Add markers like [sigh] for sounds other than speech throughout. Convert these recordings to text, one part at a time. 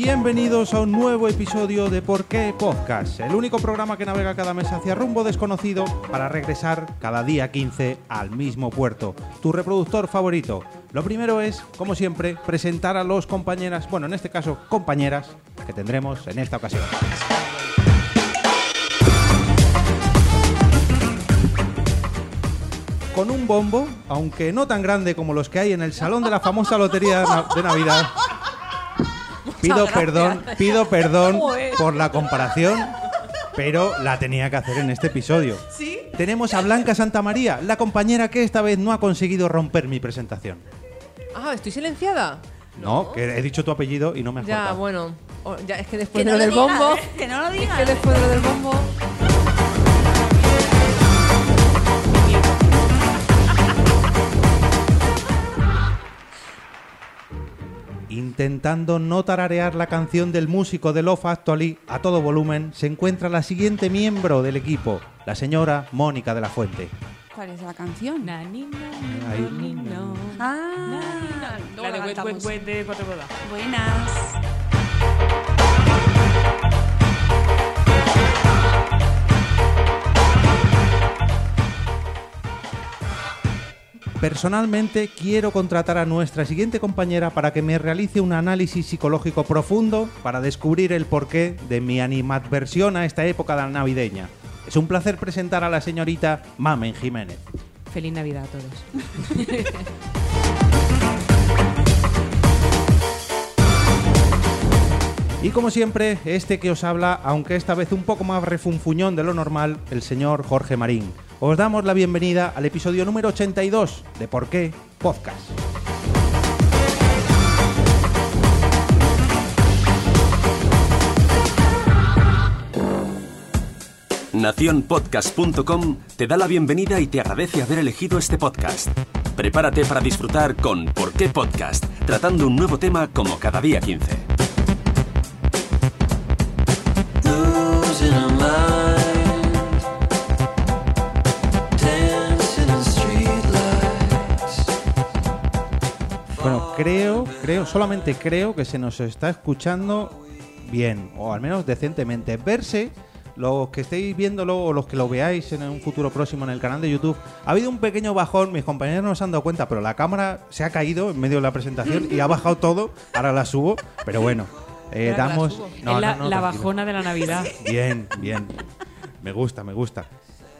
bienvenidos a un nuevo episodio de Por qué Podcast, el único programa que navega cada mes hacia rumbo desconocido para regresar cada día 15 al mismo puerto, tu reproductor favorito. Lo primero es, como siempre, presentar a los compañeras, bueno, en este caso, compañeras, que tendremos en esta ocasión. Con un bombo, aunque no tan grande como los que hay en el salón de la famosa lotería de Nav- de Navidad. Pido Muchas gracias. perdón, pido perdón Joder. por la comparación, pero la tenía que hacer en este episodio. ¿Sí? Tenemos a Blanca Santamaría, la compañera que esta vez no ha conseguido romper mi presentación. Ah, ¿estoy silenciada? No, que he dicho tu apellido y no me has Ya, cortado. bueno. O- ya, es que después Que de lo no del lo digas, bombo... [laughs] que no lo eh. es digas. que después de lo del bombo... Intentando no tararear la canción del músico de Love Actually a todo volumen, se encuentra la siguiente miembro del equipo, la señora Mónica de la Fuente. ¿Cuál es la canción? Ahí. Ah, La de luego la Wet, cantamos. Wet, Wet de Cuatro Bodas. Buenas. Personalmente quiero contratar a nuestra siguiente compañera para que me realice un análisis psicológico profundo para descubrir el porqué de mi animadversión a esta época navideña. Es un placer presentar a la señorita Mamen Jiménez. Feliz Navidad a todos. Y como siempre, este que os habla, aunque esta vez un poco más refunfuñón de lo normal, el señor Jorge Marín. Os damos la bienvenida al episodio número 82 de Por qué Podcast. Naciónpodcast.com te da la bienvenida y te agradece haber elegido este podcast. Prepárate para disfrutar con ¿Por qué podcast? Tratando un nuevo tema como cada día 15. Losing our mind, dancing in streetlights. Bueno, creo, creo, solamente creo que se nos está escuchando bien, o al menos decentemente. Verse, los que estéis viéndolo o los que lo veáis en un futuro próximo en el canal de YouTube, ha habido un pequeño bajón, mis compañeros no se han dado cuenta, pero la cámara se ha caído en medio de la presentación y ha bajado todo, ahora la subo, pero bueno, eh, Ahora la damos... subo. No, es la, no, no, la tranquilo. bajona de la Navidad. Bien, bien. Me gusta, me gusta.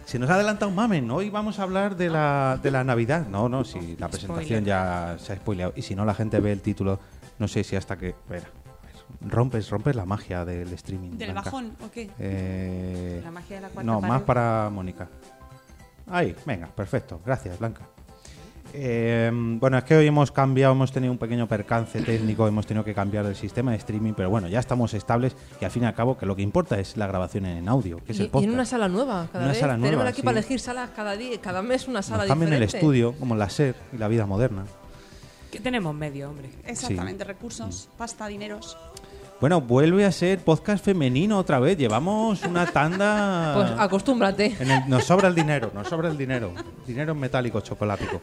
Se nos ha adelantado un mamen. Hoy vamos a hablar de la, de la Navidad. No, no, si la presentación ya se ha spoileado. Y si no, la gente ve el título. No sé si hasta que. Espera. Rompes, rompes la magia del streaming. [laughs] ¿Del Blanca. bajón o qué? Eh, La magia de la cuarta No, pared. más para Mónica. Ahí, venga, perfecto. Gracias, Blanca. Eh, bueno, es que hoy hemos cambiado, hemos tenido un pequeño percance técnico, hemos tenido que cambiar el sistema de streaming, pero bueno, ya estamos estables y al fin y al cabo que lo que importa es la grabación en audio, que es Y, el y en podcast. una sala nueva cada Una vez. sala Tenemos nueva, aquí sí. para elegir salas cada día, cada mes una sala Nos cambian el diferente. estudio, como la SER y la vida moderna. que tenemos medio, hombre. Exactamente, recursos, pasta, dineros. Bueno, vuelve a ser podcast femenino otra vez. Llevamos una tanda. [laughs] Pues acostúmbrate. En el- nos sobra el dinero, nos sobra el dinero. Dinero en metálico, chocolático.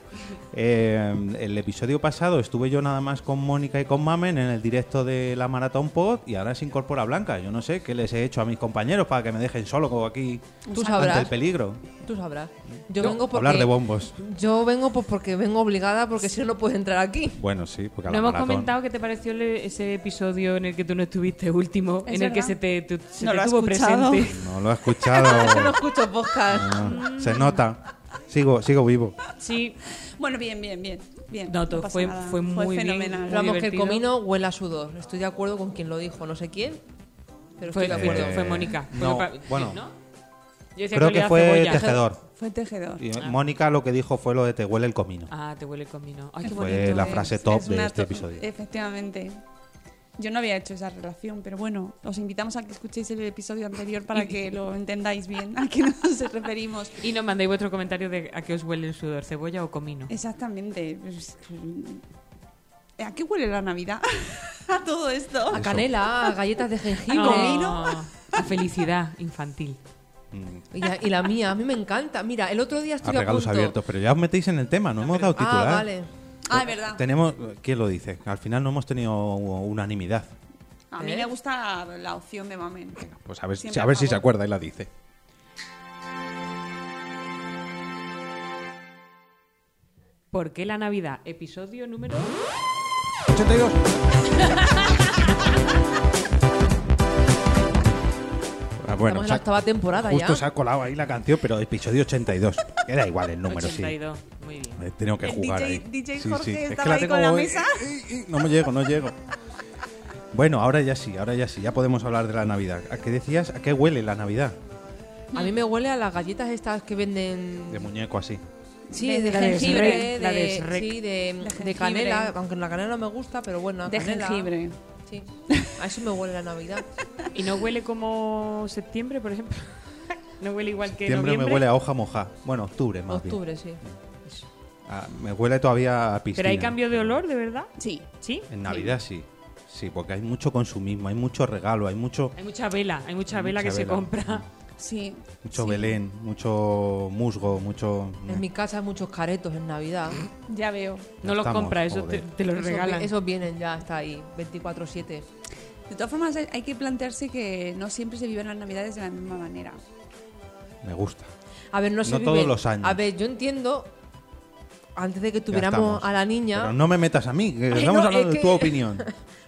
Eh, el episodio pasado estuve yo nada más con Mónica y con Mamen en el directo de la Maratón Pod y ahora se incorpora Blanca. Yo no sé qué les he hecho a mis compañeros para que me dejen solo como aquí Tú ante sabrás. el peligro. Tú sabrás. Yo vengo porque... Hablar de bombos. Yo vengo pues porque vengo obligada porque si no, no puedo entrar aquí. Bueno, sí, porque a No la hemos maratón- comentado qué te pareció el- ese episodio en el que tú no estuviste último, en Es el que verdad. se te, tu- se No te lo has tuvo escuchado. [laughs] presente. No lo he escuchado. Yo [laughs] no escucho podcast. No, se nota. Sigo, sigo vivo. Sí, Bueno, bien, bien, bien. bien No, todo pasa fue- nada. fue muy bien. fenomenal. Muy Vamos, que el divertido. comino huele a sudor. Estoy de acuerdo con quien lo dijo, no sé quién. Pero fue, estoy Pues, de acuerdo. fue- fue Mónica. Porque Eh, no, pa- bueno. ¿sí, no? Yo decía Creo que olía a fue cebolla. tejedor. Ah. Fue tejedor. Y eh, Mónica lo que dijo fue lo de te huele el comino. Ah, te huele el comino. Ay, qué Fue bonito. la eh. frase top de una este to- episodio. Efectivamente. Yo no había hecho esa relación, pero bueno, os invitamos a que escuchéis el episodio anterior [laughs] para que lo entendáis bien a qué nos [laughs] referimos. Y nos mandéis vuestro comentario de a qué os huele el sudor, cebolla o comino. Exactamente. Pues, ¿A qué huele la Navidad? [laughs] a todo esto. A canela, a galletas de jengibre. Ah, comino? La felicidad infantil. Mm. Y, a- y la mía, a mí me encanta. Mira, el otro día A estuve a, regalos punto. abiertos, pero ya os metéis en el tema, no hemos dado titular. Ah, vale. Ah, es verdad. Tenemos, ¿quién lo dice? Al final no hemos tenido unanimidad. A mí ¿Eh? me gusta la, la opción de Mamen. Pues a ver, Siempre a ver si favor. se acuerda y la dice. ¿Por qué la Navidad? Episodio número... 82. Ah, bueno, Estamos en se la ha- octava temporada Justo ya. se ha colado ahí la canción, pero episodio 82. Era igual el número, sí. Eh, 82. Muy bien. He tenido que El jugar DJ ahí. DJ Sí, Jorge sí. Es que estaba ahí tengo con la como- mesa. No me llego, no llego. Bueno, ahora ya sí, ahora ya sí, ya podemos hablar de la Navidad. ¿A qué decías? ¿A qué huele la Navidad? A mí me huele a las galletas estas que venden. De muñeco así. Sí, De- de, la de jengibre, Shrek, la de, de Shrek. sí, de, de jengibre. canela, aunque la canela no me gusta, pero bueno, De Ah, canela. jengibre. Sí, a eso me huele [laughs] la Navidad. Eh. ¿Y no huele como septiembre, por ejemplo? [laughs] ¿No huele igual que Septiembre noviembre? me huele a hoja moja. Bueno, octubre más Octubre, sí. bien. Ah, me huele todavía a piscina. Eh, ¿Pero hay cambio de olor, de verdad? Sí. ¿Sí? En Navidad sí. Sí, porque hay mucho consumismo, hay mucho regalo, hay mucho Hay mucha vela, hay mucha Hay vela mucha que se vela. compra. Sí. mucho sí. Belén, mucho musgo, mucho En mi casa hay muchos caretos en Navidad. Ya veo. [laughs] No los estamos, compra, eso te, joder. te [laughs] los Esos regalan. vi- Esos vienen ya, está ahí, 24-7. De todas formas, hay hay que plantearse que no siempre se viven las Navidades de la misma manera. me gusta. A ver, no, se No vive- todos los años. A ver, yo entiendo, antes de que Ya tuviéramos estamos. a la niña... Pero no me metas a mí, que Ay, estamos no, hablando es de que- tu [laughs] opinión.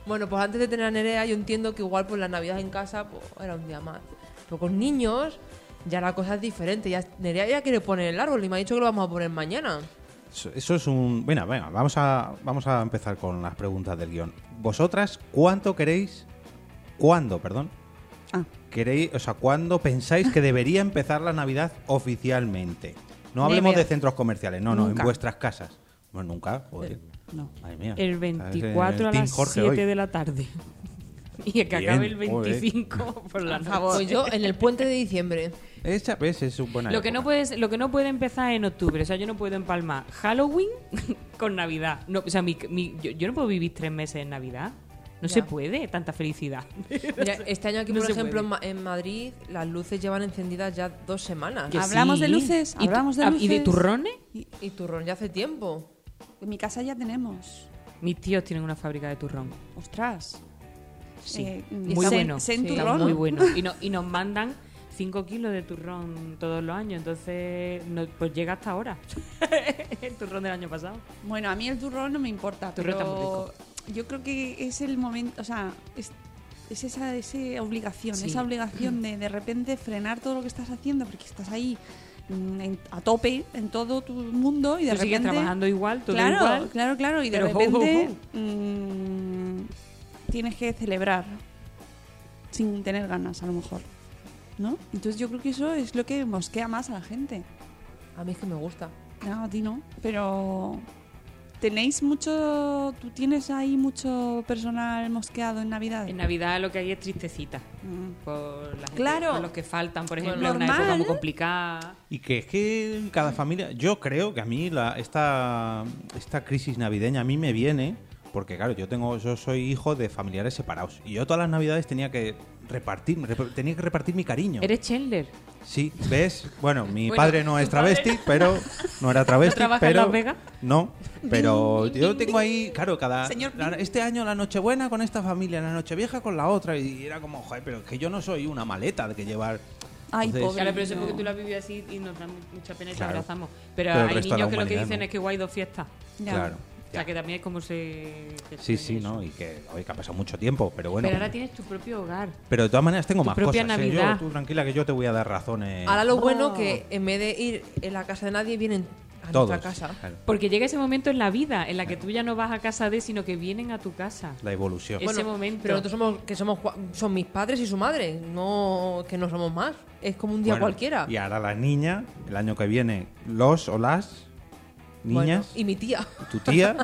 Bueno, pues antes de tener a Nerea, yo entiendo que igual pues la Navidad en casa pues, era un día más. Pero con niños ya la cosa es diferente. Ya, Nerea ya quiere poner el árbol y me ha dicho que lo vamos a poner mañana. Eso, eso es un. Bueno, venga, vamos a, vamos a empezar con las preguntas del guión. ¿Vosotras cuánto queréis? ¿Cuándo, perdón? Ah. ¿Queréis, o sea, cuándo pensáis que debería empezar la Navidad oficialmente? No hablemos Never. de centros comerciales, no, no, Nunca. Eh, en vuestras casas. Bueno, nunca, joder. No. Madre mía. El Sabes, eh, 24 a Team las Jorge 7 hoy. de la tarde. [laughs] Y que Bien, acabe el joder. 25 [laughs] por la Por noche. favor. Pues yo en el puente de [laughs] diciembre. Esa vez es un buen Lo que, no puedes, lo que no puede empezar en octubre, o sea, yo no puedo empalmar Halloween [laughs] con Navidad. No, o sea, mi- mi- yo, yo no puedo vivir tres meses en Navidad. No Ya. se puede, [laughs] tanta felicidad. Mira, este año aquí, No por se ejemplo, en, puede. Ma- en Madrid, las luces llevan encendidas ya dos semanas. Que Hablamos de luces, ¿Y tu- hablamos de ah, ¿Y de luces. turrones? Y turrón ya hace tiempo. En mi casa ya tenemos. Mis tíos tienen una fábrica de turrón. Ostras. Sí, Eh, muy sen- bueno. sen Sí, turrón. Muy bueno. Y, no- y nos mandan 5 kilos de turrón todos los años, entonces no- pues llega hasta ahora. [laughs] el turrón del año pasado. Bueno, a mí el turrón no me importa, Turrón está muy pero yo creo que es el momento, o sea, es, es esa, esa obligación, Sí. esa obligación de de repente frenar todo lo que estás haciendo porque estás ahí mm, en- a tope en todo tu mundo y de Tú sigues repente trabajando igual, todo claro, igual. claro, claro, y de pero ho, ho, repente mm, tienes que celebrar sin tener ganas a lo mejor, ¿no? Entonces yo creo que eso es lo que mosquea más a la gente. A mí es que me gusta. No, a ti no, pero tenéis mucho, tú tienes ahí mucho personal mosqueado en Navidad. En Navidad lo que hay es tristecita. Mm. Por la gente- Claro. por los que faltan, por ejemplo, Bueno, es una época normal. muy complicada. Y que es que en cada familia, yo creo que a mí la, esta, esta crisis navideña a mí me viene porque claro, yo tengo yo soy hijo de familiares separados y yo todas las Navidades tenía que repartir, rep- tenía que repartir mi cariño. Eres Chandler. Sí, ¿ves? Bueno, mi Bueno, padre no es travesti, pero no era travesti, ¿No trabaja en pero Las Vegas? No, pero yo tengo ahí, claro, cada Señor la- este año la Nochebuena con esta familia, la Nochevieja con la otra y era como, joder, pero es que yo no soy una maleta de que llevar Ay, Entonces- pobre. Claro, pero eso es no. porque tú lo has vivido así y nos da mu- mucha pena y te Claro. abrazamos. Pero Pero, el hay resto de la niños que lo que humanidad, dicen ¿no? es que guay dos fiestas. Ya. Claro. O sea, que también es como se... que Sí, se- sí, eso. ¿no? Y que, oye, que ha pasado mucho tiempo, pero bueno. pues Pero ahora tienes tu propio hogar. Pero de todas maneras tengo tu más propia cosas. ¿eh? Yo- Navidad. tú tranquila que yo te voy a dar Eh. razones. Ahora lo bueno Oh. que en vez de ir en la casa de nadie, vienen a todos. nuestra casa. Claro, Porque llega ese momento en la vida en la que tú ya no vas a casa de, sino que vienen a tu casa. La evolución. Ese momento. Pero nosotros somos, que somos, cua- son mis padres y su madre, no que no somos más. Es como un día Bueno, cualquiera. Y ahora la niña, el año que viene, los o las Bueno, niñas, y mi tía. tu [laughs] tía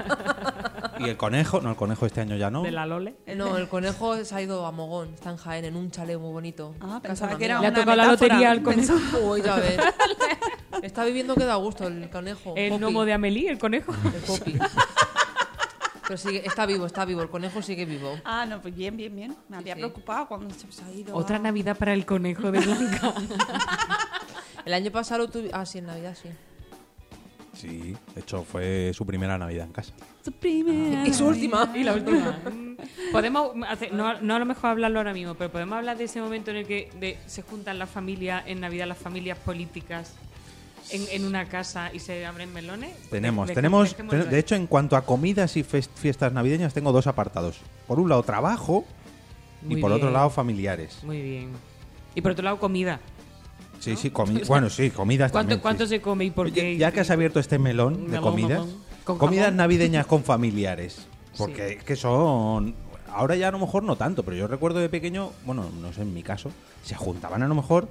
y el conejo. No, el conejo este año ya no. De la Lole. No, el conejo se ha ido a Mogón, está en Jaén, en un chalet muy bonito. Ah, Casa pensaba de una que era Le amiga. una ha tocado la metáfora. lotería al conejo. Pensaba- [laughs] Uy, ya ves. Está viviendo que da gusto el conejo. El Poppy. gnomo de Amelie, el conejo. El Poppy. Pero sigue, está vivo, está vivo, el conejo sigue vivo. Ah, no, pues bien, bien, bien. Me había sí. preocupado cuando se se ha ido. [laughs] Otra a- Navidad para el conejo [laughs] de Blanca. El año pasado tuve. Ah, sí, en Navidad sí. Sí, de hecho fue su primera Navidad en casa. Su primera Y su Navidad. Ah, última. y la última. Mm. Podemos hacer, no, no a lo mejor hablarlo ahora mismo, pero podemos hablar de ese momento en el que de- se juntan las familias, en Navidad las familias políticas en, en una casa y se abren melones. Tenemos, Dej- tenemos. dejémoslo De ahí. hecho, en cuanto a comidas y fes- fiestas navideñas, tengo dos apartados. Por un lado, trabajo y Muy por otro bien. lado, familiares. Muy bien. Y por otro lado, comida. Sí, sí, [laughs] comi- bueno, sí, comidas ¿Cuánto, también, sí. cuánto se come y por Oye, qué? Ya que has abierto este melón de Melón, comidas, melón. Con comidas jamón. navideñas con familiares. Porque Sí. es que son. Ahora ya a lo mejor no tanto, pero yo recuerdo de pequeño, bueno, no sé en mi caso, se juntaban a lo mejor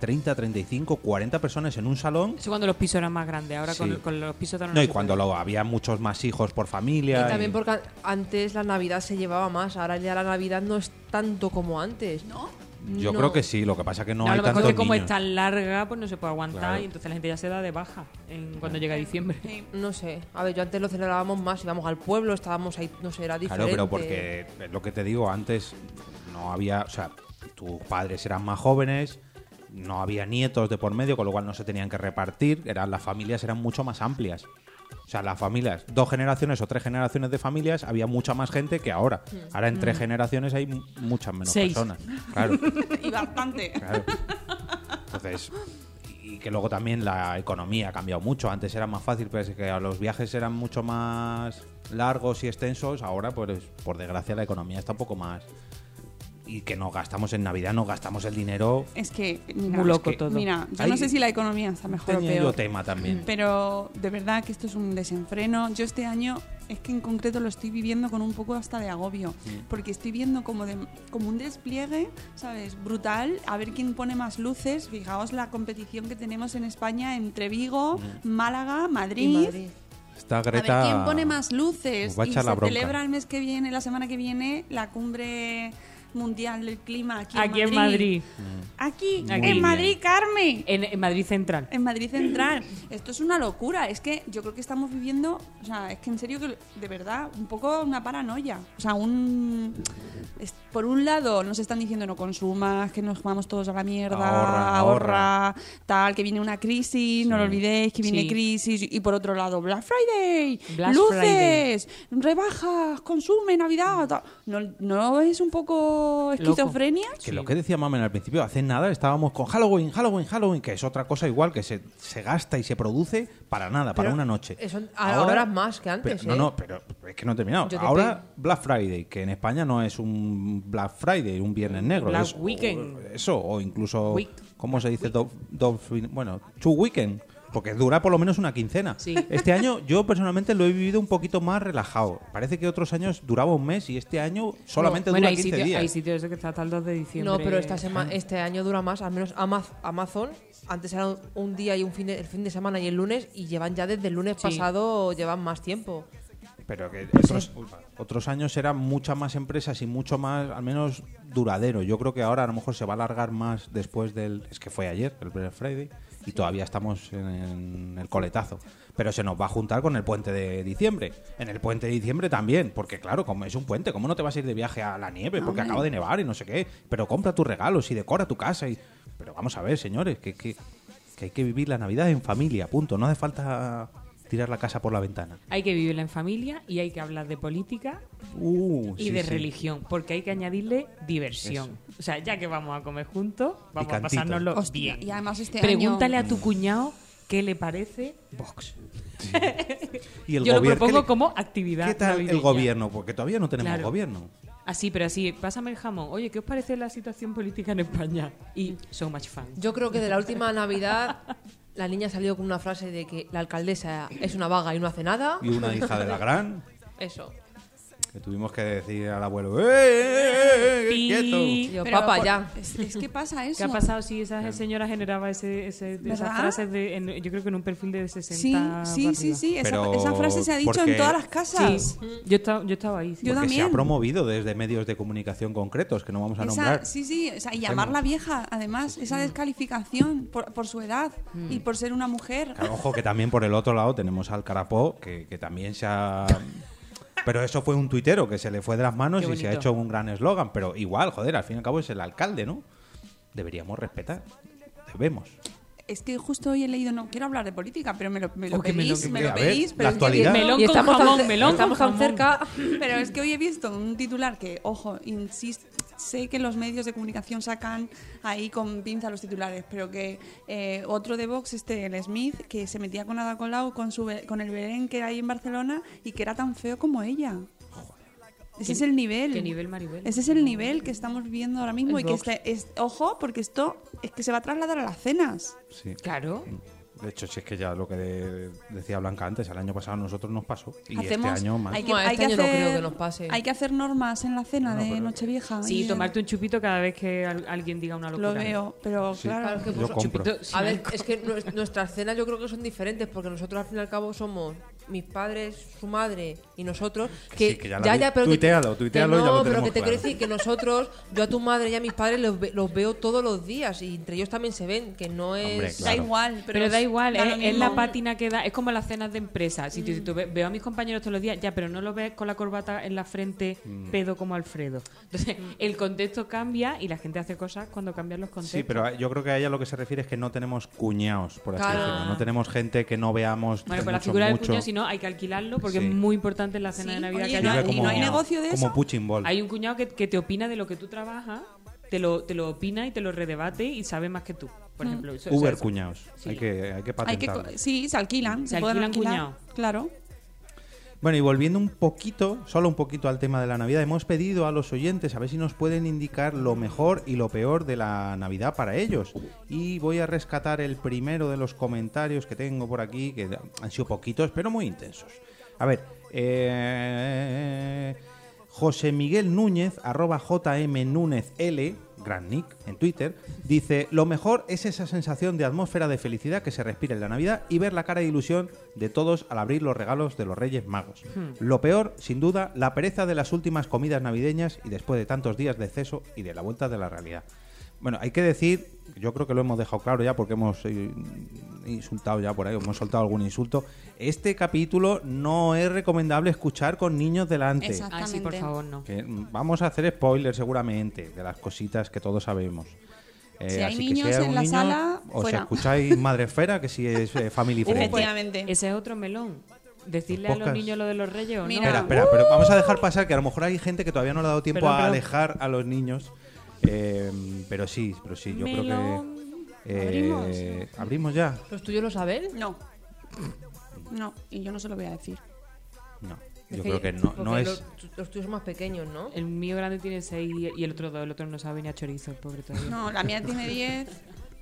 30, 35, 40 personas en un salón. Eso cuando los pisos eran más grandes, ahora Sí. con, con los pisos de ahora No, y se cuando puede. lo había muchos más hijos por familia. Y también y- porque an- antes la Navidad se llevaba más, ahora ya la Navidad no es tanto como antes. ¿No? Yo creo que sí, lo que pasa que no a hay lo mejor tantos que como niños. es tan larga, pues no se puede aguantar Claro. y entonces la gente ya se da de baja en, cuando llega diciembre. No sé, a ver, yo antes lo celebrábamos más, íbamos al pueblo, estábamos ahí, no sé, era Claro, diferente. pero porque es lo que te digo, antes no había, o sea, tus padres eran más jóvenes, no había nietos de por medio, con lo cual no se tenían que repartir, eran las familias eran mucho más amplias. O sea, las familias, dos generaciones o tres generaciones de familias, había mucha más gente que ahora. Ahora en tres generaciones hay mu- muchas menos Seis. personas. Claro. Y bastante. Claro. Entonces, y que luego también la economía ha cambiado mucho. Antes era más fácil, pero es que los viajes eran mucho más largos y extensos. Ahora, pues, por desgracia, la economía está un poco más. Y que nos gastamos en Navidad, nos gastamos el dinero. Es [laughs] que, mira, Muy loco es que- todo. Mira, yo Ahí- no sé si la economía está mejor o Tenía peor. yo tema también. Pero de verdad que esto es un desenfreno. Yo este año es que en concreto lo estoy viviendo con un poco hasta de agobio, porque estoy viendo como, de, como un despliegue, ¿sabes? Brutal, a ver quién pone más luces. Fijaos la competición que tenemos en España entre Vigo, Málaga, Y Madrid. Madrid. Está A Greta. ver quién pone más luces. Nos va a y echar se la bronca. celebra el mes que viene, la semana que viene, la cumbre mundial del clima aquí, Aquí en en Madrid. Aquí, Aquí. en Madrid, Carmen. En, en Madrid Central. En Madrid Central. Esto es una locura. Es que yo creo que estamos viviendo, o sea, es que en serio que de verdad, un poco una paranoia. O sea, un... es- por un lado nos están diciendo no consumas, que nos vamos todos a la mierda, Ahorra, ahorra, tal, que viene una crisis, no lo olvidéis, que viene Sí. crisis. Y por otro lado, Black Friday, Black luces, rebajas, consume, Navidad. tal. ¿No, ¿No es un poco esquizofrenia? Que lo que decía Mamen al principio, hace nada estábamos con Halloween, Halloween, Halloween, que es otra cosa igual que se, se gasta y se produce para nada, para Pero una noche. eso ah, ahora es más que antes, pero- ¿eh? No, no, pero es que no he terminado. Yo te Ahora Black Friday, que en España no es un Black Friday, un Viernes Negro. Black es- Weekend. o- eso, o incluso, Week. ¿cómo se dice? Do- do- bueno, two Weekend. Porque dura por lo menos una quincena. Sí. Este año yo personalmente lo he vivido un poquito más relajado. Parece que otros años duraba un mes y este año solamente bueno, dura hay 15 sitios días. hay sitios eso que está hasta el 2 de diciembre. No, pero esta sema- este año dura más, al menos Ama- Amazon. Antes era un- un día y un fin de, el fin de semana y el lunes, y llevan ya desde el lunes Sí. pasado, llevan más tiempo. Pero que otros, otros años eran muchas más empresas y mucho más, al menos duradero. Yo creo que ahora a lo mejor se va a alargar más después del. Es que fue ayer, el Black Friday, y todavía estamos en, el coletazo. Pero se nos va a juntar con el puente de diciembre. En el puente de diciembre también, porque claro, como es un puente, ¿cómo no te vas a ir de viaje a la nieve? Porque acaba de nevar y no sé qué. Pero compra tus regalos y decora tu casa. Y... Pero vamos a ver, señores, que, que, que hay que vivir la Navidad en familia, punto. No hace falta tirar la casa por la ventana. Hay que vivirla en familia y hay que hablar de política Uh, y sí, de sí. religión, porque hay que añadirle diversión. O sea, ya que vamos a comer juntos, vamos Picantito. a pasárnoslo Hostia, bien. y además este Pregúntale año... a tu cuñado qué le parece Vox. Y el Yo lo gobierno- propongo ¿qué le- como actividad. ¿Qué tal el navideña. gobierno? Porque todavía no tenemos Claro. gobierno. Así, Ah, pero así, pásame el jamón. Oye, ¿qué os parece la situación política en España? Y so much fun. Yo creo que de la última Navidad, la niña salió con una frase de que la alcaldesa es una vaga y no hace nada. Y [laughs] una hija de la gran Eso. que tuvimos que decir al abuelo, ¡eh, eh, eh, eh, Pi. quieto! Yo, Pero papá, por- ya. Es, es que pasa eso. ¿Qué ha pasado si esa señora generaba ese, ese- esas ¿Verdad? frases de, en- yo creo que en un perfil de Sí, 60 sí, para sí, arriba? sí. Esa, Pero esa frase se ha dicho porque- en todas las casas. Sí, yo estaba, yo estaba ahí. sí. Yo Porque se también. ha promovido desde medios de comunicación concretos que no vamos a Esa- nombrar. sí, sí, o sea, y llamarla vieja, además, esa descalificación por, por su edad Mm. y por ser una mujer. Claro, ojo, que también por el otro lado tenemos al Carapó, que, que también se [laughs] ha... Pero eso fue un tuitero que se le fue de las manos Qué y se ha bonito. hecho un gran eslogan. Pero igual, joder, al fin y al cabo es el alcalde, ¿no? Deberíamos respetar. Debemos. es que justo hoy he leído, no quiero hablar de política, pero me lo, me lo Oh, que me lo- pedís, me que- lo a ver, pedís, la pero es que- actualidad. Melón y con estamos tan jamón, ce- melón con estamos tan jamón. cerca. [laughs] Pero es que hoy he visto un titular que, ojo, insisto, sé que los medios de comunicación sacan ahí con pinza los titulares, pero que eh, otro de Vox, este, el Smith, que se metía con Ada Colau con, su, be- con el Belén que hay en Barcelona y que era tan feo como ella. Ese ¿Qué- es el nivel. qué nivel, Maribel? Ese es el nivel que estamos viviendo ahora mismo El y que Vox. este- es- ojo, porque esto es que se va a trasladar a las cenas. Sí. Claro. De hecho, si es que ya lo que de- decía Blanca antes, el año pasado a nosotros nos pasó. Y Hacemos- este año más. Hay que, Bueno, hay este que año no creo hacer- que nos pase. Hay que hacer normas en la cena No, de pero- Nochevieja. y Sí, en- tomarte un chupito cada vez que al- alguien diga una locura. Lo veo, pero Sí. claro. Claro, es que Yo pues, compro. Chupito sin A ver, alcohol. es que nues- nuestras cenas yo creo que son diferentes porque nosotros al fin y al cabo somos mis padres, su madre y nosotros. Que sí, que ya la vi- tuitéalo, que- tuitéalo que y ya lo No, pero tenemos que te claro. quiero decir que nosotros, yo a tu madre y a mis padres los, ve- los veo todos los días y entre ellos también se ven, que no es. Hombre, Da Claro. igual, pero, Pero, da es- igual, da lo es, es la mismo. Mm. pátina que da. Es como las cenas de empresa. Si tú- si tú ve- veo a mis compañeros todos los días, ya, pero no lo ves con la corbata en la frente, Mm. pedo como Alfredo. Entonces, el contexto cambia y la gente hace cosas cuando cambian los contextos. Sí, pero a- yo creo que a ella lo que se refiere es que no tenemos cuñados, por así Claro. decirlo. No tenemos gente que no veamos. Bueno, mucho, pues la figura del mucho. cuñado, si no, hay que alquilarlo porque Sí. es muy importante en la cena de Navidad oye, que no haya Vive un y no hay cuñado. negocio de como eso? punching ball. Hay un cuñado que, que te opina de lo que tú trabajas, te lo, te lo opina y te lo redebate y sabe más que tú, por Mm. ejemplo. Eso- o sea, Uber eso- cuñados. Sí. Hay que, hay que Hay que, patentarlo. co- sí, se alquilan. Se pueden alquilan alquilar, Claro. Bueno, y volviendo un poquito, solo un poquito al tema de la Navidad, hemos pedido a los oyentes a ver si nos pueden indicar lo mejor y lo peor de la Navidad para ellos. Y voy a rescatar el primero de los comentarios que tengo por aquí, que han sido poquitos, pero muy intensos. A ver, eh, José Miguel Núñez, arroba JM Núñez L, gran nick, en Twitter, dice, lo mejor es esa sensación de atmósfera de felicidad que se respira en la Navidad y ver la cara de ilusión de todos al abrir los regalos de los Reyes Magos. Lo peor, sin duda, la pereza de las últimas comidas navideñas y después de tantos días de exceso y de la vuelta de la realidad. Bueno, hay que decir, yo creo que lo hemos dejado claro ya porque hemos eh, insultado ya por ahí, hemos soltado algún insulto. Este capítulo no es recomendable escuchar con niños delante. Exacto. Ah, sí, por Exactamente. favor, no. Que, mm, vamos a hacer spoilers seguramente de las cositas que todos sabemos. Eh, Si hay así que niños hay en un la sala, o si fuera. Uh, escucháis Madre Esfera, que si es eh, family friendly. Efectivamente. Ese es otro melón. Decirle Los a los podcasts. niños lo de los reyes o no. Mira. Espera, espera, pero vamos a dejar pasar que a lo mejor hay gente que todavía no le ha dado tiempo Perdón, a perdón. alejar a los niños. Eh, pero sí, pero sí, yo Melón. creo que. eh, ¿Abrimos ya? ¿Los tuyos lo saben? No. No, y yo no se lo voy a decir. No, Es yo creo que no, porque no Los, es. los tuyos son más pequeños, Eh, ¿no? El mío grande tiene 6 y el otro dos, el otro no sabe ni a chorizo, el pobre todavía. No, la mía tiene 10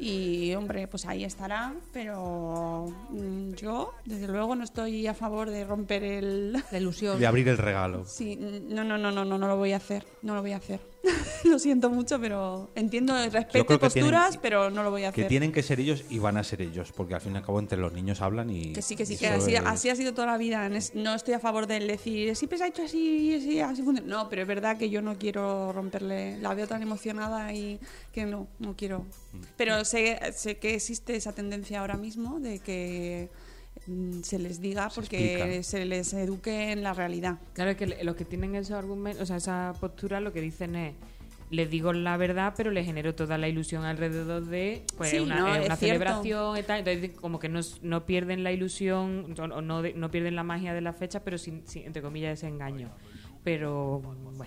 y, hombre, pues ahí estará, pero mm, yo, desde luego, no estoy a favor de romper el... [laughs] La ilusión. de abrir el regalo. Sí, mm, no, no, no, no, no, no lo voy a hacer, no lo voy a hacer. [laughs] lo siento mucho, pero entiendo, Yo respeto creo y que posturas, tienen- pero no lo voy a hacer. Que tienen que ser ellos y van a ser ellos, porque al fin y al cabo entre los niños hablan y. Que sí, que sí, y que eso así, es- así ha sido toda la vida. En es- No estoy a favor del decir, siempre se ha hecho así, así, así funciona. No, pero es verdad que yo no quiero romperle. La veo tan emocionada y que no, no quiero. Mm. Pero sé, sé que existe esa tendencia ahora mismo de que mm, se les diga porque explica. se, les eduque en la realidad. Claro, es que le- los que tienen esos argumentos, o sea, esa postura, lo que dicen es. Les digo la verdad, pero le genero toda la ilusión alrededor de pues, Sí, una, no, eh, es una cierto. celebración y tal. Entonces, como que no, s- no pierden la ilusión o o no, de- no pierden la magia de la fecha, pero sin, sin, entre comillas, ese engaño. Pero bueno,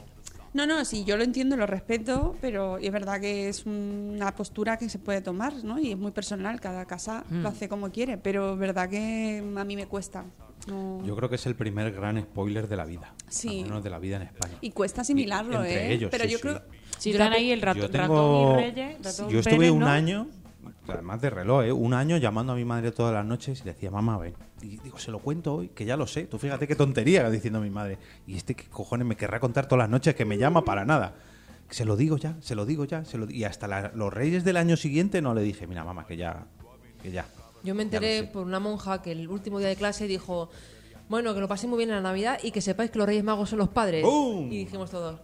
No, no, sí, yo lo entiendo, lo respeto, pero es verdad que es una postura que se puede tomar, ¿no? Y es muy personal, cada casa lo Mm. hace como quiere, pero es verdad que a mí me cuesta. No. Yo creo que es el primer gran spoiler de la vida. Sí. Al menos de la vida en España. Y cuesta asimilarlo, Entre ¿eh? ellos, Pero sí, yo sí. creo. si están ahí el rat- yo ratón, tengo, y reyes, ratón yo estuve Pérez, un ¿no? año, además de reloj, ¿eh? un año llamando a mi madre todas las noches y le decía, mamá, ven. Y digo, se lo cuento hoy, que ya lo sé. Tú fíjate qué tontería diciendo mi madre. Y este que cojones me querrá contar todas las noches que me llama para nada. Se lo digo ya, se lo digo ya. Se lo... Y hasta la- los reyes del año siguiente no le dije, mira, mamá, que ya, que ya. Yo me Ya lo enteré sé". por una monja que el último día de clase dijo, bueno, que lo paséis muy bien en la Navidad y que sepáis que los Reyes Magos son los padres. ¡Bum! Y dijimos todos.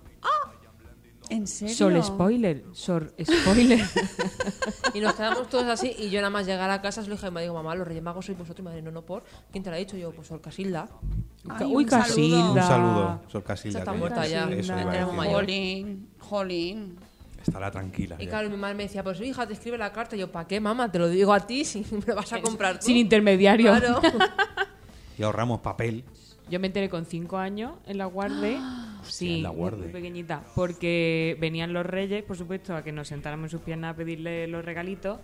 ¿En serio? Sol spoiler, sol spoiler. Y nos quedamos todos así y yo nada más llegar a casa se lo dije a mi madre, digo, mamá, los Reyes Magos sois vosotros, Y mi madre, no, no, por. ¿Quién te lo ha dicho? Y yo, pues Sol Casilda. [laughs] Ay, Uy, un saludo. Casilda. Un saludo, Sor Casilda. Esa está que- muerta ya, eso la iba a tenemos decir. mayor. Jolín, jolín. estará tranquila. Y ya. claro, mi madre me decía, pues hija, te escribe la carta. Y yo, ¿para qué, mamá? Te lo digo a ti [laughs] si me lo vas a comprar tú. Sin intermediario. Claro. Y ahorramos papel. Yo me enteré con cinco años en la guarde. [gasps] Sí, en la Guarde. muy pequeñita. Porque venían los reyes, por supuesto, a que nos sentáramos en sus piernas a pedirle los regalitos.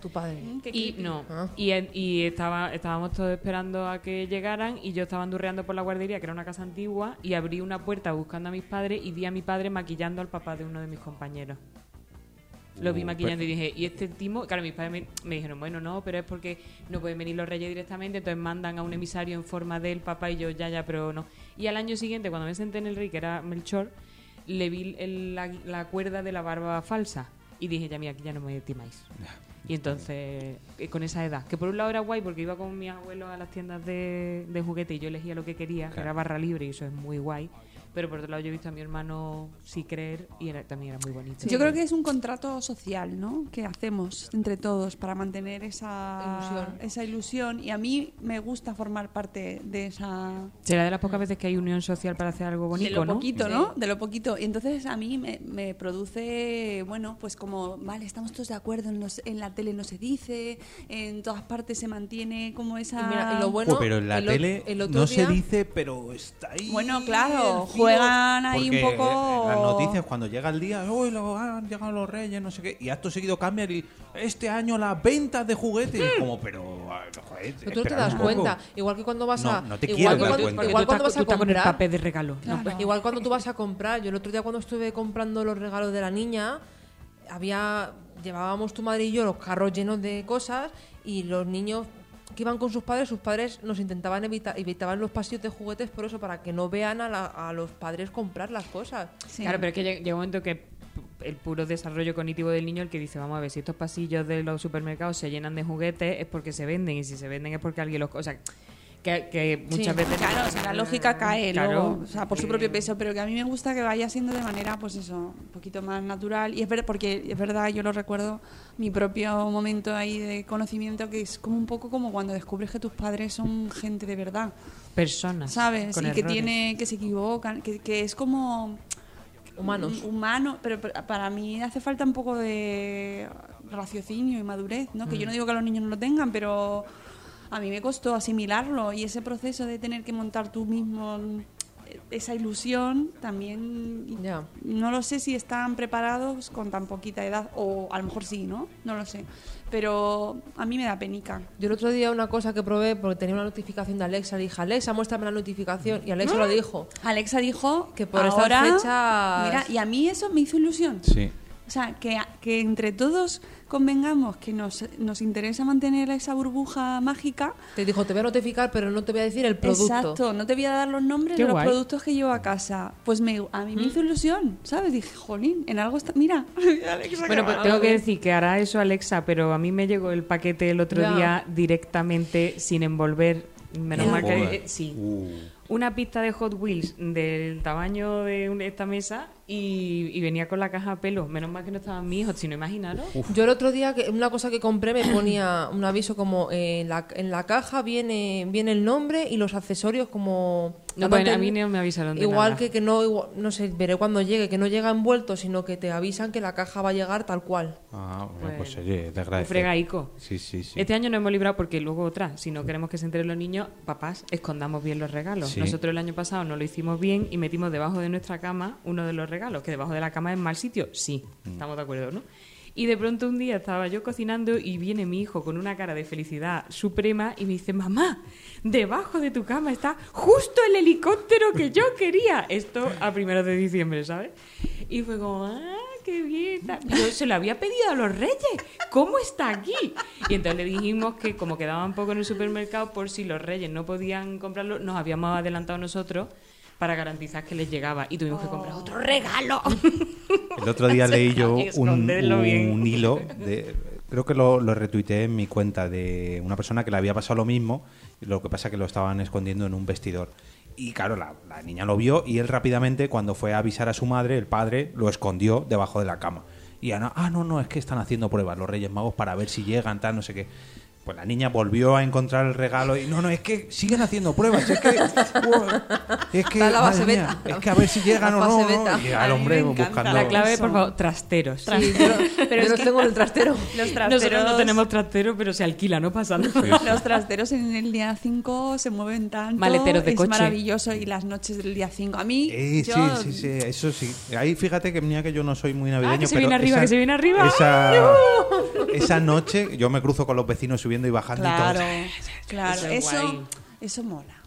[laughs] tu padre. Qué Y creepy. no, Ah. y, en- y estaba, estábamos todos esperando a que llegaran y yo estaba andurreando por la guardería, que era una casa antigua, y abrí una puerta buscando a mis padres y vi a mi padre maquillando al papá de uno de mis compañeros. Lo vi Uh, maquillando y dije, ¿y este timo? Claro, mis padres me, me dijeron, bueno, no, pero es porque no pueden venir los reyes directamente, entonces mandan a un emisario en forma del papá y yo, ya, ya, pero no. Y al año siguiente, cuando me senté en el rey, que era Melchor, le vi el- la, la cuerda de la barba falsa y dije, ya, mira, aquí ya no me timáis. Y entonces, eh, con esa edad, que por un lado era guay porque iba con mis abuelos a las tiendas de, de juguete y yo elegía lo que quería, que era barra libre y eso es muy guay. Pero por otro lado, yo he visto a mi hermano sí creer y era, también era muy bonito. Yo creo que es un contrato social, ¿no? Que hacemos entre todos para mantener esa Ilusión. esa ilusión. Y a mí me gusta formar parte de esa Será de las pocas veces que hay unión social para hacer algo bonito, de lo ¿no? poquito, ¿no? De lo poquito. Y entonces a mí me, me produce, bueno, pues como, vale, estamos todos de acuerdo, en, los- en la tele no se dice, en todas partes se mantiene como Y esa... mira, y lo bueno. Joder, pero en la el o- tele el otro no día- se dice, pero está ahí. Bueno, claro, el filo. juegan ahí un Porque poco- en Las noticias, cuando llega el día, hoy han llegado los reyes, no sé qué, y acto seguido cambian y este año las ventas de juguetes. Y es como, pero. ah, Joder, Pero tú no te esperad das un poco. cuenta. Igual que cuando vas No, a. no te quieres igual que dar cuando- cuenta. Igual Tú estás- cuando vas tú a estás con el comprar. papel de regalo. Claro. Pues Igual cuando tú vas a comprar, yo el otro día cuando estuve comprando los regalos de la niña, había llevábamos tu madre y yo los carros llenos de cosas y los niños que iban con sus padres, sus padres nos intentaban evitar, evitaban los pasillos de juguetes por eso, para que no vean a, la- a los padres comprar las cosas. Sí. Claro, pero es que llega llega un momento que pu- el puro desarrollo cognitivo del niño el que dice, vamos a ver, si estos pasillos de los supermercados se llenan de juguetes es porque se venden y si se venden es porque alguien los... co- O sea, que, que muchas veces... Claro, o sea, la lógica cae Claro. Eh, luego, o sea, por su propio peso, pero que a mí me gusta que vaya siendo de manera, pues eso, un poquito más natural. Y es verdad, porque es verdad, yo lo recuerdo, mi propio momento ahí de conocimiento, que es como un poco como cuando descubres que tus padres son gente de verdad, Personas. ¿sabes? Ah, con y que errores. tiene, que se equivocan, que, que es como Humanos. un- humano, pero pa- para mí hace falta un poco de raciocinio y madurez, ¿no? Que yo no Mm. digo que los niños no lo tengan, pero a mí me costó asimilarlo y ese proceso de tener que montar tú mismo eh, esa ilusión también y Ya. no lo sé si están preparados con tan poquita edad o a lo mejor sí, ¿no? No lo sé, pero a mí me da penica. Yo el otro día una cosa que probé, porque tenía una notificación de Alexa, le dije, Alexa, muéstrame la notificación. Y Alexa Mm. lo dijo. Alexa dijo Que por estas ahora, fechas- Mira, y a mí eso me hizo ilusión. Sí. O sea, que, que entre todos convengamos que nos, nos interesa mantener esa burbuja mágica. Te dijo, te voy a notificar, pero no te voy a decir el producto. Exacto, no te voy a dar los nombres Qué de los guay. Mm. productos que llevo a casa. Pues me, a mí me hizo ilusión, ¿sabes? Dije, jolín, en algo está. [laughs] Mira, Alexa, Bueno, pues tengo que decir que hará eso Alexa, pero a mí me llegó el paquete el otro Ya. día directamente sin envolver. Menos No mal que... jodas. eh, sí. Uh, una pista de Hot Wheels del tamaño de un- esta mesa y, y venía con la caja a pelo. Menos mal que no estaban mis hijos, si no imaginaros. Yo el otro día, que- una cosa que compré, me ponía un aviso como eh, en, la, en la caja viene, viene el nombre y los accesorios como... No, dándote- pues a mí no me avisaron de Igual nada. que que no, igual- no sé, veré cuando llegue, que no llega envuelto, sino que te avisan que la caja va a llegar tal cual. ah, bueno, Bueno. pues oye, te agradezco. Fregaico. Sí, sí, sí. Este año no hemos librado porque luego otra, si no queremos que se enteren los niños, papás, escondamos bien los regalos. Sí. Nosotros el año pasado no lo hicimos bien y metimos debajo de nuestra cama uno de los regalos, que debajo de la cama es mal sitio, sí, Mm. estamos de acuerdo, ¿no? Y de pronto un día estaba yo cocinando y viene mi hijo con una cara de felicidad suprema y me dice, mamá, debajo de tu cama está justo el helicóptero que yo quería. Esto a primeros de diciembre, ¿sabes? Y fue como, ah, qué bien. tal. Yo se lo había pedido a los reyes. ¿Cómo está aquí? Y entonces le dijimos que como quedaban poco en el supermercado, por si los reyes no podían comprarlo, nos habíamos adelantado nosotros para garantizar que les llegaba. Y tuvimos que comprar otro regalo. El otro [laughs] día leí yo un, Esconderlo bien. un hilo, de, creo que lo, lo retuiteé en mi cuenta, de una persona que le había pasado lo mismo, lo que pasa que lo estaban escondiendo en un vestidor. Y claro, la, la niña lo vio y él rápidamente, cuando fue a avisar a su madre, el padre lo escondió debajo de la cama. Y Ana, ah, no, no, es que están haciendo pruebas los Reyes Magos para ver si llegan, tal, no sé qué. Pues la niña volvió a encontrar el regalo y no, no, es que siguen haciendo pruebas, es que, [laughs] wow, es que, Da la base madre mía, beta. es que a ver si llegan La o no, fase ¿no? beta. Y A al mí hombre me encanta. buscando La clave, por Son- favor, trasteros. Sí, yo [laughs] lo- yo los que- tengo en [laughs] el trastero. Los Nosotros trasteros, no tenemos trastero, pero se alquila, no pasa nada. [laughs] los trasteros en el día 5 se mueven tanto. Maleteros de es coche. maravilloso y las noches del día 5. A mí, Eh, yo, Sí, sí, sí, eso sí. Ahí fíjate que mira que yo no soy muy navideño. Ah, que se pero viene arriba, esa- que se viene arriba. Esa, esa noche yo me cruzo con los vecinos subiendo y bajando y Claro, todo. claro. Eso es guay. Eso, eso mola.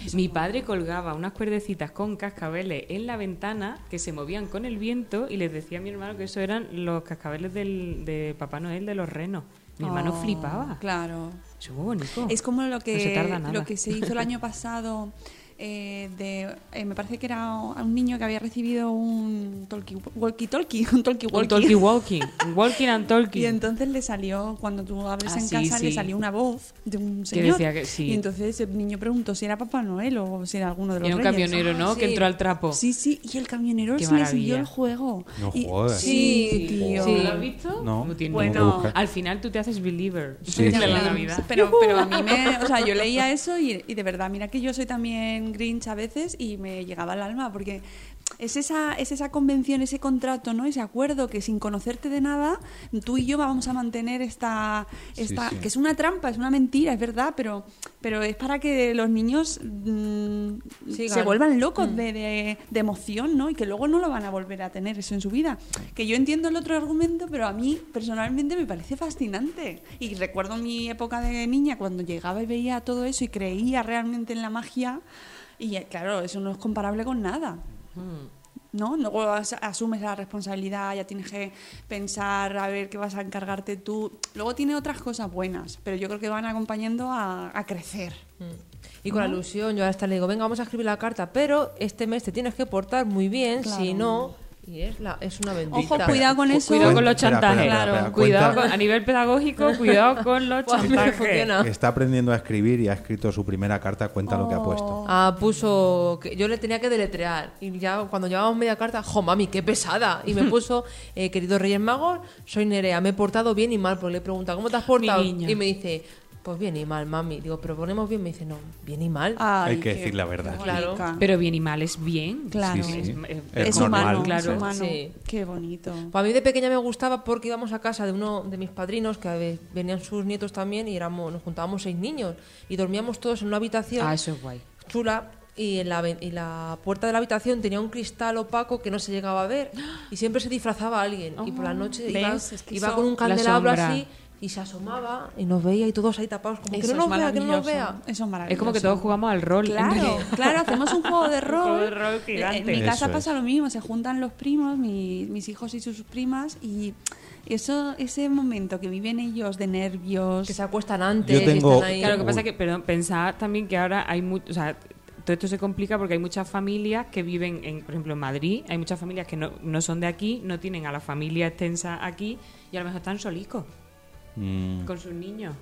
Sí. Mi padre colgaba unas cuerdecitas con cascabeles en la ventana que se movían con el viento y les decía a mi hermano que eso eran los cascabeles del, de Papá Noel de los renos. Mi hermano Oh, flipaba. Claro. Eso fue bonito. Es como lo que, No se tarda nada. lo que [laughs] se hizo el año pasado. eh, de, eh, me parece que era un niño que había recibido un walkie-talkie. [laughs] Un Un talkie-walkie. talkie walking. Un walking and talking. Y entonces le salió, cuando tú abres Ah, en sí, casa, le sí. salió una voz de un señor. decía que sí. Y entonces el niño preguntó si era Papá Noel o si era alguno de los Era un reyes. camionero, ¿no? sí. Que entró al trapo. Sí, sí, y el camionero Qué se le siguió maravilla. el juego. No Y- jodas. Sí, Sí, tío. sí. ¿Lo has visto? No. No tiene Bueno. ningún- Al final tú te haces believer Sí, de sí. la Navidad. Pero, pero a [laughs] mí me. O sea, yo leía eso y, y de verdad, mira que yo soy también Grinch a veces y me llegaba al alma porque. Es esa, es esa convención, ese contrato, ¿no? Ese acuerdo que sin conocerte de nada, tú y yo vamos a mantener esta, esta sí. que es una trampa, es una mentira, es verdad, pero, pero es para que los niños mm, Sigan. se vuelvan locos de, de- de emoción, ¿no? Y que luego no lo van a volver a tener eso en su vida. Que yo entiendo el otro argumento, pero a mí personalmente me parece fascinante. Y recuerdo mi época de niña cuando llegaba y veía todo eso y creía realmente en la magia. Y eh, claro, eso no es comparable con nada. ¿no? Luego as- asumes la responsabilidad, ya tienes que pensar a ver qué vas a encargarte tú. Luego tiene otras cosas buenas, pero yo creo que van acompañando a, a crecer. Y Ah. con la ilusión, yo hasta le digo, venga, vamos a escribir la carta, pero este mes te tienes que portar muy bien, Claro. si no, y es, la, es una bendita. Ojo, cuidado con eso. Cuidado con los Espera, espera, chantajes. espera, espera, cuidado cuenta- con- a nivel pedagógico, cuidado con [laughs] los Buah, mira, chantajes. funciona. Está aprendiendo a escribir y ha escrito su primera carta, cuenta lo que ha puesto. Oh. Ah, puso que yo le tenía que deletrear y ya cuando llevábamos media carta, jo mami, qué pesada. Y me puso, eh, querido Reyes Magos, soy Nerea, me he portado bien y mal, porque le pregunta, ¿cómo te has portado? niña. Y me dice, pues bien y mal, mami. Digo, pero ponemos bien, me dice, no, bien y mal. Ay, Hay que qué decir la verdad. bonita. Claro. Pero bien y mal es bien. Claro. Sí, sí. Es- Es, Es humano, normal, es claro. humano. Sí. Qué bonito. Pues a mí de pequeña me gustaba porque íbamos a casa de uno de mis padrinos, que eh, venían sus nietos también, y éramos, nos juntábamos seis niños. Y dormíamos todos en una habitación Ah, eso es guay. chula. Y en, la, ve- y la puerta de la habitación tenía un cristal opaco que no se llegaba a [gasps] ver. Y siempre se disfrazaba alguien. y por la noche iba, Oh, ¿ves? Es que iba eso- con un la candelabro sombra. así y se asomaba y nos veía y todos ahí tapados como Eso que no es nos vea, que no nos maravilloso. vea. Eso es maravilloso. Es como que todos jugamos al rol. Claro, [laughs] claro, hacemos un juego de rol. Eh, juego de rol gigante. En mi Eso casa es. pasa lo mismo, se juntan los primos, mi- mis hijos y sus primas, y eso, ese momento que viven ellos de nervios. Que se acuestan antes, Yo que tengo- están ahí. Claro, lo que pasa Uy. es que, perdón, pensar también que ahora hay mucho, o sea, todo esto se complica porque hay muchas familias que viven, en, por ejemplo, en Madrid, hay muchas familias que no, no son de aquí, no tienen a la familia extensa aquí y a lo mejor están solicos Mm, con sus niños.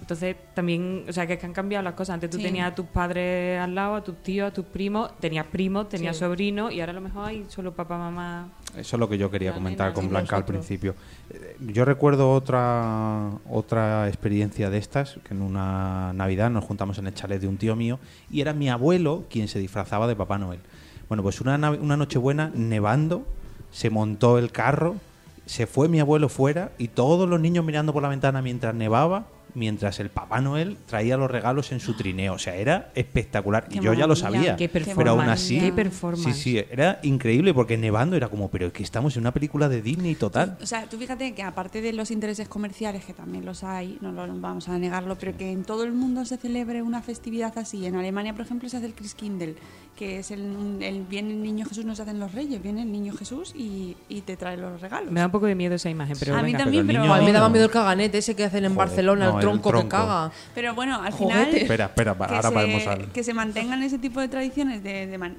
Entonces, también, o sea, que es que han cambiado las cosas. Antes tú Sí. tenías a tus padres al lado, a tus tíos, a tus primos, tenías primos, tenías Sí. sobrinos y ahora a lo mejor hay solo papá, mamá. Eso es lo que yo quería La comentar nena, con sí, Blanca al nosotros. principio. Eh, Yo recuerdo otra otra experiencia de estas, que en una Navidad nos juntamos en el chalet de un tío mío y era mi abuelo quien se disfrazaba de Papá Noel. Bueno, pues una, nav- una Nochebuena nevando, se montó el carro, se fue mi abuelo fuera y todos los niños mirando por la ventana mientras nevaba, mientras el Papá Noel traía los regalos en su trineo. O sea, era espectacular. Y Qué yo ya lo maravilla. sabía. Qué pero aún performance, así, qué performance. sí, sí, era increíble porque nevando era como, pero es que estamos en una película de Disney total. O sea, tú fíjate que aparte de los intereses comerciales, que también los hay, no lo vamos a negarlo, pero que en todo el mundo se celebre una festividad así. En Alemania, por ejemplo, se hace el Christkindl, que es el, el viene el niño Jesús, nos hacen los reyes, viene el niño Jesús y, y te trae los regalos. Me da un poco de miedo esa imagen, pero a mí venga. también, pero el pero, niño- A mí me daba no. miedo el caganete ese que hacen en Joder, Barcelona, no, el el tronco, que tronco. caga. pero bueno, al Juguete. final... Espera, espera, pa- que ahora se- vamos al. Que se mantengan ese tipo de tradiciones de- de man-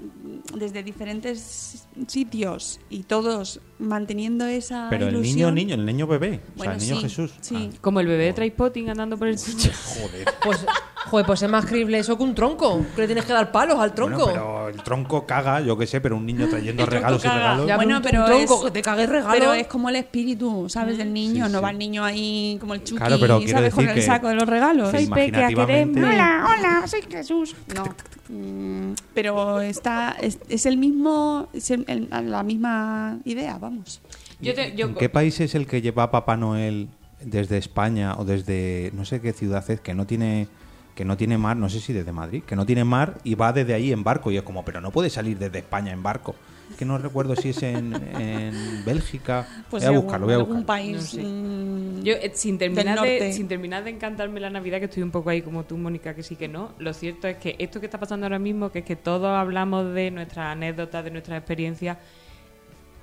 desde diferentes sitios y todos manteniendo esa Pero el niño, ilusión. niño, el niño bebé. o sea, Bueno, el niño sí, Jesús. sí. Ah, [laughs] Como el bebé de Trainspotting andando por el suelo. joder. Pues Joder, pues es más creíble eso que un tronco. Que le tienes que dar palos al tronco. Bueno, pero el tronco caga, yo qué sé, pero un niño trayendo regalos y caga. regalos. Ya, bueno, un- pero un tronco, es- que te cague regalo. Pero es como el espíritu, ¿sabes? Del niño. Sí, No sí. va el niño ahí como el chuki, Claro, pero quiero ¿sabes? Con decir el que- saco de los regalos. Sí, imaginativamente- hola, soy Jesús. No. Mm, Pero está, es, es el mismo, es el- el- la misma idea, vamos. Yo te- yo ¿En co- qué país es el que lleva Papá Noel desde España o desde no sé qué ciudad es que no tiene que no tiene mar, no sé si desde Madrid, que no tiene mar y va desde ahí en barco y es como, pero no puede salir desde España en barco. Es Que no recuerdo si es en, en [laughs] Bélgica. Pues voy a algún- buscarlo, voy a algún buscarlo. país. No sé. mm, Yo, eh, sin, terminar Del norte. de, sin terminar de encantarme la Navidad, que estoy un poco ahí como tú, Mónica, que sí que no, lo cierto es que esto que está pasando ahora mismo, que es que todos hablamos de nuestras anécdotas, de nuestras experiencias,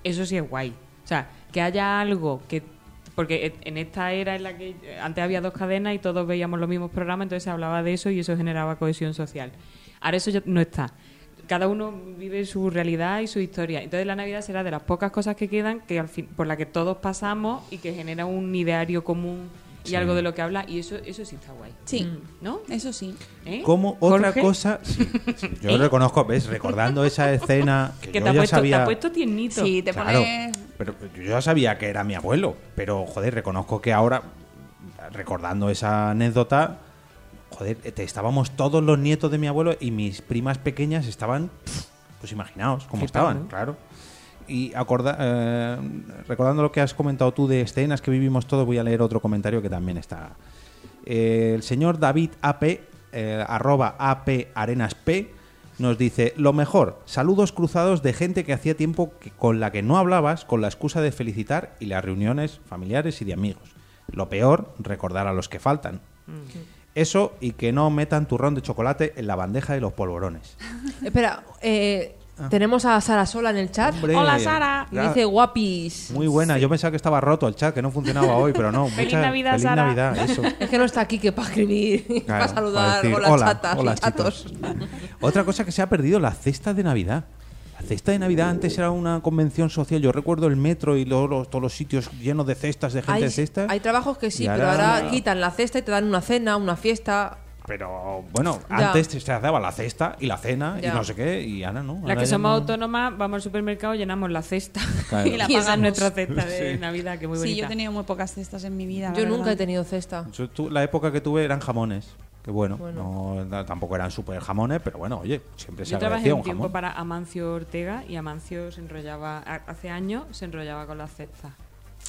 eso sí es guay. O sea, que haya algo que... Porque e- en esta era en la que eh, antes había dos cadenas y todos veíamos los mismos programas, entonces se hablaba de eso y eso generaba cohesión social. Ahora eso ya no está. Cada uno vive su realidad y su historia. Entonces la Navidad será de las pocas cosas que quedan que al fin, por la que todos pasamos y que genera un ideario común y algo de lo que habla. Y eso, eso sí está guay. Sí. Mm, ¿No? Eso sí. ¿Eh? Como otra Jorge, ¿Eh? cosa, sí, sí, yo reconozco, ves, recordando esa escena que, Que yo te ha, ya puesto, te sabía, ha puesto tiernito. Sí, te Claro, pones... pero yo ya sabía que era mi abuelo, pero joder, reconozco que ahora, recordando esa anécdota, joder, te estábamos todos los nietos de mi abuelo y mis primas pequeñas estaban, pf, pues imaginaos cómo Flipando. estaban, claro. Y acorda- eh, recordando lo que has comentado tú de escenas que vivimos todos, voy a leer otro comentario que también está. Eh, el señor David AP, eh, arroba AP Arenas P, nos dice, lo mejor, saludos cruzados de gente que hacía tiempo que- con la que no hablabas, con la excusa de felicitar y las reuniones familiares y de amigos. Lo peor, recordar a los que faltan. Eso y que no metan turrón de chocolate en la bandeja de los polvorones. Espera, eh, tenemos a Sara Sola en el chat. Ah. Hombre, Hola, Sara. Y gra- dice guapis. Muy buena, yo pensaba que estaba roto el chat, que no funcionaba hoy, pero no. Feliz muchas- Navidad, feliz Sara. Navidad, eso. Es que no está aquí que para escribir, Claro, [laughs] para saludar. decir, hola, chatas, hola, y chatos. chitos". Otra cosa que se ha perdido, la cesta de Navidad. La cesta de Navidad antes era una convención social. Yo recuerdo el metro y los, los- todos los sitios llenos de cestas, de gente Hay, de cestas. hay trabajos que sí, Y pero ahora quitan la cesta y te dan una cena, una fiesta. Pero bueno, Ya. antes se daba la cesta y la cena Ya. y no sé qué, y ahora no. Las ahora que ya somos no. autónomas, vamos al supermercado, llenamos la cesta. [laughs] Claro. y la Y pagamos. esa es nuestra nuestra cesta de Navidad, que muy bonita. Sí, yo he tenido muy pocas cestas en mi vida. la Yo nunca verdad. he tenido cesta. Yo tu- la época que tuve eran jamones. Que bueno, no- na- tampoco eran super jamones, pero bueno, oye, siempre se Yo trabajé agradecía un un tiempo jamón. para Amancio Ortega y Amancio se enrollaba, ha- hace años se enrollaba con las cestas.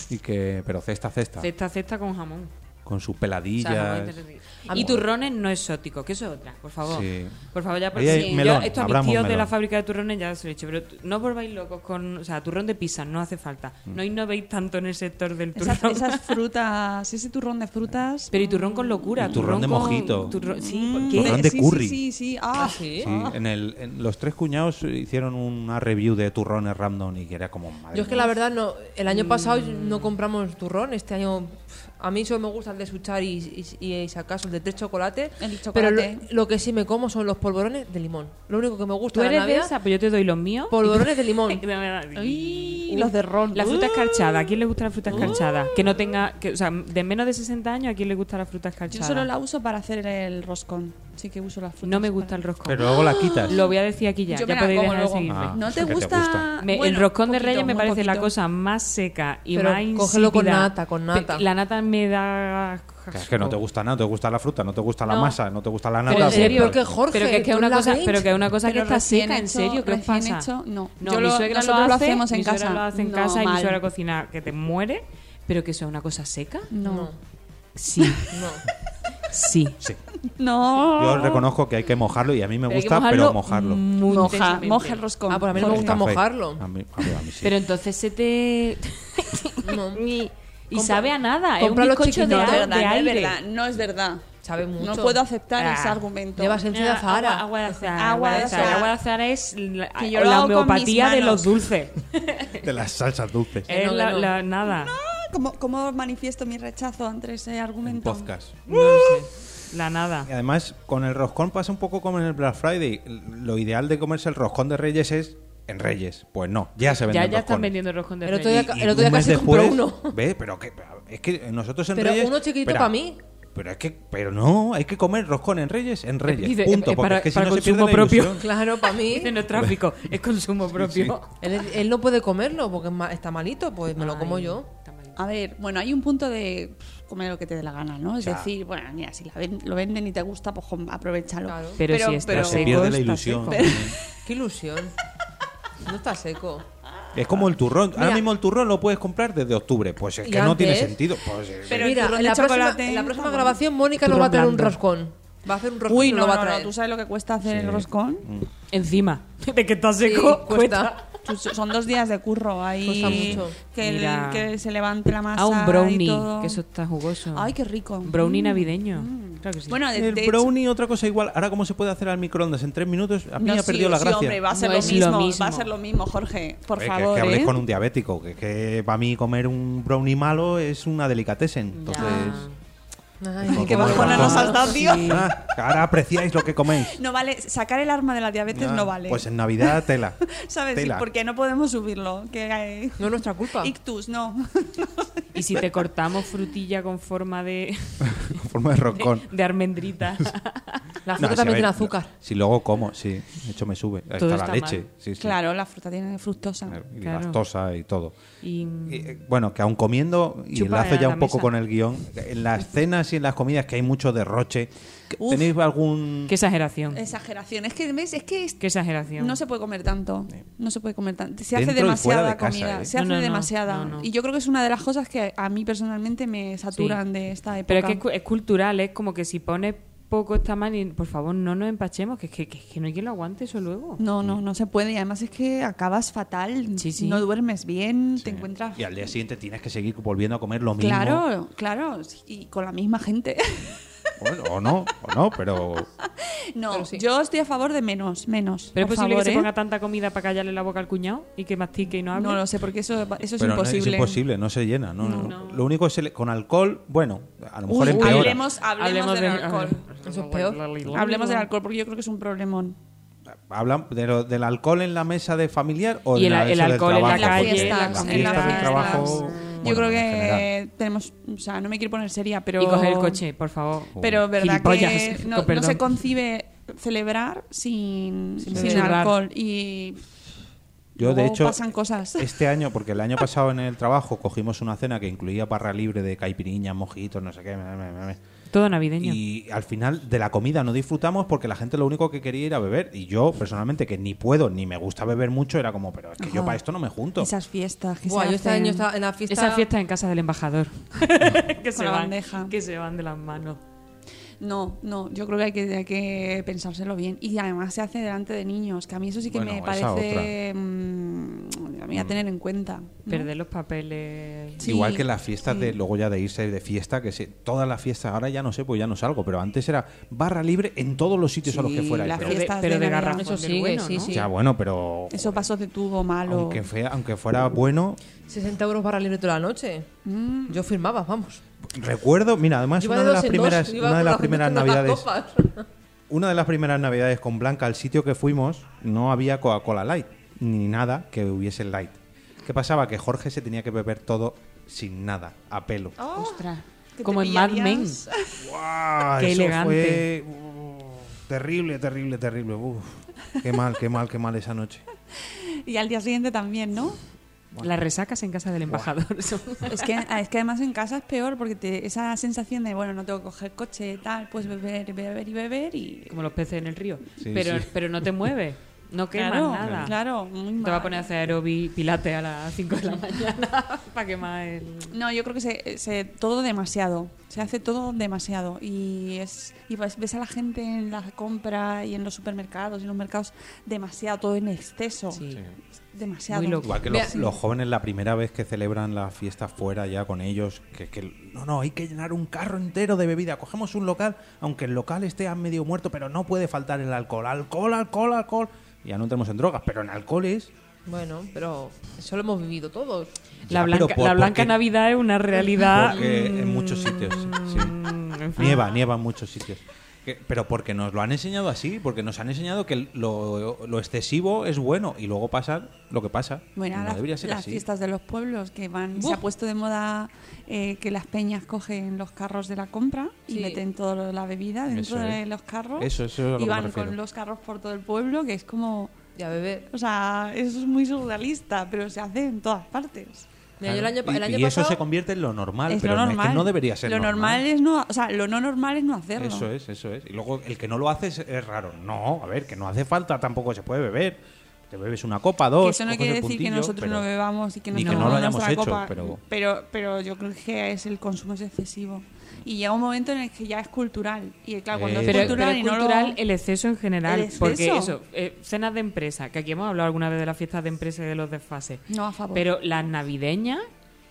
Y que, pero cesta, cesta. Cesta, cesta con jamón. Con sus O sea, jamón peladillas. interior. y turrones no exóticos, que eso es otra, por favor. Sí. Por favor, ya Oye, sí, melón, yo esto a mis abramos tíos de melón. la fábrica de turrones ya se lo he dicho, pero t- no volváis locos con, o sea, turrón de pizza, no hace falta. Mm. No innovéis tanto en el sector del turrón. Esas, esas frutas, ese turrón de frutas. [laughs] Pero y turrón con locura, Y turrón de con- mojito. turrón- sí, Mm, ¿qué? Turrón de sí, curry. Sí, sí, sí. Ah, sí? Sí, en el, en los tres cuñados hicieron una review de turrones random y que era como madre Yo es que mía. la verdad, no, el Mm. año pasado no compramos turrón, este año pf, a mí solo me gusta el de Suchar y, y, y, si acaso el de tres chocolates, El pero lo, chocolate. lo que sí me como son los polvorones de limón. Lo único que me gusta Tú de la eres de Navidad, esa, pues yo te doy los míos. polvorones de [laughs] limón. [laughs] Uy. los de ron. La fruta escarchada. ¿A quién le gusta la fruta escarchada? Que no tenga. Que, o sea, de menos de 60 años, ¿a quién le gusta la fruta Yo escarchada? solo la uso para hacer el roscón. Sí que uso la fruta. No me gusta el roscón. Pero luego la quitas. Lo voy a decir aquí ya. Yo me ya la podéis como dejar de luego. seguirme. Ah, ¿No sí que te te gusta? gusta. Me- el Bueno, roscón de poquito, Reyes me muy parece la poquito. cosa más seca y Pero más insípida. cógelo con nata, con nata. Pe- La nata me da. Que es que no te gusta nada, no te gusta la fruta, no te gusta la No. masa, no te gusta la Pero nata. pues, en serio, Pero que Jorge, pero que es que tú una la cosa, Grinch. pero que una cosa Pero que está recién seca, en hecho- serio, ¿qué os recién pasa? hecho, no. no Yo mi lo- suegra lo nosotros lo hace, hacemos en mi suegra casa. lo hace en No, casa y mi mal. suegra cocina que te muere, pero que sea una cosa seca? No. Sí, sí. No. Yo reconozco que hay que mojarlo y a mí me Pero hay que Mm, gusta, pero mojarlo. muy Moja, intensamente. moja el roscón. Ah, pues a mí no me Con gusta café. mojarlo. A mí, a mí- a mí sí. Pero entonces se te. No. Ni- y Compra- sabe a nada. Es un compra los bizcocho de, chiquititos. a- No, de no es aire. verdad, no es verdad. Sabe mucho. No puedo aceptar Ah. ese argumento. Llevas en- Encina Ah, Zahara. Agua, agua de azahar. Agua Agua de de azahar. azahar. Agua de azahar es la, Que yo la lo hago con homeopatía mis de manos. los dulces. De las salsas [laughs] dulces. Que es no, que la, no. la- nada. Ah, ¿Cómo, cómo manifiesto mi rechazo ante ese En argumento? podcast. No sé. La nada. Y además, con el roscón pasa un poco como en el Black Friday. Lo ideal de comerse el roscón de Reyes es en Reyes. Pues no, ya se vende Ya, el ya están roscón. vendiendo roscón de El otro reyes. día- Y- y el otro día un mes [laughs] casi compré después, uno. ¿Ves? Pero que, es que nosotros en Pero Reyes- uno chiquitito espera, para mí. Pero es que, pero no, hay que comer roscón en Reyes, en Reyes. Dice, punto, eh, porque para- es que si para no se pierde consumo la [laughs] propio. ilusión. Claro, para [laughs] mí. Dice, no es tráfico, es consumo propio. Él, él no puede comerlo porque es ma- está malito, pues me lo como Ay, yo. está mal. A ver, bueno, hay un punto de pff, comer lo que te dé la gana, ¿no? Es decir, bueno, mira, si la ven- lo venden y te gusta, pues jom, aprovechalo. Claro. Pero, si está pero- pues, se seco, pierde la está ilusión. seco. Qué ilusión. No está seco. Es como el turrón. Ahora Mira. mismo el turrón lo puedes comprar desde octubre. Pues es Y que no tiene antes- sentido. Pues, eh, Pero el Mira, turrón en de la próxima, chocolate en la próxima está grabación Mónica nos Turrón va a traer un blando. roscón. Va a hacer un roscón Uy, y no, nos lo va no, a traer. no, ¿tú sabes lo que cuesta hacer el Mm. roscón? Encima de que está Sí, cuesta. seco, cuesta. Tú- Son dos días de curro Cuesta ahí. mucho. Que, el- Mira. que se levante la masa. A un y brownie, todo. que eso está jugoso. Ay, qué rico. Brownie navideño. Claro que sí. Bueno, de, el de hecho- brownie, otra cosa igual. Ahora, como se puede hacer al microondas en tres minutos, a mí No, ya ha sí, perdido la sí, gracia. hombre, va a ser No lo, es lo mismo, mismo. Va a ser lo mismo, Jorge. Por Hombre, que- favor, que, habléis ¿eh? con un diabético. Que, que para mí comer un brownie malo es una delicatessen. Entonces, Ay, Ay, Que Como bajona el nos roscón. has dado, tío. ah, ahora apreciáis lo que coméis. No vale, sacar el arma de la diabetes Ah, no vale. Pues en Navidad, tela. ¿Sabes? Sí, Tela. porque no podemos subirlo. Que, eh, No es nuestra culpa. Ictus, no. y si te cortamos frutilla con forma de, [laughs] [laughs] En forma de roscón. [laughs] de almendrita. La No, sí, a fruta también ver, tiene no, azúcar. Si luego como, sí. De hecho, me sube. Hasta Todo la está leche. mal. Sí, sí. Claro, la fruta tiene fructosa. Claro, Y Claro. lactosa y todo. Y, mm, Y, eh, bueno, que aun comiendo, y Chupa enlazo ya la un poco mesa. con el guión, en las cenas y en las comidas que hay mucho derroche, que- Uf. ¿tenéis algún...? qué exageración. Exageración. Es que, ¿ves? Es que es- Qué exageración. no se puede comer tanto. No se puede comer tanto. Se Dentro hace y fuera demasiada de casa, comida. ¿eh? Se No, hace no, no. demasiada. No, no. Y yo creo que es una de las cosas que a mí personalmente me saturan de esta época. Pero es que es, cu- es cultural, es como que si pones poco está mal y por favor no nos empachemos, que, es que, que, es que no hay quien lo aguante eso luego. No, Mm. no, no se puede. Y además es que acabas fatal. Sí, sí. No duermes bien, te encuentras. Y al día siguiente tienes que seguir volviendo a comer lo mismo. Claro, claro. sí, Y con la misma gente. [laughs] Bueno, o no, o no, pero... no, Pero sí. yo estoy a favor de menos, menos. Pero por es posible favor, que ¿eh? se ponga tanta comida para callarle la boca al cuñado y que mastique y no hable. No lo sé, porque eso, eso es pero no, imposible. es imposible, no se llena. No, no. Lo único es el- con alcohol, bueno, a lo mejor Uy, empeora. hablemos, hablemos del alcohol. Eso es peor. Hablemos del alcohol porque yo creo que es un problemón. ¿Hablan de lo- del alcohol en la mesa de familiar o Y de el- la, el eso del alcohol en la trabajo? calle, Porque en la- las en fiestas la- del en trabajo, pues, Yo bueno, creo en general. que tenemos, o sea, no me quiero poner seria, pero Y coger el coche, por favor. Oh. Pero verdad que Gilipollas, no, con no se perdón. concibe celebrar sin, sin, beber. alcohol y Yo, de luego hecho, pasan cosas. Este año, porque el año pasado en el trabajo cogimos una cena que incluía barra libre de caipiriñas, mojitos, no sé qué. me- me- me- me. Todo navideño. Y al final de la comida no disfrutamos porque la gente lo único que quería era beber. Y yo, personalmente, que ni puedo ni me gusta beber mucho, era como, pero es que yo Ajá. para esto no me junto. [laughs] Esas fiestas que Buah, se yo este hacen. año estaba en la fiesta. Esa fiesta en casa del embajador. que, se la van, bandeja. que se van de las manos. No, no, yo creo que hay, que hay que pensárselo bien. Y además se hace delante de niños, que a mí eso sí que Bueno, me esa parece mm, a mí a tener en cuenta. ¿no? Perder los papeles. Sí, Igual que las fiestas de luego ya de irse de fiesta, que se, todas las fiestas, ahora ya no sé, pues ya no salgo, pero antes era barra libre en todos los sitios a los que Sí, fuera. la Pero- Pero de, Fiestas pero de de Navidad. garrafón Eso del sigue, bueno, sí, ¿no? sí. Ya bueno, pero Esos vasos de tubo malo. aunque, fea- aunque fuera bueno, 60 euros para libre toda la noche. Yo firmaba, vamos. recuerdo, mira, además Yo una de dos las en primeras, dos, iba una de con las la primeras gente con las navidades copas. Una de las primeras navidades con Blanca, al sitio que fuimos, no había Coca-Cola Light, ni nada que hubiese light. ¿Qué pasaba? Que Jorge se tenía que beber todo sin nada, a pelo. Ostras. Que te Como en Mad Men. pillarías. ¡Guau! Qué Eso elegante. fue, uh, terrible, terrible, terrible. Uf, qué mal, qué mal, qué mal esa noche. Y al día siguiente también, ¿no? Las resacas en casa del embajador. [laughs] son- Es que, ah, es que además en casa es peor porque te- esa sensación de, bueno, no tengo que coger coche, tal, pues beber, beber y beber y... como los peces en el río. Sí, pero, sí. pero no te mueves. No quemas Claro, nada. claro, muy Te va a mal. poner a hacer aerobi pilate a las [laughs] 5 de la mañana [laughs] para quemar el. No, yo creo que se, se- todo demasiado. Se hace todo demasiado. Y es y pues ves a la gente en la compra y en los supermercados y en los mercados demasiado, todo en exceso. Sí. Demasiado. Muy loco. Igual que los, los jóvenes la primera vez que celebran las fiestas fuera ya con ellos, que, que no, no, hay que llenar un carro entero de bebida. Cogemos un local, aunque el local esté a medio muerto, pero no puede faltar el alcohol. Alcohol, alcohol, alcohol. Ya no entremos en drogas, pero en alcoholes... Bueno, pero eso lo hemos vivido todos. La Ya, blanca, pero por- la blanca porque- Navidad es una realidad. Porque en mm, muchos sitios, sí, sí. en fin. Nieva, nieva en muchos sitios. Que- Pero porque nos lo han enseñado así, porque nos han enseñado que lo, lo excesivo es bueno y luego pasa lo que pasa. Bueno, no ahora debería ser las así. fiestas de los pueblos que van. Se ha puesto de moda eh, que las peñas cogen los carros de la compra Sí. y meten toda la bebida dentro Eso es. de los carros. Eso, eso es a lo que y me van refiero. con los carros por todo el pueblo, que es como. Ya, bebé. O sea, eso es muy surrealista, pero se hace en todas partes. Mira, yo el año, Claro. pa- el y, año y pasado. eso se convierte en lo normal, es pero no, lo es que normal. no debería ser lo normal. es no, o sea, lo no normal es no hacerlo. Eso es, eso es. Y luego el que no lo hace es, es raro. No, a ver, que no hace falta, tampoco se puede beber. Te bebes una copa, dos. Que eso no coges quiere el decir que puntillo, nosotros pero- no bebamos y que no, ni que nos no lo hayamos bebamos nuestra hecho, copa, pero- pero pero yo creo que es el consumo es excesivo y llega un momento en el que ya es cultural y claro cuando Eh, es Pero, cultural, pero y es no lo- cultural el exceso en general. ¿El exceso? Porque eso, eh, cenas de empresa, que aquí hemos hablado alguna vez de las fiestas de empresa y de los desfases. No, a favor. Pero las navideñas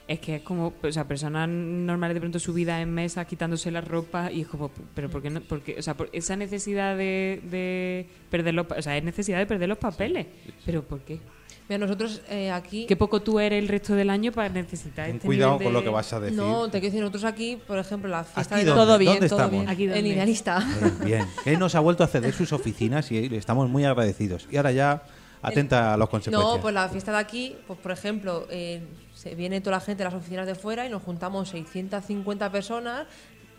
es que es como, o sea, personas normales de pronto subidas en mesas, quitándose la ropa y es como, pero ¿por qué no? Porque, o sea, por esa necesidad de, de perder los, pa- o sea, es necesidad de perder los papeles. Pero ¿por qué? Mira, nosotros eh, aquí. Qué poco tú eres el resto del año para necesitar Ten este cuidado nivel con de- lo que vas a decir. No, te quiero decir, nosotros aquí, por ejemplo, la fiesta Aquí de dónde, todo bien, ¿dónde todo estamos? bien. Aquí El donde- idealista. Eh, Bien, que nos ha vuelto a ceder sus oficinas y le estamos muy agradecidos. Y ahora ya, atenta a los consecuencias. No, pues la fiesta de aquí, pues por ejemplo, eh, se viene toda la gente de las oficinas de fuera y nos juntamos 650 personas,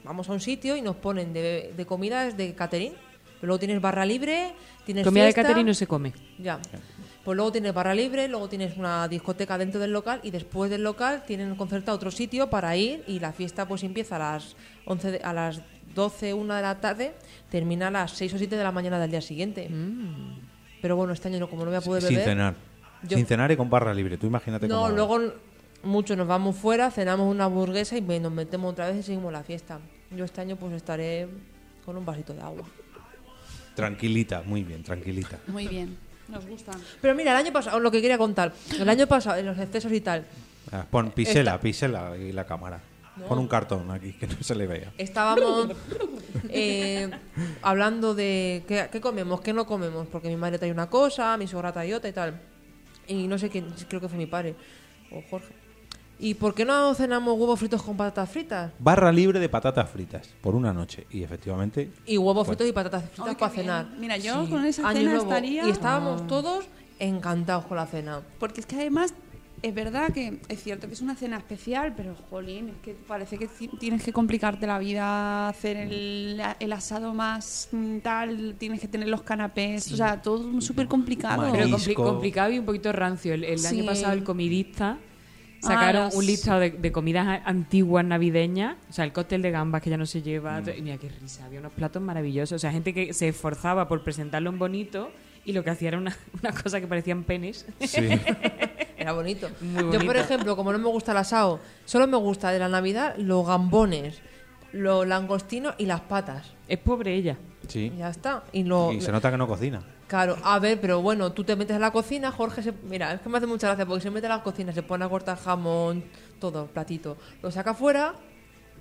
vamos a un sitio y nos ponen de, de comidas de catering. Pero luego tienes barra libre, tienes Comida de fiesta, catering no se come. Ya. Pues luego tienes barra libre, luego tienes una discoteca dentro del local y después del local tienen concertado otro sitio para ir y la fiesta pues empieza a las 11 de- a las 12, 1 de la tarde, termina a las 6 o 7 de la mañana del día siguiente. Pero bueno, este año no, como no voy a poder Sin beber. cenar. Yo- Sin cenar y con barra libre. Tú imagínate No, cómo- luego n- muchos nos vamos fuera, cenamos una hamburguesa y me- nos metemos otra vez y seguimos la fiesta. Yo este año pues estaré con un vasito de agua. Tranquilita, muy bien, tranquilita. muy bien nos gusta Pero mira, el año pasado, lo que quería contar, el año pasado, en los excesos y tal, Ah, Pon pisela, pisela y la cámara. Pon un cartón aquí que no se le vea. estábamos eh, hablando de qué, qué comemos, qué no comemos, porque mi madre trae una cosa, mi suegra trae otra y tal. Y no sé quién, creo que fue mi padre o Jorge. ¿Y por qué no cenamos huevos fritos con patatas fritas? Barra libre de patatas fritas por una noche. Y efectivamente, Y huevos Pues- fritos y patatas fritas Ay, qué para bien. cenar. Mira, yo con esa Año cena Nuevo. estaría- Y Ah. estábamos todos encantados con la cena. porque es que además es verdad que es cierto que es una cena especial pero jolín es que parece que ti- tienes que complicarte la vida hacer el, el asado más mm, tal tienes que tener los canapés o sea todo súper complicado Marisco. Pero compli- complicado y un poquito rancio. El, el Sí. año pasado el comidista Ah, sacaron los- un listado de, de comidas a- antiguas navideñas, o sea, el cóctel de gambas que ya no se Mm. lleva. Y mira qué risa, había unos platos maravillosos. O sea, gente que se esforzaba por presentarlo en bonito y lo que hacía era una, [laughs] una cosa que parecían penes. [laughs] Era bonito. Yo, Muy por bonito. ejemplo, como no me gusta el asado, solo me gusta de la Navidad los gambones, los langostinos y las patas. es pobre ella. sí. Y ya está. Y lo, Y se nota que no cocina. Claro, a ver, pero bueno, tú te metes a la cocina, Jorge se... Mira, es que me hace mucha gracia porque se mete a la cocina, se pone a cortar jamón, todo, platito. Lo saca fuera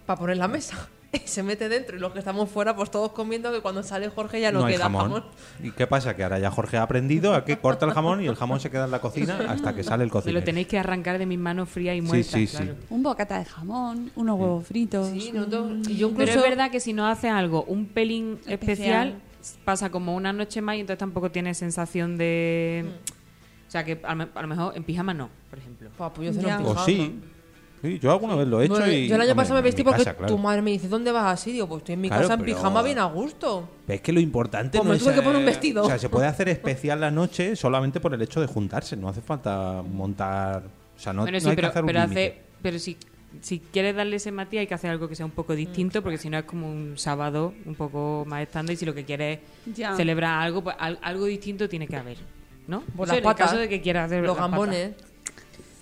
para poner en la mesa. [laughs] Y se mete dentro. Y los que estamos fuera, pues todos comiendo que cuando sale Jorge ya no, no hay queda jamón. ¿Y qué pasa? Que ahora ya Jorge ha aprendido a que corta el jamón y el jamón se queda en la cocina hasta que sale el Me cocinero. lo tenéis que arrancar de mis manos frías y Sí, muertas. sí, sí. claro. un bocata de jamón unos huevos fritos Sí, nosotros- y yo Pero incluso... es verdad que si no haces algo un pelín Especial. especial, pasa como una noche más y entonces tampoco tienes sensación de... Mm. O sea, que a, lo- a lo mejor en pijama no, por ejemplo. Pa, pues yo ceno Ya. en O pijama. sí. Sí, yo alguna vez lo he hecho Bueno, y... yo el año hombre, pasado me en vestí mi porque casa, claro. tu madre me dice, ¿dónde vas así? Digo, pues estoy en mi Claro, casa en pero- pijama bien a gusto. Es que lo importante Pues no me es... tuve que eh, poner un vestido. O sea, se puede hacer especial la noche solamente por el hecho de juntarse. No hace falta montar... O sea, no, bueno, no sí, hay pero, que hacer pero, un límite. hace, pero si, si quieres darle ese matiz hay que hacer algo que sea un poco Mm, distinto, porque si no es como un sábado un poco más estándar y si lo que quieres es Ya. celebrar algo, pues al- algo distinto tiene que haber. ¿No? Por Eso las en el patas, caso de que quieras hacer los las patas. gambones.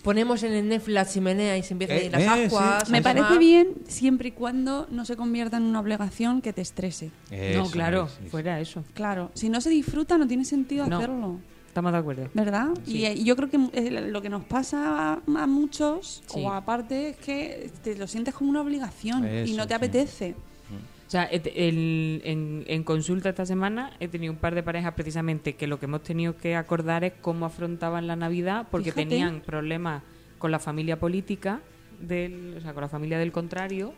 Ponemos en el Netflix la chimenea y se empiezan a Eh, ir las eh, sí. ascuas. Me las parece demás. bien siempre y cuando no se convierta en una obligación que te estrese. No, Eso, claro, sí, sí. fuera eso. Claro, si no se disfruta no tiene sentido No. hacerlo, Estamos de acuerdo. ¿verdad? Y, eh, yo creo que eh, lo que nos pasa a, a muchos, Sí. o aparte, es que te lo sientes como una obligación y Eso, no sí. te apetece. O sea, et- el- en, en consulta esta semana he tenido un par de parejas precisamente que lo que hemos tenido que acordar es cómo afrontaban la Navidad porque Fíjate. tenían problemas con la familia política, del, o sea, con la familia del contrario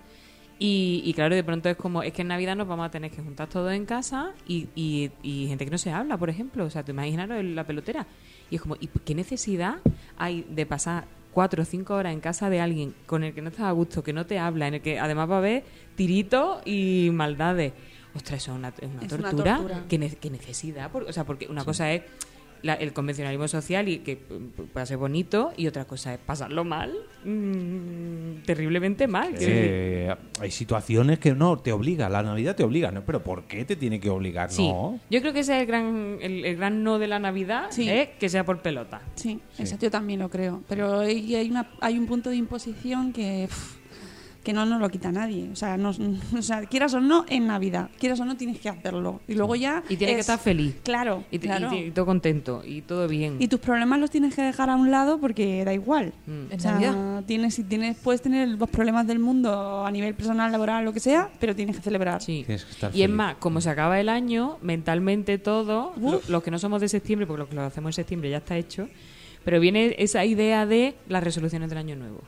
Y, y claro, de pronto es como, es que en Navidad nos vamos a tener que juntar todos en casa y, y- y gente que no se habla, por ejemplo. O sea, te imaginas la pelotera. Y es como, ¿y qué necesidad hay de pasar cuatro o cinco horas en casa de alguien con el que no estás a gusto, que no te habla, en el que además va a haber tiritos y maldades? Ostras, eso es una, es una Es una tortura. tortura. ¿Qué, ne- qué necesidad? Por- o sea, porque una cosa es la- el convencionalismo social y que mm, pueda ser bonito, y otra cosa es pasarlo mal, mm, terriblemente mal. quiero decir. Eh, hay situaciones que no te obliga, la Navidad te obliga, ¿no? Pero ¿por qué te tiene que obligar? Sí. No. Yo creo que ese es el gran, el, el gran no de la Navidad, Sí. ¿eh? que sea por pelota. Sí, eso yo también lo creo. Pero hay, hay una, hay un punto de imposición que, pf, que no nos lo quita nadie. O sea, nos- [laughs] o sea, quieras o no, en Navidad. Quieras o no, tienes que hacerlo. Y luego ya. Y tienes que es- estar feliz. Claro, Y, te- y claro. te- y todo contento, y todo bien. Y tus problemas los tienes que dejar a un lado porque da igual. Mm. O sea, En Navidad. tienes, si tienes, puedes tener los problemas del mundo a nivel personal, laboral, lo que sea, pero tienes que celebrar. Sí. Tienes que estar Y es feliz. más, como se acaba el año, mentalmente todo, lo- Uf. los que no somos de septiembre, porque los que lo hacemos en septiembre ya está hecho, pero viene esa idea de las resoluciones del año nuevo.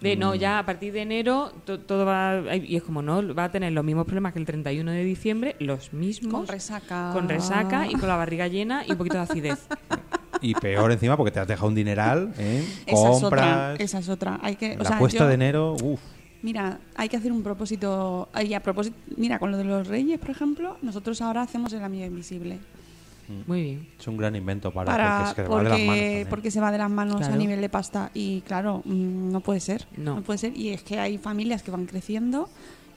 De Mm. no, ya a partir de enero to- todo va. Y es como no, va a tener los mismos problemas que el 31 de diciembre, los mismos. Con resaca. Con resaca y con la barriga llena y un poquito de [laughs] acidez. Y peor encima porque te has dejado un dineral, ¿eh? Esa es otra. compras, Esa es otra. Hay que, o la sea, cuesta yo- de enero, uff. Mira, hay que hacer un propósito. Y a propósito, mira, con lo de los reyes, por ejemplo, nosotros ahora hacemos el amigo invisible. Mm. Muy bien. Es un gran invento para, porque Para, es que te va de porque, las manos también. porque se va de las manos Claro. a nivel de pasta. Y claro, mm, no puede ser. No. puede ser. Y es que hay familias que van creciendo.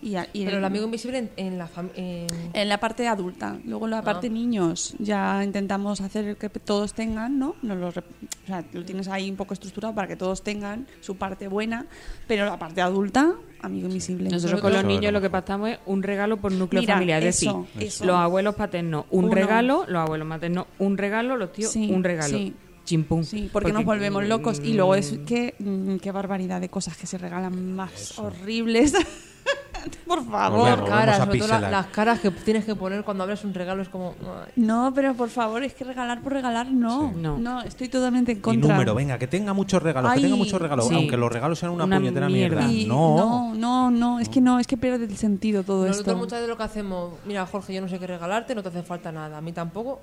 Y, a- y Pero en- el amigo invisible en, en la fam- en- En la parte adulta. Luego la Ah. parte niños. Ya intentamos hacer que todos tengan, ¿no? no lo, rep- o sea, lo tienes ahí un poco estructurado para que todos tengan su parte buena. Pero la parte adulta, amigo invisible. Nosotros con los Sobre niños lo lo que pactamos es un regalo por núcleo Mira, familiar. Es decir, eso, eso. los abuelos paternos un Uno. regalo, los abuelos maternos un regalo, los tíos Sí, un regalo. sí. Chimpum. Sí, porque, nos volvemos mm, locos y luego es que mm, qué barbaridad de cosas que se regalan más horribles. [laughs] por Volvemos. favor. las caras, a sobre todo la- pincelar. las caras que tienes que poner cuando abres un regalo es como. ay. No, pero por favor, es que regalar por regalar no. Sí. No. No. estoy totalmente en Y contra. número, venga, que tenga muchos regalos, Ay, que tenga muchos regalos, sí. aunque los regalos sean una, Una puñetera mierda. mierda. Y No. no, no, no, es que no, es que pierde el sentido todo Nosotros esto. muchas veces lo que hacemos, mira Jorge, yo no sé qué regalarte, no te hace falta nada, a mí tampoco,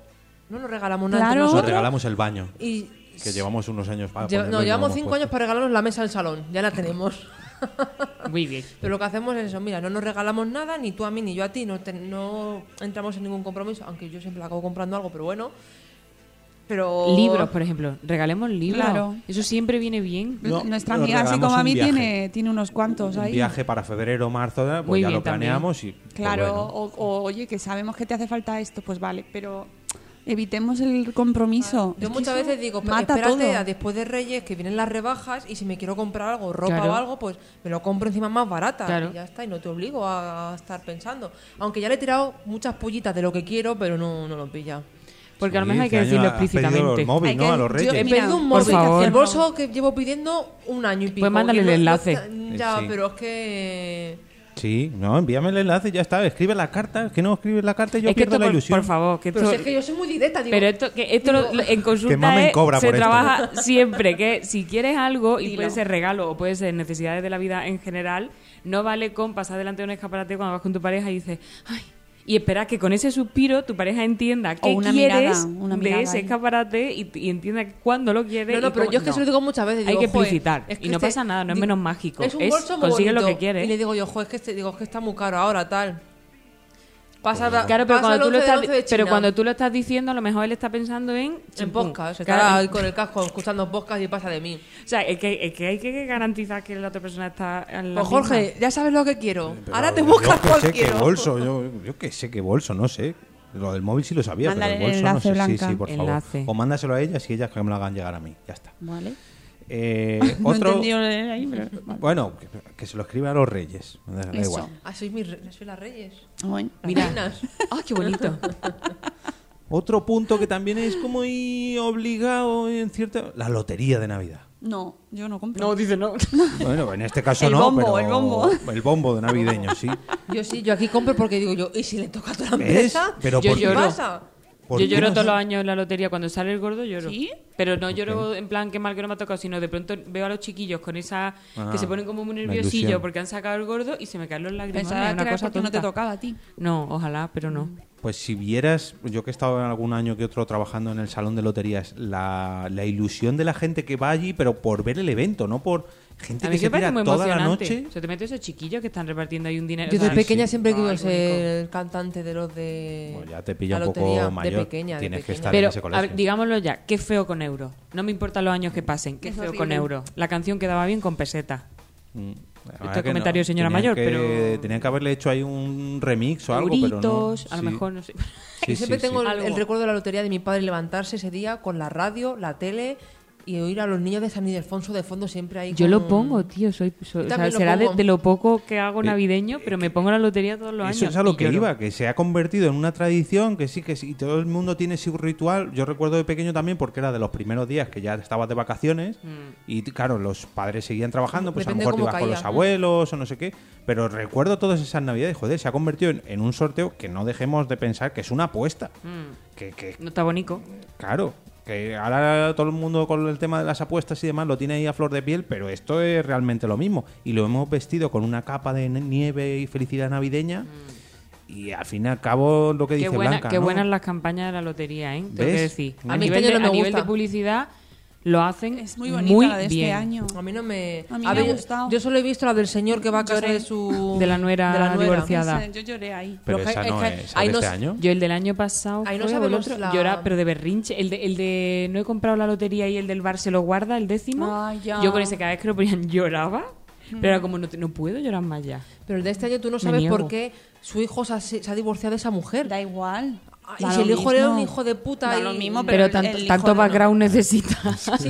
no nos regalamos nada. entre Claro. Nos nosotros regalamos el baño, y que llevamos unos años para lleva- ponerlo no, y llevamos lo hemos cinco puesto. años para regalarnos la mesa del salón, ya la tenemos. [laughs] mm, Muy [laughs] bien. Pero lo que hacemos es eso, mira, no nos regalamos nada, ni tú a mí, ni yo a ti, no, te- no entramos en ningún compromiso, aunque yo siempre acabo comprando algo, pero bueno. Pero... Libros, por ejemplo. Regalemos libros. Claro. Eso siempre viene bien. N- No, Pues Nuestra nos amiga, así regalamos como a un mí, viaje. tiene, tiene unos cuantos Un pues, ahí. viaje para febrero, marzo, pues Muy ya bien, lo planeamos y. pues Claro, bueno. o, o, oye, que sabemos que te hace falta esto, pues vale, pero evitemos el compromiso. Yo Es que muchas eso veces digo, "Pe- mata espérate todo. a después de Reyes que vienen las rebajas y si me quiero comprar algo, ropa Claro. o algo, pues me lo compro encima más barata Claro. y ya está, y no te obligo a, a estar pensando. Aunque ya le he tirado muchas pollitas de lo que quiero, pero no, no lo pilla. Porque a lo Sí, mejor hay este que año decirlo has pedido el explícitamente. móvil, Hay ¿no? que- A los yo- Reyes. He Mira, perdido un por bolso, favor. Pues el bolso que llevo pidiendo un año y pico. mándale y el no- enlace. no- ya, Sí. pero es que... Sí, no, envíame el enlace, ya está. Escribe la carta, es que no escribe la carta y yo es que pierdo esto, la por, ilusión. por favor, que Pero esto- si es que yo soy muy directa, digo... Pero esto, que esto lo- digo, lo- en Que consulta mamen es- cobra se por esto. trabaja siempre que si quieres algo y Dilo. puede ser regalo o puede ser necesidades de la vida en general, no vale con pasar delante de un escaparate cuando vas con tu pareja y dices, ay, y esperar que con ese suspiro tu pareja entienda qué una quieres mirada, una de mirada ese ahí. escaparate y, y entienda cuándo lo quieres. No, no, y pero cómo- yo es que se lo digo muchas veces. Hay digo, que "Joe, explicitar. es que y no este- pasa nada, no es digo, menos mágico. Es un Es, bolso muy consigue lo bonito". que quieres. Y le digo yo, jo, es que, este, digo, es que está muy caro ahora, tal. Pasa, Claro, pasa pero cuando, tú el 11 lo estás, del 11 de pero China. cuando tú lo estás diciendo, a lo mejor él está pensando en... En chimpún. podcast, Claro, estará en- ahí con el casco escuchando podcast y pasa de mí. O sea, es que, es que hay que garantizar que la otra persona está... en la Pues Jorge, misma. ya sabes lo que quiero. Pero Ahora te yo buscas qué cuál sé, qué quiero. bolso, yo, yo qué sé qué bolso, no sé. Lo del móvil sí lo sabía, Mándale pero el el bolso no sé. enlace, Sí, Blanca. sí, por favor. Enlace. O mándaselo a ellas y ellas que me lo hagan llegar a mí. Ya está. Vale. [laughs] Eh, [laughs] No he otro. entendido leer ahí, [laughs] pero- vale. Bueno, que, que se lo escriba a los reyes. me da- da Eso. igual. Ah, sois mis re- soy las reyes. Bueno. Las reinas. ¡Ah, [laughs] qué bonito! Otro punto que también es como y obligado en cierta. La lotería de Navidad. No, yo no compro. [laughs] No, dice no. Bueno, en este caso El no, bombo, pero el bombo. el bombo de [laughs] navideño, sí. Yo sí, yo aquí compro porque digo yo, ¿y si le toca a toda la ¿Ves? empresa? Pero yo ¿por ¿qué qué? pasa? ¿Por Yo qué lloro no todos sé? los años en la lotería. Cuando sale el gordo lloro. ¿Sí? Pero no lloro en plan que mal que no me ha tocado, sino de pronto veo a los chiquillos con esa... Ah, que se ponen como muy la nerviosillos ilusión. porque han sacado el gordo y se me caen los lágrimas. Pensaba que una era cosa porque no te tonta. tocaba a ti. No, ojalá, pero no. Pues si vieras, yo que he estado en algún año que otro trabajando en el salón de loterías, la, la ilusión de la gente que va allí, pero por ver el evento, no por gente A que mí se me parece tira muy toda la emocionante. noche. Se te meten esos chiquillos que están repartiendo ahí un dinero. Yo o sea, de sí, pequeña sí. siempre he querido Ay, qué ser cantante de los de. Bueno, ya te pilla la un poco lotería, mayor. De pequeña, de Tienes que pequeña. estar- en Pero, ese a colegio. ver, digámoslo ya, qué feo con euros. No me importan los años que pasen, qué Es feo con horrible. euros. La canción quedaba bien con peseta. Mm, la verdad Esto es que Este comentario de señora Tenían mayor, que- pero- Tenían que haberle hecho ahí un remix o algo, pero no. Euritos, a lo sí. mejor, no sé. Sí, Yo siempre sí, tengo sí. el, el Algo. recuerdo de la lotería de mi padre levantarse ese día con la radio, la tele y oír a los niños de San Ildefonso de fondo siempre ahí. [laughs] Yo lo con- pongo, tío. Soy, soy- Yo o también lo sea, será de, pongo. de lo poco que hago Eh, navideño, pero me pongo la lotería todos los años. Eso es a lo y que lloro. iba, que se ha convertido en una tradición, que sí, que sí, y todo el mundo tiene su ritual. Yo recuerdo de pequeño también porque era de los primeros días que ya estabas de vacaciones Mm. y t- claro, los padres seguían trabajando, pues Depende a lo mejor te cómo ibas con caía. los abuelos o no sé qué, pero recuerdo todas esas navidades, joder, se ha convertido en, en un sorteo que no dejemos de pensar que es una apuesta. Mm. Que, que, No está bonito. claro, que ahora todo el mundo con el tema de las apuestas y demás lo tiene ahí a flor de piel, pero esto es realmente lo mismo. Y lo hemos vestido con una capa de ne- nieve y felicidad navideña. Y al fin y al cabo, lo que Mm. Qué, dice buena, Blanca. qué ¿no? buenas las campañas de la lotería, ¿eh? Tengo ¿Ves? que decir. A A, mí este nivel, año de, no me a nivel de gusta. publicidad lo hacen Es muy bonita la de bien. este año. A mí no me. A mí ver, me ha yo- gustado. Yo solo he visto la del señor que va a casa Lloré. de su. De la nuera divorciada. Sí, Yo lloré ahí. Pero Lo que- esa es no que es, ahí ¿de no este se- año? Yo el del año pasado Ahí no fue, o el sabemos otro, la- yo era, pero de berrinche. El de, el de no he comprado la lotería y el del bar se lo guarda, el décimo. Ah, ya. Yo con ese cada vez que lo ponían lloraba, pero era como no, te- no puedo llorar más ya. Pero el de este año tú no Me sabes niego. por qué su hijo se ha, se ha divorciado de esa mujer. Da igual. Ah, Da y si lo el hijo era mismo. un hijo de puta. Da y- lo mismo, Pero, Pero el- tanto, el hijo tanto no, no. background [laughs] necesitas. Sí,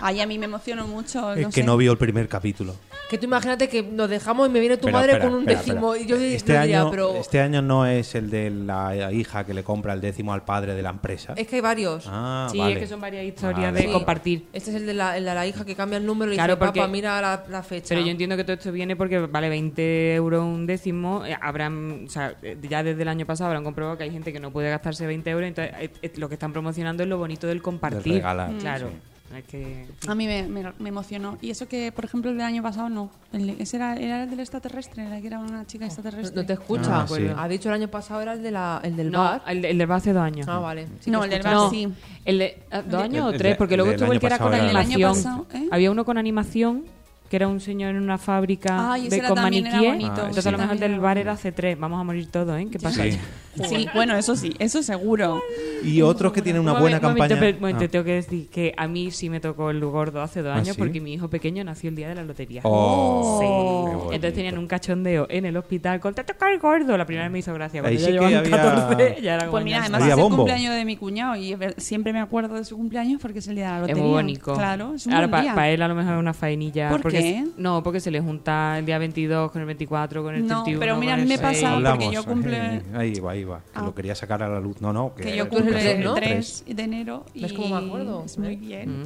Ay, a mí me emociono mucho. Es no que sé. no vio el primer capítulo. que tú imagínate que nos dejamos y me viene tu Pero madre espera, con un espera, décimo. espera. Y yo le- este, le diría, año, pero. este año no es el de la hija que le compra el décimo al padre de la empresa. Es que hay varios. Ah, sí, vale. es que son varias historias Vale, de vale. compartir. Este es el de la, el de la hija que cambia el número y Claro, dice, porque- papá, mira la, la fecha. Pero yo entiendo que todo esto viene porque vale 20 euros un décimo. eh, habrán, o sea, eh, ya desde el año pasado habrán comprobado que hay gente que no puede gastarse 20 euros. Entonces, eh, eh, lo que están promocionando es lo bonito del compartir. Del regalar, Mm. Claro. Es que. A mí me, me- me emocionó. Y eso que, por ejemplo, el del año pasado no. El- ese era, era el del extraterrestre, era que era una chica No, extraterrestre. no te Ah, escucha. sí. Ha dicho el año pasado era el, de la, el del No, bar. el, de- el del bar hace dos años. Ah, vale. Sí No, que el del escucha. bar No, sí. el de- ah, dos El- años el o tres, de- porque luego del estuvo año el que era pasado con era el del año animación. pasado, ¿eh? Había uno con animación, que era un señor en una fábrica Ay, ese de, era con también, era maniquíes. bonito. Ah, Entonces sí. a lo mejor el También del era bar era hace tres. Vamos a morir todos, ¿eh? ¿Qué pasa? Sí. Sí, bueno, eso sí, eso seguro. Y otros que tienen una Momen- buena momento, campaña. pero- momento, Ah. tengo que decir que a mí sí me tocó el gordo hace dos ¿Ah, años sí? porque mi hijo pequeño nació el día de la lotería. Oh, Sí. qué bonito. Entonces tenían un cachondeo en el hospital con te toca el gordo. La primera vez me hizo gracia. Ahí Cuando sí ya que llevaban había- 14, ya era como, Pues mira, ya además Había es el bombo. cumpleaños de mi cuñado y es ver- siempre me acuerdo de su cumpleaños porque es el día de la está. lotería. es muy bonito. Claro, es un Ahora, buen para día. él a lo mejor es una faenilla. ¿Por porque qué? se- no, porque se le junta el día 22 con el 24, con el No, 31. pero mira, a mí con el me 6. pasa- Hablamos. porque yo cumple- Ahí va, ahí va. Que Ah. lo quería sacar a la luz. No, no. Que, que yo Tú eres el cumplo cumple el tres, ¿no? 3 de enero. ¿Ves y cómo me acuerdo? Es muy ¿Eh? bien.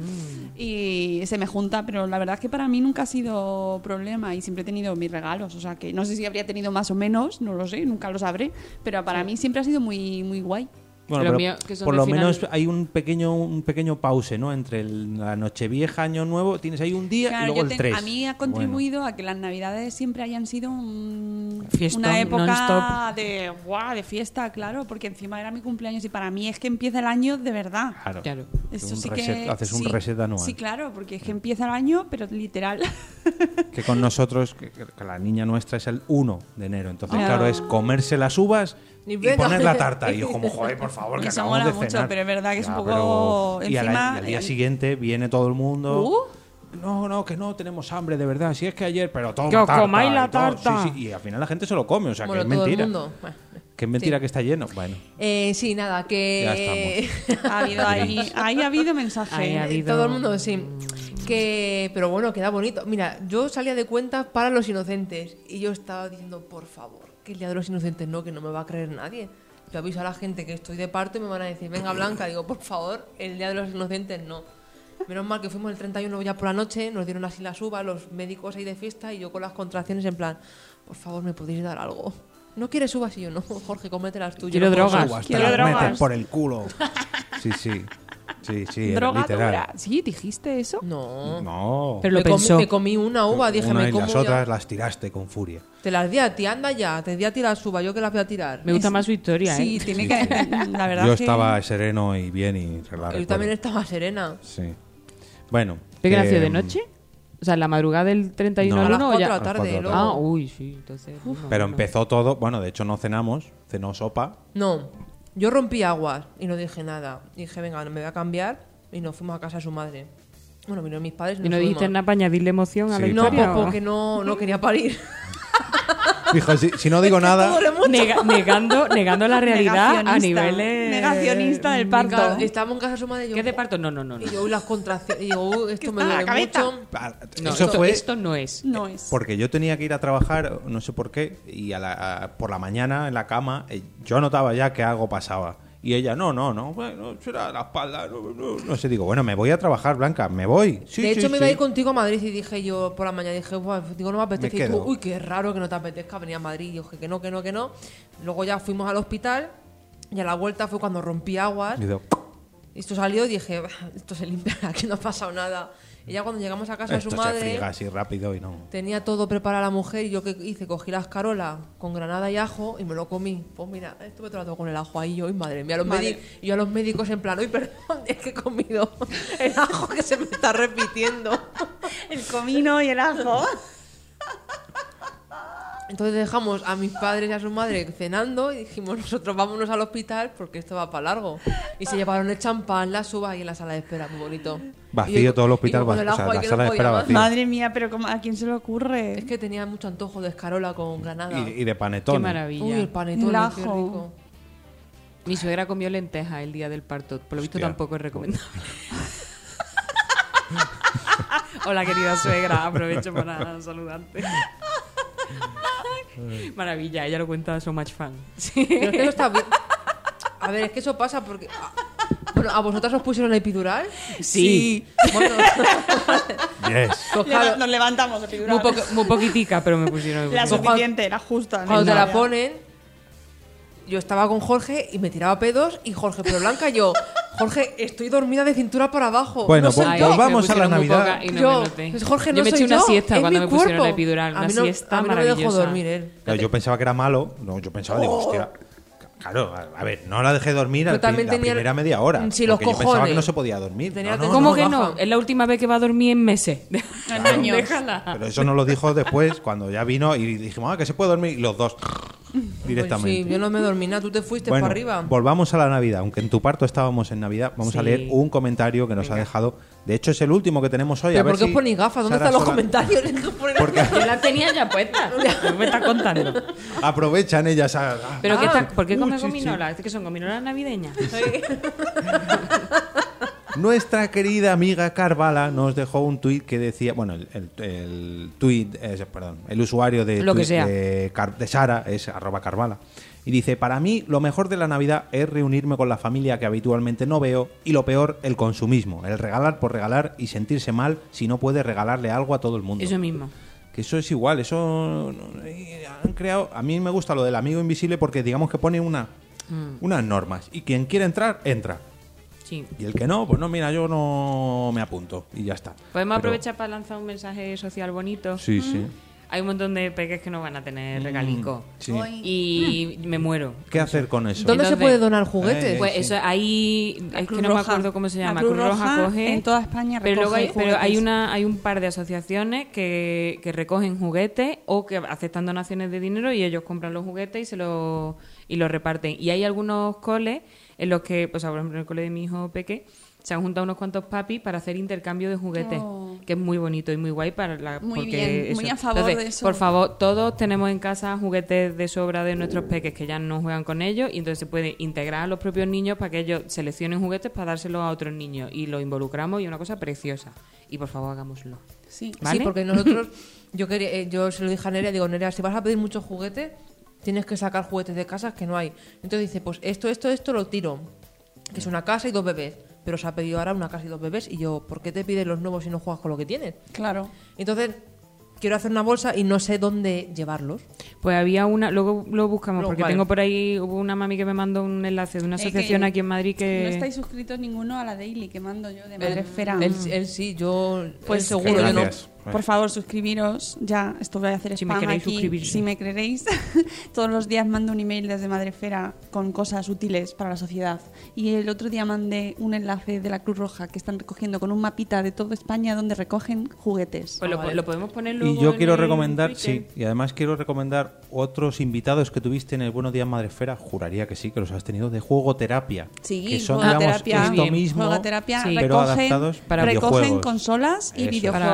Y se me junta, pero la verdad es que para mí nunca ha sido problema y siempre he tenido mis regalos. O sea, que no sé si habría tenido más o menos, no lo sé, nunca lo sabré. Pero para mí siempre ha sido muy, muy guay. Bueno, Lo pero mío, que son por de lo final- menos hay un pequeño un pequeño pause, ¿no? Entre el- la Nochevieja, Año Nuevo, tienes ahí un día Claro, y luego yo el te- 3. a mí ha contribuido a que las navidades siempre hayan sido un- Fiestón, una época non-stop. de, guau, de fiesta, claro, porque encima era mi cumpleaños y para mí es que empieza el año de verdad. Claro. Claro. Esto Un sí reset- que, haces un sí, reset anual. Sí, claro, porque es que empieza el año, pero [laughs] literal. Que con nosotros, que, que- que la niña nuestra es el 1 de enero. Entonces, Ah. claro, es comerse las uvas Y y, venga. poner la [laughs] tarta. Y yo como, joder, por favor, que Eso acabamos mola de mucho, cenar. pero es verdad que es un Ya, poco- pero- Y, al- encima- y al día siguiente viene todo el mundo... Uh. No, no, que no tenemos hambre, de verdad. Si es que ayer, pero todo Que os comáis la tarta. Sí, sí, y al final la gente se lo come, o sea, Bueno, que es todo el mentira. mundo. Bueno. Que es mentira que está lleno. [laughs] Bueno. Eh, sí, nada, que. ha habido ahí, ahí ha habido mensaje. Ahí ha habido- Eh, mm, Todo el mundo, sí. Que, pero bueno, queda bonito. Mira, yo salía de cuentas para los inocentes y yo estaba diciendo, por favor, que el día de los inocentes no, que no me va a creer nadie. Yo aviso a la gente que estoy de parto y me van a decir, venga Blanca, digo, por favor, el día de los inocentes no. Menos mal que fuimos el 31 ya por la noche, nos dieron así las uvas, los médicos ahí de fiesta y yo con las contracciones en plan, por favor, ¿me podéis dar algo? No quieres uvas y yo no, Jorge, cómete las tuyas. Quiero drogas. Aguas, te Quiero las meten drogas. por el culo. Sí, sí. Sí, sí, era Droga literal. dura. Sí, dijiste eso. No. No. Pero lo me, comí- pensó. me comí una uva, dije, Una me y como las ya- otras las tiraste con furia. Te las di a ti, anda ya. Te di a ti las uvas, yo que las voy a tirar. Me gusta más su historia, Sí, ¿eh? tiene que. La verdad Yo que- estaba sereno y bien y se la yo recuerdo. también estaba serena. Sí. Bueno. ¿Pero que nació eh, de noche? O sea, la madrugada del 31 No. al A las 1 o 4 de ya. la tarde. cuatro de la luego. tarde. Ah, uy, sí, entonces. no, Pero no. empezó todo. Bueno, de hecho no cenamos, cenó sopa. No, yo rompí aguas y no dije nada. Dije, venga, me voy a cambiar y nos fuimos a casa de su madre. Bueno, vinieron mis padres y, ¿Y no nos dijiste fuimos. nada para añadirle emoción a la Sí, No, historia? pues o- porque no, no quería parir. Dijo, si, si [laughs] no [laughs] digo nada. Pobre mucho. Nega- negando, negando la realidad a Negacionista. niveles. Negacionista del parto. Venga, Estábamos en casa de su madre y yo. ¿Qué es de parto? No, no, no. no. Y yo, uy, las contracciones. Y yo, uy, esto me está la duele cabeza? mucho. Ah, No, Eso esto, fue esto no es. No es. porque yo tenía que ir a trabajar, no sé por qué, y a la- a- por la mañana en la cama eh, yo notaba ya que algo pasaba. Y ella, no, no, no, bueno, será la espalda, no, no, no sé. Digo, bueno, me voy a trabajar, Blanca, me voy. Sí, de sí, hecho, me iba a sí. ir contigo a Madrid y dije yo por la mañana, dije, "Buah", digo, no me apetece. Me y tú, quedo. uy, qué raro que no te apetezca venir a Madrid. Y yo dije que no, que no, que no. Luego ya fuimos al hospital y a la vuelta fue cuando rompí aguas. Y digo, Y esto salió y dije, "Bah, esto se limpia, [laughs] aquí no ha pasado nada. Y ya cuando llegamos a casa de esto su se madre, friega así rápido y no. tenía todo preparado la mujer y yo que hice, cogí la escarola con granada y ajo y me lo comí. Pues mira, estuve todo el rato con el ajo ahí yo, y madre mía, a los Madre. médi- y yo a los médicos en plan, uy, perdón, [laughs] es que he comido el ajo que se me está repitiendo. El comino y el ajo. Entonces dejamos a mis padres y a su madre cenando y dijimos nosotros vámonos al hospital porque esto va para largo. Y se llevaron el champán, las uvas y en la sala de espera, muy bonito. Vacío Y yo- todo el hospital, y yo con el vacío, o sea, ajo la ahí que sala de no podía espera más. vacía. Madre mía, pero como- ¿a quién se le ocurre? Es que tenía mucho antojo de escarola con granada. Y, y de panetón. Qué maravilla. Uy, el panetón, El qué ajo. rico. Mi suegra comió lentejas el día del parto. Por lo visto Hostia. tampoco es recomendable. [laughs] Hola, querida suegra. Aprovecho para saludarte. Maravilla, ella lo cuenta So Much Fun. Sí. Pero es que no está bien. A ver, es que eso pasa porque... Bueno, ¿a vosotras os pusieron epidural? Sí. Bueno, Yes. pues Leva- claro, Nos levantamos el Muy, figurado. poca- muy poquitica, pero me pusieron. La me pusieron. suficiente, la justa. Cuando te la necesaria. ponen, yo estaba con Jorge y me tiraba pedos y Jorge, pero Blanca, yo, Jorge, estoy dormida de cintura para abajo. Bueno, no soy pues- me yo. pues vamos a la pusieron muy Navidad. poca y no yo, me noté. pues, Jorge, Yo no me soy eché una yo, siesta es cuando mi me pusieron cuerpo. la epidural. A Una mí no- siesta a mí no me dejó maravillosa. dormir ¿eh? él. Claro, yo pensaba que era malo. No, yo pensaba, digo, hostia. Claro, a a ver, no la dejé dormir al Oh. Yo también pri- la tenía- primera media hora. Mm, sí, los porque Yo pensaba que cojones. no se podía dormir. No, Tenía no, la ¿Cómo No, que baja. no? Es la última vez que va a dormir en meses. En años. [laughs] Déjala. Pero eso no lo dijo después, cuando ya vino y dijimos, ah, que se puede dormir. Y los dos Pues sí, directamente. yo no me dormí nada, tú te fuiste Bueno, para arriba. volvamos a la Navidad. Aunque en tu parto estábamos en Navidad, vamos a Sí. leer un comentario que nos ha dejado. De hecho, es el último que tenemos hoy. a ¿Pero ver por qué os si ponéis gafas? ¿Dónde Sara están los Sola- comentarios? Porque Yo la tenía ya [laughs] puesta. No me estás contando. aprovechan ellas. a- a- ¿Pero ah, qué está- por qué uh, come sí, sí. gominolas? Es que son [laughs] gominolas navideñas. Nuestra querida amiga Carvala nos dejó un tuit que decía, bueno, el, el, el tuit, eh, perdón, el usuario de, Lo que tuit sea. de, Car- de Sara es arroba Carvala. Y dice, para mí lo mejor de la Navidad es reunirme con la familia que habitualmente no veo y lo peor, el consumismo, el regalar por regalar y sentirse mal si no puedes regalarle algo a todo el mundo. Eso mismo. Que eso es igual, eso no- eh, han creado. A mí me gusta lo del amigo invisible porque digamos que pone una, Mm. unas normas y quien quiere entrar, entra. Sí. Y el que no, pues no, mira, yo no me apunto y ya está. Podemos Pero- aprovechar para lanzar un mensaje social bonito. Sí, sí. Hay un montón de peques que no van a tener regalico. sí. Mm. Y me muero. ¿Qué hacer con eso? ¿Dónde se Entonces- puede donar juguetes? Eh, Pues sí. eso, ahí. Es que Cruz no me Roja. acuerdo cómo se La llama. Cruz Cruz Roja Roja coge. en toda España Pero, luego hay, recoge pero hay, juguetes. una, hay un par de asociaciones que, que recogen juguetes o que aceptan donaciones de dinero y ellos compran los juguetes y se los y los reparten. Y hay algunos coles en los que, pues, por ejemplo, en el cole de mi hijo Peque. Se han juntado unos cuantos papis para hacer intercambio de juguetes, Oh. que es muy bonito y muy guay para la Muy porque bien, eso- muy a favor Entonces, de eso. Por favor, todos tenemos en casa juguetes de sobra de nuestros peques que ya no juegan con ellos y entonces se puede integrar a los propios niños para que ellos seleccionen juguetes para dárselos a otros niños y los involucramos y es una cosa preciosa. Y por favor, hagámoslo. Sí. ¿Vale? Sí, porque nosotros, yo quería, eh, yo se lo dije a Nerea, digo, Nerea, si vas a pedir muchos juguetes, tienes que sacar juguetes de casas que no hay. Entonces dice, pues esto, esto, esto lo tiro, que es una casa y dos bebés. Pero se ha pedido ahora una casa y dos bebés y yo, ¿por qué te pides los nuevos si no juegas con lo que tienes? Claro. Entonces, quiero hacer una bolsa y no sé dónde llevarlos. Pues había una, luego lo buscamos, Luego, porque vale. tengo por ahí, hubo una mami que me mandó un enlace de una Eh, que asociación aquí en Madrid que... No estáis suscritos ninguno a la Daily que mando yo de Madresfera. Él, él sí, yo Pues- Mm. pues seguro, yo no. Gracias. Por favor, suscribiros ya. Esto voy a hacer Si me spam queréis aquí. suscribir, sí. Si me creéis, [laughs] todos los días mando un email desde Madrefera con cosas útiles para la sociedad. Y el otro día mandé un enlace de la Cruz Roja que están recogiendo con un mapita de toda España donde recogen juguetes. Pues Ah, lo, vale. lo podemos poner luego Y yo en quiero el recomendar, sí, Twitter. y además quiero recomendar otros invitados que tuviste en el Buenos Días Madresfera, juraría que sí, que los has tenido, de juego terapia. Sí, que son, digamos, juegoterapia, esto bien, mismo, juegoterapia, sí. pero recogen, adaptados para recogen videojuegos. consolas y Eso. videojuegos.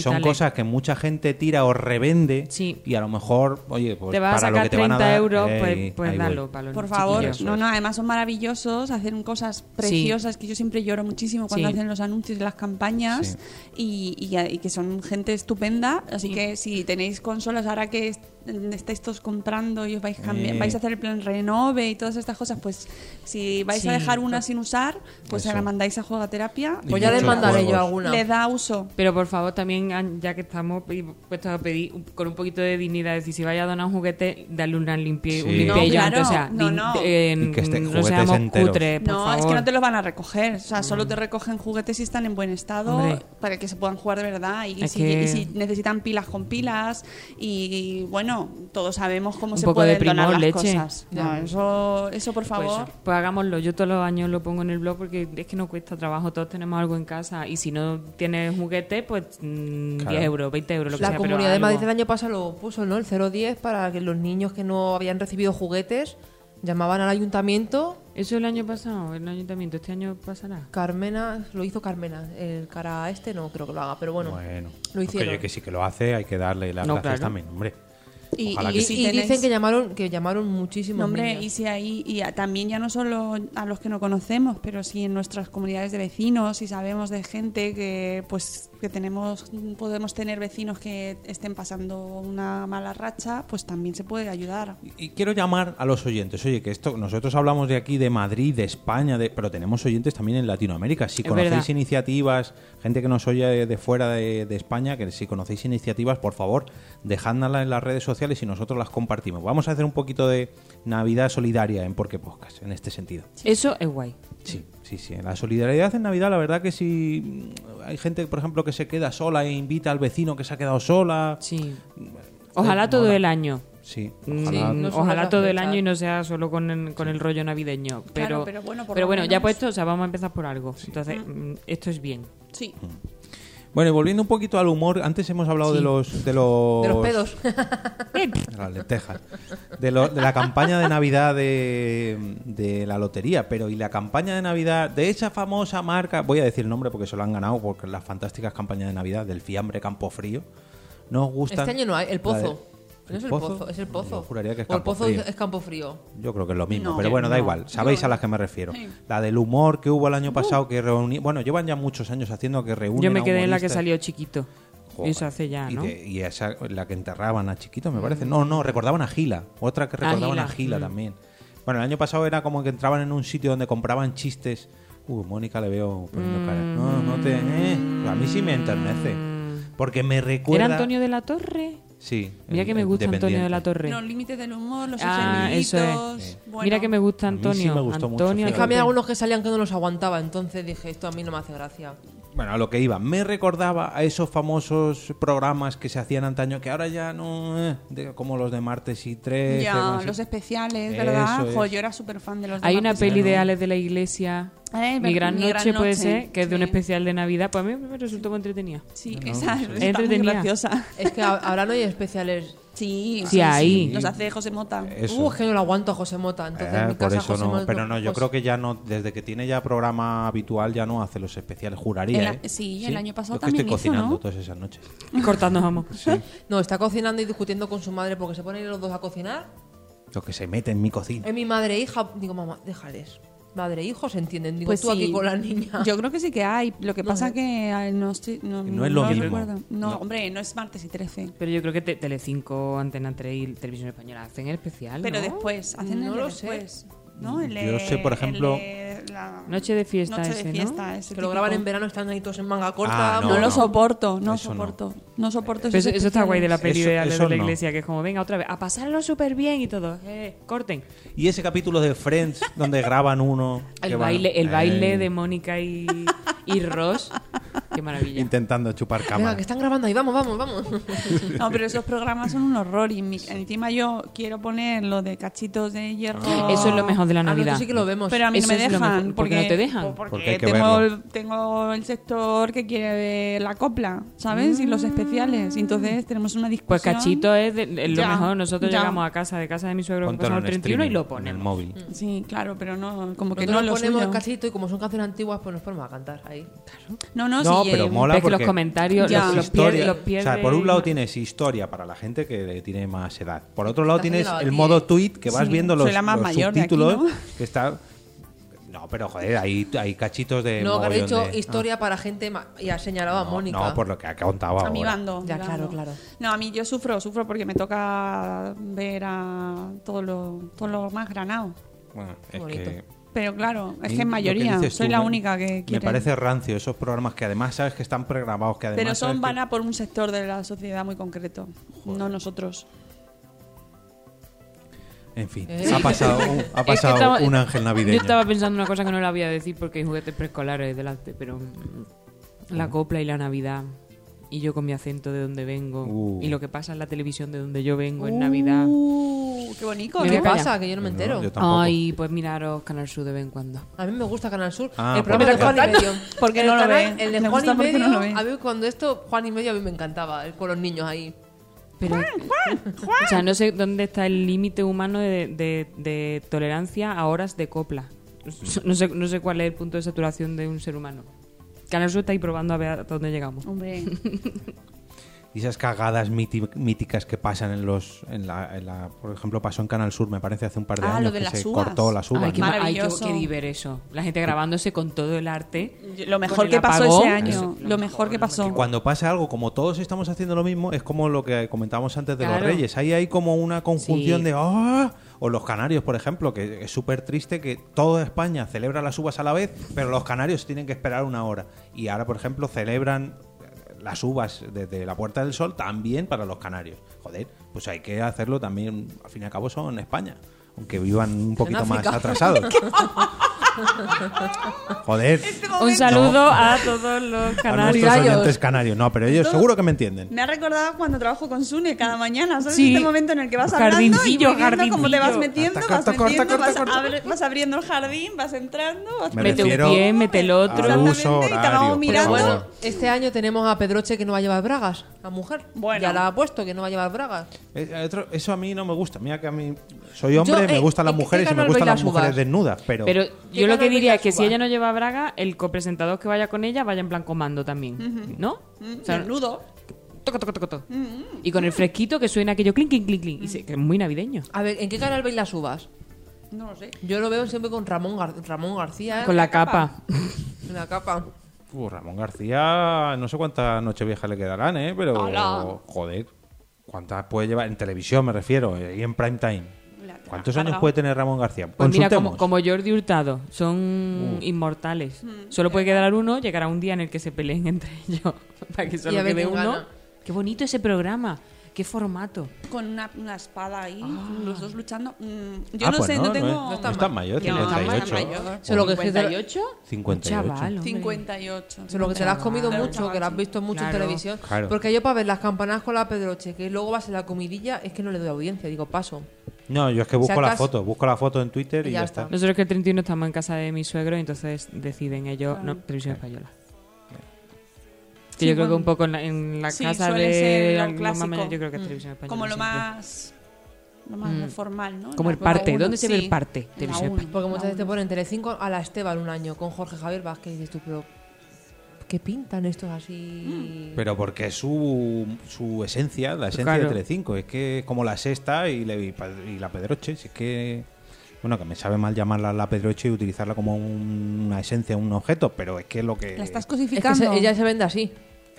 que Para son hospitales. cosas que mucha gente tira o revende Sí. y a lo mejor, oye, pues te vas a para lo sacar que te van a 30 dar, euros, eh, ahí pues, pues voy. dalo para los Por favor, chiquillos. no, no, además son maravillosos, hacen cosas preciosas que yo siempre lloro muchísimo cuando Sí. hacen los anuncios y las campañas y, y- y que son gente estupenda, así que si tenéis consolas ahora que est- estáis todos comprando y os vais, cambi- Eh. vais a hacer el plan renove y todas estas cosas, pues si vais a Sí, dejar una pues- sin usar, pues se Eso. la mandáis a Juegaterapia, Pues ya muchos demandaré yo juegos. alguna. le da uso. Pero por favor, también, an- ya que estamos pi- puestos a pedir un- con un poquito de dignidad, es decir, si vaya a donar un juguete, darle una limpie, un Sí. limpio No, claro, o sea, no, din- no. eh, Y que este estén no juguetes seamos enteros. cutres, Eh, por No, favor. Mm. es que no te los van a recoger. O sea, solo te recogen juguetes si están en buen estado Hombre. para que se puedan jugar de verdad. Y, Es si, que- y si necesitan pilas con pilas. Y, bueno, todos sabemos cómo Un se poco de pueden donar primor, las leche. cosas. No, Ya. eso, eso por Pues, favor. pues hagámoslo. Yo todos los años lo pongo en el blog porque es que no cuesta trabajo. Todos tenemos algo en casa. Y si no tienes juguete, pues mm, Claro. 10 euros, 20 euros, lo que La sea. pero comunidad de algo. Madrid el año pasado lo puso, ¿no? El 010 para que los niños que no habían recibido juguetes llamaban al ayuntamiento. Eso el año pasado, en el ayuntamiento. Este año pasará. Carmena, lo hizo Carmena. El cara este no creo que lo haga, pero bueno. Bueno, lo hicieron. Oye, que sí que lo hace, hay que darle las No, gracias claro. también, hombre. Y, Ojalá Ah, y- que Y, si y tenéis- dicen que llamaron, que llamaron muchísimos No, hombre, niños. y si ahí, y a- también ya no solo a los que no conocemos, pero sí en nuestras comunidades de vecinos, si sabemos de gente que pues que tenemos, podemos tener vecinos que estén pasando una mala racha, pues también se puede ayudar. Y- Y quiero llamar a los oyentes. Oye, que esto nosotros hablamos de aquí, de Madrid, de España, de, pero tenemos oyentes también en Latinoamérica. Si Es conocéis verdad. iniciativas, gente que nos oye de, de fuera de, de España, que si conocéis iniciativas, por favor, dejádnoslas en las redes sociales y nosotros las compartimos. Vamos a hacer un poquito de Navidad solidaria en Porque Podcast, en este sentido. Eso es guay. Sí, sí, sí. La solidaridad en Navidad, la verdad que si mm, hay gente, por ejemplo, que se queda sola e invita al vecino que se ha quedado sola. Sí. Ojalá todo eh, mola. el año. Sí, Mm, ojalá. ojalá No solo las todo el fechas. año y no sea solo con el, con el rollo navideño. Claro, Pero, pero bueno, por lo ya menos- puesto, o sea, vamos a empezar por algo. Entonces, mm, esto es bien. Sí. Bueno, y volviendo un poquito al humor, antes hemos hablado Sí. de los de los de los pedos. de [laughs] las lentejas. De, lo- de la campaña de Navidad de, de la lotería, pero y la campaña de Navidad de esa famosa marca, voy a decir el nombre porque se lo han ganado por las fantásticas campañas de Navidad del fiambre Campofrío. Nos gustan. este año no hay, el La de- pozo. No es el pozo, es el Yo pozo. juraría que es o el pozo Campofrío. es campo frío. Yo creo que es lo mismo, No. pero bueno, da No. igual. Sabéis a las que me refiero. La del humor que hubo el año pasado, que reuni Bueno, llevan ya muchos años haciendo que reúnen. Uh. Yo me a quedé en la que humoristas. salió chiquito. Joder. Eso hace ya, Y ¿no? de- Y, esa, la que enterraban a chiquitos, me parece. No, no, recordaban a Gila. Otra que recordaban a Gila, Gila mm. también. Bueno, el año pasado era como que entraban en un sitio donde compraban chistes. Uh, Mónica le veo poniendo cara. No, no te. eh. A mí sí me enternece. Porque me recuerda. ¿Era Antonio de la Torre? Sí. Mira el- que me el gusta Antonio de la dependiente. Torre. Los límites del humor, los Ah, eso ofendiditos, es. bueno. Mira que me gusta A mí sí Antonio. me gustó mucho, Antonio, fíjate. Es Claro que había Antonio. algunos que salían que no los aguantaba, entonces dije, esto a mí no me hace gracia. Bueno, a lo que iba, me recordaba a esos famosos programas que se hacían antaño, que ahora ya no, eh, de- como los de martes y tres. Ya, los especiales, Eso ¿verdad? es. Jo, yo era súper fan de los Hay de una Martes peli y de Menos. Alex de la Iglesia, Eh, Mi ver- Gran Mi Noche, Gran puede Noche, ser, que es de un sí. especial de Navidad. Pues a mí me resultó muy entretenida. Sí, esa es está muy Entretenida. graciosa. Es que a- ahora no hay especiales. Sí, Sí, ahí. Los hace José Mota. [laughs] Eso. Uh, es que no lo aguanto a José Mota, entonces Eh, en mi por casa eso José no, Mota- pero no, yo José- creo que ya no, desde que tiene ya programa habitual ya no hace los especiales, juraría. El a- ¿eh? sí, el año pasado Yo que también estoy hizo, cocinando ¿no? todas esas noches. Cortando vamos. No, está cocinando y discutiendo con su madre porque se ponen los dos a cocinar. Lo que se mete en mi cocina. Es mi madre e hija. Digo, mamá, déjales. Madre e hijo se entienden. Digo, tú Pues sí. aquí con la niña. [laughs] Yo creo que sí que hay. Lo que pasa que ay, no, estoy- no, No es lo mismo. recuerdo. No, hombre, no es martes y 13. Pero yo creo que Te- Telecinco, Antena 3 y Televisión Española hacen el especial, Pero ¿no? después, hacen No el de lo sé. después. ¿no? El Yo de- sé, por el ejemplo, de la, la- Noche de fiesta Noche ese, de ¿no? fiesta, ese Que lo típico. graban en verano, están ahí todos en manga corta. Ah, No, No, lo no. soporto, no Eso no. soporto. No, soporto Pero esos eso, eso está guay de la especiales. peli Eso- de Ale eso de la no. Iglesia, que es como, venga, otra vez, a pasarlo súper bien y todo. Eh, corten. Y ese capítulo de Friends donde graban uno. que El van- baile, el Eh, baile de Mónica y, y Ross. Qué maravilla. Intentando chupar Venga, cama. que están grabando ahí, vamos, vamos, vamos. No, pero esos programas son un horror y mi- encima yo quiero poner lo de cachitos de hierro. Eso es lo mejor de la Ah, no, Navidad. eso sí que lo vemos. Pero a mí Eso no me es lo dejan. mejor, porque no te dejan. o Porque, Porque hay que tengo, verlo. el- tengo el sector que quiere ver la copla, ¿sabes? Y los especiales. Y entonces tenemos una discusión. Pues cachito es, de- es lo Ya, mejor. Nosotros ya. llegamos a casa de casa de mi suegro que Póntelo pasamos el en 31 y streaming, lo En el ponemos. móvil. Sí, claro, pero no, como Porque que no no lo ponemos el suyo. casito y como son canciones antiguas, pues nos ponemos a cantar ahí. No, no, No, sí, pero eh, mola es que los porque comentarios Ya. los, los pier- historia- los pierde. o sea, por un lado tienes historia para la gente que tiene más edad. Por otro lado Estás tienes en la el diez. modo tweet que vas Sí, viendo los, soy la más los mayor de aquí, subtítulos ¿no? que está No, pero joder, hay, hay cachitos de no, que has mogollón dicho de- Ah. historia para gente ma- y has señalado a No, Mónica. No, por lo que ha contado A mi ahora. bando. Ya, mi claro, bando. claro. No, a mí yo sufro, sufro porque me toca ver a todo lo, todo lo más granado. Bueno, es Bonito. que Pero claro, es Y que en lo mayoría, dices soy tú, la me- única que Me quiere. parece rancio esos programas que además sabes que están pregrabados, que además Pero sabes son que- van a por un sector de la sociedad muy concreto, no nosotros. En fin, Eh. ha pasado, un, ha Es que pasado estaba- un ángel navideño. Yo estaba pensando una cosa que no la voy a decir porque hay juguetes preescolares delante, pero mm, Oh. la copla y la Navidad. Y yo con mi acento de donde vengo. Uh. Y lo que pasa en la televisión de donde yo vengo en Pues Navidad. Uh, qué bonito, Me ¿Qué ¿no? voy a pasa? Que yo no me No, entero. yo tampoco. Ay, pues miraros Canal Sur de vez en cuando. A mí me gusta Canal Sur. Ah, el programa de porque- Juan y Medio. [laughs] porque El no lo canal- ve. El de Me Juan gusta y porque Medio. no lo ve. A mí cuando esto, Juan y Medio, a mí me encantaba. el- Con los niños ahí. Pero, eh, O sea, no sé dónde está el límite humano de, de- de tolerancia a horas de copla. No sé, no sé cuál es el punto de saturación de un ser humano. Canal Sur está ahí probando a ver a dónde llegamos. Hombre, Y esas cagadas miti- míticas que pasan en los. En la, en la- por ejemplo, pasó en Canal Sur, me parece, hace un par de Ah, años. lo de que las se uvas. cortó la suba. Ay, qué, ma- ay, qué, Maravilloso. qué diver eso. La gente grabándose con todo el arte. lo Con mejor el que pasó apagón. ese año, Eso, lo mejor que pasó. Cuando pasa algo, como todos estamos haciendo lo mismo, es como lo que comentábamos antes de Claro. los Reyes. Ahí hay como una conjunción Sí. de. ¡ah! O los canarios, por ejemplo, que es súper triste que toda España celebra las uvas a la vez, pero los canarios tienen que esperar una hora. Y ahora, por ejemplo, celebran las uvas desde la Puerta del Sol también para los canarios. Joder, pues hay que hacerlo también, al fin y al cabo son España, aunque vivan un poquito más África. atrasados. [laughs] Joder. Un saludo a todos los A nuestros canarios. oyentes canarios. No, pero ellos seguro que me entienden. Me ha recordado cuando trabajo con Sune cada mañana, ¿sabes? Sí. Este momento en el que vas Jardincillo, hablando y vas viendo cómo te vas jardincillo. metiendo, Corta, vas corta, corta, metiendo, vas, corta, corta. abre- vas abriendo el jardín, vas entrando, vas Me Mete un refiero pie, mete el otro. al uso Exactamente, y te vamos horario, por mirando. favor. Bueno, este año tenemos a Pedroche que no va a llevar bragas. La mujer. Bueno. Ya la ha puesto que no va a llevar bragas. Eh, otro- Eso a mí no me gusta. Mira que a mí soy hombre, Yo, me eh, gustan las ¿en qué mujeres y me canal gustan veis las las mujeres uvas? desnudas, pero, Pero yo Que lo que Carol diría Villas es que si suba. ella no lleva braga, el copresentador que vaya con ella vaya en plan comando también, ¿no? Mm, O sea, Desnudo. toco, toco, toco, toco. Y con el fresquito que suena aquello clink, clink, clink, clink. Y se- que es muy navideño. A ver, ¿en qué canal veis las uvas? No lo sé. Yo lo veo siempre con Ramón, Gar- Ramón García. ¿eh? Con la capa. En la capa. Uh, Ramón García, no sé cuántas noches viejas le quedarán, ¿eh? Pero Hola. joder, ¿cuántas puede llevar en televisión me refiero, eh, y en prime time? La te la ¿Cuántos has años cargado. puede tener Ramón García? Pues mira, como, Consultemos. Uh. como Jordi Hurtado, son inmortales. Mm. Solo puede quedar uno, llegará un día en el que se peleen entre [laughs] ellos. Para que Y solo a ver quede uno. quién gana. Qué bonito ese programa. Qué formato. Con una, una espada ahí, Ah. los dos luchando. Mm, yo Ah, no pues sé, no, no, no tengo. es- no está No está mal. mayor, No, está 58. mayor. Solo que, es que 58. Un 58. chaval. hombre. 58. Se lo que te la has comido Claro, mucho, que la has visto mucho Claro. en televisión. Claro. Porque yo para ver las campanadas con la Pedroche, que luego vas en la comidilla, es que no le doy audiencia, digo, paso. No, yo es que busco la Sacas- foto, busco la foto en Twitter y ya, Ya está. está. Nosotros que el 31 estamos en casa de mi suegro, y entonces deciden ellos, no, televisión española. Que Sí, yo creo que bueno. un poco en la, en la Sí, casa suele de ser lo la mamá clásico. Mm. mayor, yo creo que es televisión española. Como lo siempre. más. Lo más Mm. formal, ¿no? Como el La- la parte, uno, ¿dónde se ve sí. el parte? La Televisión uno, Porque muchas la veces te uno. ponen Telecinco a la Esteban un año con Jorge Javier Vázquez y dices tú, pero ¿qué pintan estos así? Pero porque es su, su esencia, la esencia Claro. de Telecinco, es que es como la sexta y, la- y pa- y la Pedroche, si es que bueno, que me sabe mal llamarla la Pedroche y utilizarla como un- una esencia, un objeto, pero es que es lo que La estás Es que cosificando. se- ella se vende así.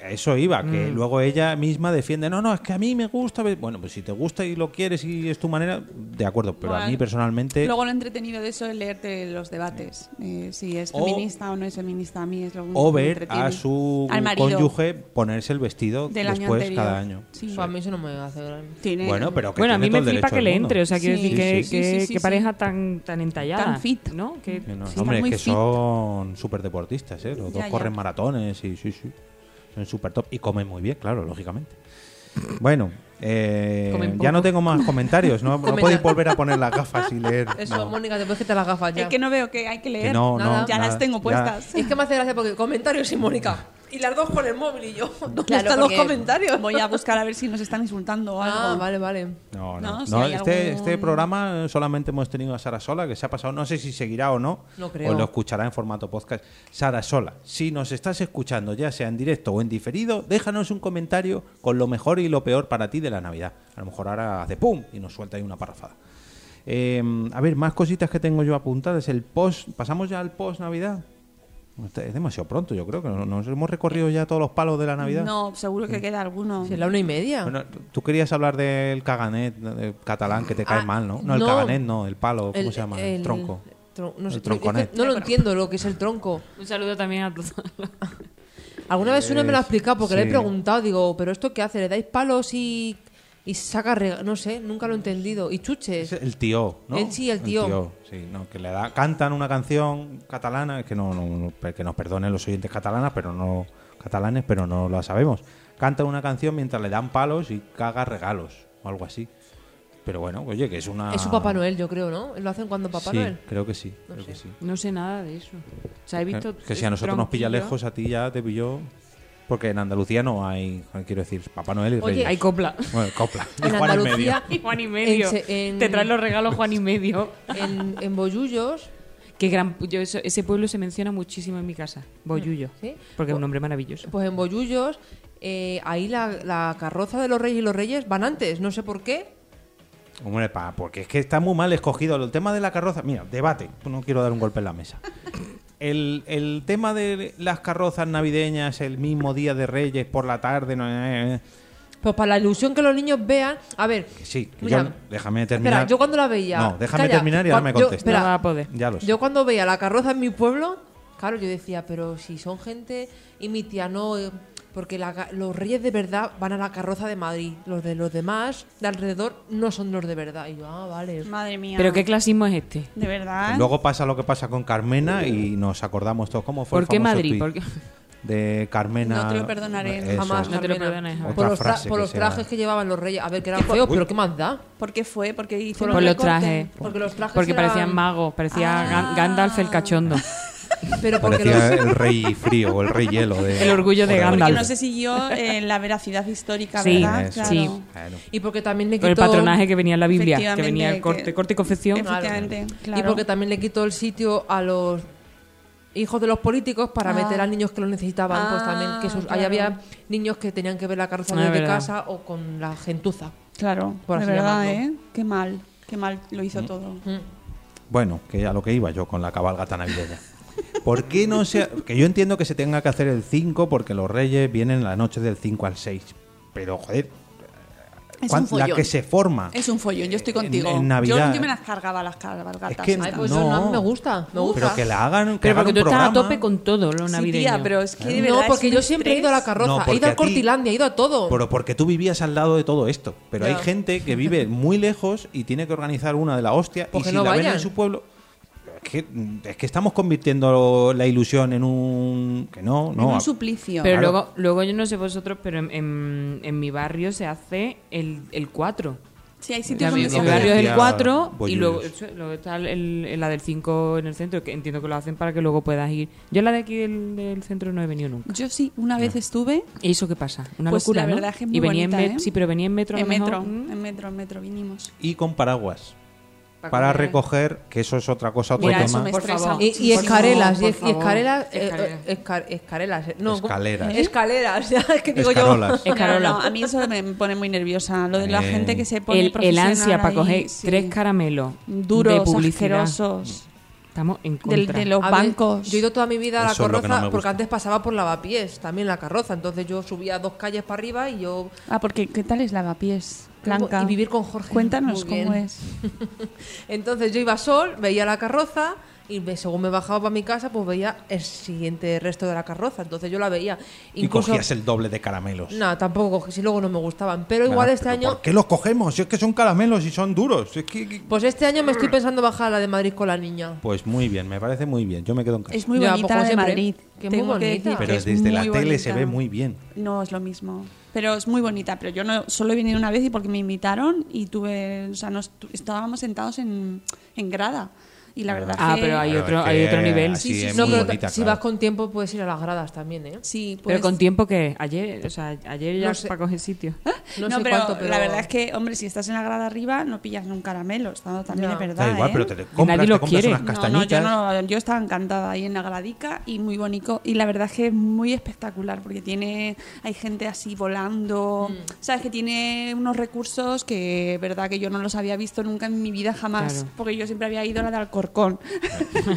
a eso iba, que Mm. luego ella misma defiende, no, no, es que a mí me gusta. ver-". Bueno, pues si te gusta y lo quieres y es tu manera, de acuerdo, pero a Bueno. mí personalmente... Luego lo entretenido de eso es leerte los debates. eh, si es O- feminista o no es feminista, a mí es lo único o que me ver a entretiene. su Al marido. cónyuge ponerse el vestido Del año después anterior. cada año. Sí. Pues a mí eso no me hace gracia. Tiene- Bueno, pero que Bueno, a tiene mí todo me el flipa derecho que del le mundo. entre, o sea, quiero Sí, decir que, sí, sí, que- sí, sí. que pareja tan tan entallada. Tan fit. ¿no? Que, Que no, Sí, no, hombre, están muy es que fit. son súper deportistas, ¿eh? Los Ya, dos ya. corren maratones y sí, sí. Son súper top. Y comen muy bien, claro, lógicamente. Bueno, eh, Comen ya no poco. tengo más comentarios. No, no Comen podéis ya. volver a poner las gafas y leer. Eso, no. Mónica, después que te las gafas ya. Es que no veo que hay que leer. Que no, Nada. no, ya nada, las tengo puestas. [laughs] Es que me hace gracia porque comentarios y Mónica. Y las dos con el móvil y yo. [laughs] ¿Dónde Claro, están los porque comentarios? Voy a buscar a ver si nos están insultando o algo. Ah, vale, vale. No, no. No, si No, hay este, algún- este programa eh, solamente hemos tenido a Sara Sola, que se ha pasado, no sé si seguirá o no, No creo. o lo escuchará en formato podcast. Sara Sola, si nos estás escuchando, ya sea en directo o en diferido, déjanos un comentario con lo mejor y lo peor para ti de la Navidad. A lo mejor ahora hace pum y nos suelta ahí una parrafada. Eh, a ver, más cositas que tengo yo apuntadas. El post, pasamos ya al post Navidad. Es demasiado pronto, yo creo que no- nos hemos recorrido ya todos los palos de la Navidad. No, seguro que queda alguno. Si es la una y media. Bueno, tú querías hablar del caganet ¿no? del catalán que te cae Ah, mal, ¿no? No, el no. caganet, no, el palo, ¿cómo se llama? El, el tronco. tron- no, sé, El tronconet. no lo entiendo lo que es el tronco. Un saludo también a todos. Alguna vez uno me lo ha Es- explicado porque le sí. he preguntado, digo, ¿pero esto qué hace? ¿Le dais palos y, y saca rega-?" No sé, nunca lo he entendido. ¿Y Es chuches? el tío, ¿no? El- sí, el tío. sí, no, que le da, cantan una canción catalana, que no, no- no, per- que nos perdonen los oyentes catalanas, pero no catalanes, pero no la sabemos. Cantan una canción mientras le dan palos y caga regalos o algo así. Pero bueno, oye, que es una Es su Papá Noel, yo creo, ¿no? Lo hacen cuando Ah. Papá sí, Noel. creo que sí, creo que sí. No sé nada de eso. O sea, he visto Eh, que eh, si a nosotros nos pilla tronquillo. lejos, a ti ya te pilló. Porque en Andalucía no hay, quiero decir, Papá Noel y Oye, Reyes. Hay copla. Bueno, copla. [laughs] En Juan y medio. Andalucía, Y Juan y medio. En se- en- Te traen los regalos [laughs] Juan y medio. en, en Bollullos, Qué gran yo eso- ese pueblo se menciona muchísimo en mi casa, Boyullo, ¿Sí? porque es un nombre maravilloso. Pues en Bollullos, eh, ahí la, la carroza de los reyes y los reyes van antes, no sé por qué. Hombre, pa, porque es que está muy mal escogido. El tema de la carroza. Mira, debate. No quiero dar un golpe en la mesa. El, el tema de las carrozas navideñas el mismo día de Reyes por la tarde. No, eh, eh, Pues para la ilusión que los niños vean. A ver. que sí, que mira, yo- déjame terminar. Espera, yo cuando la veía. No, déjame Calla, terminar y ahora me cuan- yo- contestas. espera, No va a poder. Ya lo sé. Yo cuando veía la carroza en mi pueblo, claro, yo decía, pero si son gente y mi tía no, eh, porque la ca- los reyes de verdad van a la carroza de Madrid, los de los demás de alrededor no son los de verdad. Y yo, ah, vale. Madre mía. Pero qué clasismo es este. De verdad. Luego pasa lo que pasa con Carmena y nos acordamos todos cómo fue ¿Por el qué famoso Madrid? tuit ¿Por qué? de Carmena. No te lo perdonaré, Eso. Jamás, No te lo Carmena. perdones, ¿eh? jamás. Otra Por los, tra- frase por que los se trajes va. que llevaban los reyes. A ver, que eran feos, pero ¿qué más da? ¿Por qué fue? Porque hicieron Por los recorte. trajes. Porque los trajes Porque eran- parecían magos, parecía Gan- Gandalf el cachondo. Pero porque Parecía los- el rey frío o el rey hielo. De, El orgullo de o Gandalf. Porque Rey- no se siguió [laughs] eh, la veracidad histórica, Sí, ¿verdad? Eso, sí. Claro. claro. y porque también le quitó Con el patronaje que venía en la Biblia, que Efectivamente, venía el corte, que- corte y confección. Claro. Efectivamente, Y claro. porque también le quitó el sitio a los hijos de los políticos para Ah. meter a niños que lo necesitaban. pues Ah, también que sus- ahí claro. había niños que tenían que ver la carroza Ah, desde verdad. casa o con la gentuza. Claro, Por de así verdad, llamarlo. Mm. ¿eh? Qué mal, qué mal lo Mm. hizo todo. Bueno, que a lo que iba yo con la cabalgata navideña. ¿Por qué no se.? ha- Que yo entiendo que se tenga que hacer el 5 porque los reyes vienen la noche del 5 al 6. Pero, joder. Es ¿cuán- un la follón. que se forma. Es un follón, yo estoy En- contigo. en Navidad. Yo, yo me las cargaba las cabalgatas. Es que estas. Ay, pues no. yo no me gusta, me gusta. Pero que la hagan. Que Pero hagan porque un tú estás a programa. tope con todo lo Sí, navideño. tía, pero es que de verdad No, es porque un yo siempre he ido a la estrés. No, carroza, he porque ido a al ti- Cortilandia, he ido a todo. Pero porque tú vivías al lado de todo esto. Pero Ya. hay gente que vive muy lejos y tiene que organizar una de la hostia. Pues y que si no la ven vayan. en su pueblo. Es que, es que estamos convirtiendo la ilusión en un. Que no, no. En a- un suplicio. Pero Claro. luego, luego yo no sé vosotros, pero en, en- en mi barrio se hace el, el 4. sí, hay La- sitios donde El, se lo que barrio es decía el 4 y Bollullos. luego, eso, luego está el- el- la del 5 en el centro, que entiendo que lo hacen para que luego puedas ir. Yo la de aquí del, del centro no he venido nunca. Yo sí, una vez estuve ¿Y eso qué pasa? Una Pues locura, la ¿no? verdad es que es muy y venía en bonita, met- ¿eh? Sí, pero venía en metro a lo en metro, mejor. Mm. en metro, en metro vinimos. y con paraguas. Para Para comer. recoger, que eso es otra cosa, otro Mira, tema. eso me Por estresa. favor. Y, y muchísimo. escarelas, y, por y favor. escarelas, eh, Escaleras. eh, escar- escarelas, eh, no, ¿cómo? Escaleras. escaleras, [laughs] ya, es que digo Escarolas. [laughs] yo. Eh, Escarola. No, no, a mí eso me pone muy nerviosa. Lo de la Eh. gente que se pone El, el profesional ansia para ahí, coger sí. tres caramelos duros, de publicidad. asquerosos. Estamos en contra. Del- de los A ver, bancos. yo he ido toda mi vida a la Eso es lo que no carroza me gusta. porque antes pasaba por lavapiés, también la carroza. Entonces yo subía dos calles para arriba y yo. Ah, porque ¿qué tal es lavapiés? Blanca. Y vivir con Jorge. Cuéntanos Muy bien. cómo es. Entonces yo iba sol, veía la carroza y me- según me bajaba para mi casa, pues veía el siguiente resto de la carroza. Entonces yo la veía. Y cogías el doble de caramelos. No, tampoco cogí, si luego no me gustaban. Pero igual Claro, este pero año. ¿Por qué los cogemos? Si es que son caramelos y son duros. Es que- que- Pues este año me estoy pensando bajar la de Madrid con la niña. Pues muy bien, me parece muy bien. Yo me quedo en casa. Es muy Ya, bonita pues, la de siempre. Madrid. Que es muy tengo que bonita. decir Pero que es desde la muy tele se bonita. ve muy bien. No es lo mismo. Pero es muy bonita. Pero yo no solo he venido una vez y porque me invitaron y tuve. O sea, nos, tu- estábamos sentados en, en grada. Y la verdad Ah, que. pero hay Claro, otro, es hay que otro nivel. así es no, muy pero bonita, si claro. vas con tiempo puedes ir a las gradas también, [laughs] ¿eh? Sí, pues, Pero con tiempo que ayer, o sea, ayer ya No sé. para coger [laughs] sitio. No, No, sé pero, cuánto, pero la verdad es que, hombre, si estás en la grada arriba no pillas ni un caramelo. Está también Ya. es verdad. Da igual, ¿eh? pero te, compras, nadie te lo compras quiere. unas No, No, castañitas. no, yo, no, yo estaba encantada ahí en la gradica y muy bonito. Y la verdad es que es muy espectacular porque tiene hay gente así volando. Sabes que tiene unos recursos que, verdad, que yo no los había visto nunca en mi vida jamás. Claro. Porque yo siempre había ido a la de Alcorcón. [laughs]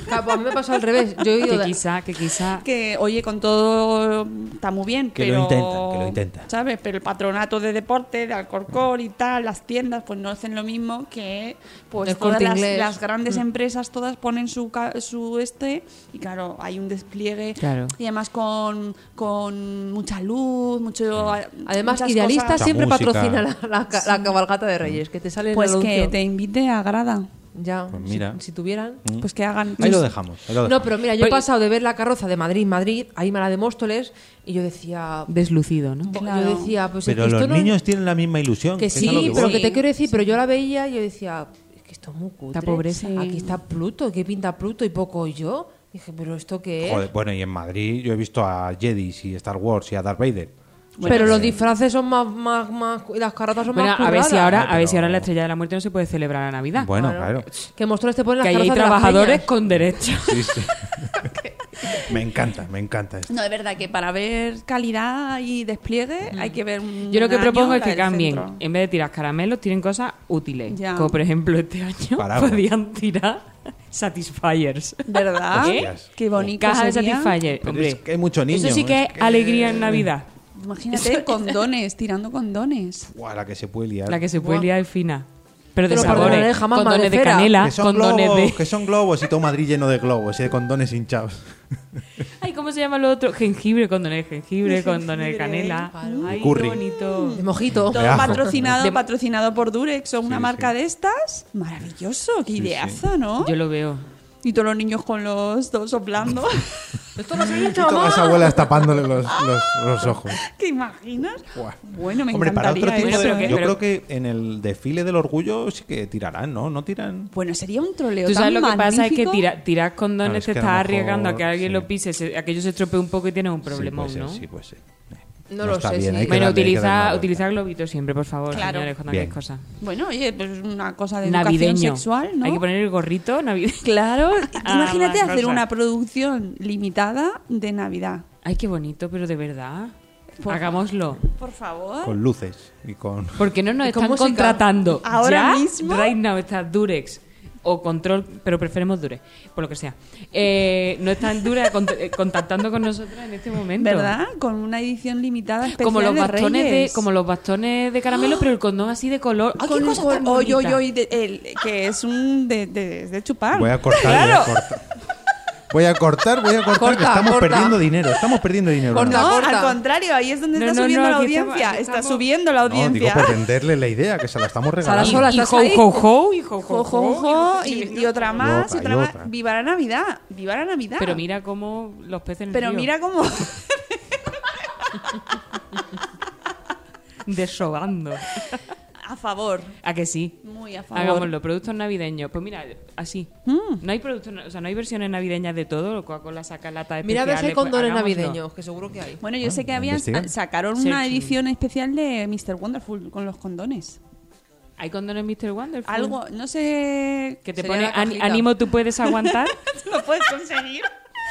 Claro, pues a mí me pasó al revés. [laughs] Yo he ido Que de- quizá, [laughs] que quizá. que, oye, con todo está muy bien. Que pero, lo intentan, que lo intentan. ¿Sabes? Pero el patronato de deporte, de Alcorcón y tal, las tiendas, pues no hacen lo mismo que pues El todas Corte las, Inglés. las Mm. grandes empresas, todas ponen su, ca- su este y claro, hay un despliegue Claro. y además con, con mucha luz, mucho... Además, muchas Idealista cosas. Mucha siempre música. patrocina la, la ca- la cabalgata de Reyes, que te sale en Pues el que anuncio. te invite a Grada. Ya, Pues si- mira. si, tuvieran... Mm. Pues que hagan... Ahí lo dejamos. ahí lo No, dejamos. pero mira, yo he Pues- pasado de ver la carroza de Madrid-Madrid a irme a la de Móstoles y yo decía... Deslucido, ¿no? bo- Claro. Yo decía, pues es Pero que los esto no- niños tienen la misma ilusión. Que es a lo sí, voy. pero voy. que te quiero decir, pero yo la veía y yo decía, es que esto es muy cutre. Esta pobreza. Aquí está Pluto, ¿qué pinta Pluto? Y poco yo. Dije, pero ¿esto qué es? Joder, bueno, y en Madrid yo he visto a Jedi y Star Wars y a Darth Vader. pero los disfraces son más, más, más y las carrozas son Bueno, más a ver si curradas. ahora, a pero- ver si ahora la estrella de la muerte no se puede celebrar la Navidad. Bueno, claro. [laughs] Que Móstoles te ponen las que ahí hay carrozas de las trabajadores peñas. con derechos. [laughs] Sí, sí. [laughs] me encanta, me encanta esto. No, es verdad que para ver calidad y despliegue hay Mm. que ver un Yo lo que año propongo es la que del cambien. centro. En vez de tirar caramelos, tiren cosas útiles. Ya. Como por ejemplo este año [laughs] Paraguas. podían tirar Satisfiers. ¿Verdad? Hostias. Qué bonito Caja de sería. Satisfyer. Pero Hombre, es que hay mucho niño, Eso sí que es es que- alegría en Navidad. Imagínate condones, tirando condones. Guau, la que se puede liar. La que se puede liar es fina. Pero de Pero perdonaré sabores. jamás, Condones de Madrefera. canela, Que son, condones globos, de... que son globos y todo Madrid lleno de globos y de condones hinchados. Ay, ¿cómo se llama lo otro? Jengibre, condones de jengibre, condones de canela. Claro. Ay, Curry. qué bonito. De mojito. Todo ajo. patrocinado, patrocinado por Durex o una Sí, marca sí. de estas. Maravilloso, qué ideaza, ¿no? Yo lo veo. Y todos los niños con los dos [laughs] soplando. Esto no se echa, Y todas las abuelas tapándole los, los, los ojos. ¿Te imaginas? Buah. Bueno, me Hombre, para otro encantaría tipo de- eso, pero que- ¿eh? Yo creo pero- que en el desfile del orgullo sí que tirarán, ¿no? No tiran. Bueno, sería un troleo Tú sabes lo tan que pasa es que magnífico. tira- tirar condones Claro, es te que a estás lo arriesgando a que mejor, alguien sí. lo pise, se- a que ello se estropee un poco y tienes un problemón, sí, ¿no? puede ser, sí, puede ser. Eh, No lo está sé, bien, sí. hay que Bueno, darle- hay que darle una utiliza, vuelta. utiliza globitos siempre, por favor, Claro. señores, cuando Bien. hagáis cosas. Bueno, oye, pues una cosa de educación Navideño. sexual, ¿no? Hay que poner el gorrito navideño. Claro, Ah, imagínate más hacer cosas. una producción limitada de Navidad. [laughs] Ay, qué bonito, pero de verdad. Por- Hagámoslo. Por favor. Con luces y con. Porque no nos Y con están música. contratando. Ahora Ya, mismo. Right now está Durex o Control, pero preferimos Durex, por lo que sea. Eh, no están Durex [laughs] cont- eh, contactando con nosotros en este momento. ¿Verdad? Con una edición limitada especial Como los de bastones de, Reyes. ¡Ah! como los bastones de caramelo, pero el condón así de color. ¡Ay, qué Con- cosa con- tan oy, oy, bonita! oy, de- el- que es un de, de- de chupar. Voy a cortar, voy a cortar. Voy a cortar, voy a cortar, que Corta, estamos corta. perdiendo dinero. Estamos perdiendo dinero. Corta, No, No, corta. al contrario, ahí es donde No, está no, no, subiendo la aquí estamos- audiencia. aquí está estamos. subiendo la No, digo audiencia. por venderle la idea, que se la estamos regalando. Sara sola Y ¿estás jo, ahí? jo, jo, y jo, Jo, jo, jo, jo, y, y otra más, otra, y otra y más. otra. Viva la Navidad, viva la Navidad. Pero mira cómo los peces en el ah. Pero río mira cómo... desobando. a favor, ¿A que sí? muy a favor. Mm. Hagámoslo, productos navideños. Pues mira, así. No hay productos, na- o sea, no hay versiones navideñas de todo. Coca-Cola saca lata Mira a ver si hay especiales, pues, condones hagámoslo. navideños, que seguro que hay. Bueno, yo sé que Ah, habían investiga. sacaron una Searching. edición especial de Mr. Wonderful con los condones. ¿Hay condones Mr. Wonderful? Algo, no sé... Que te Sería pone la "Ani- cajita". ánimo, tú puedes aguantar. [laughs] ¿Lo puedes conseguir?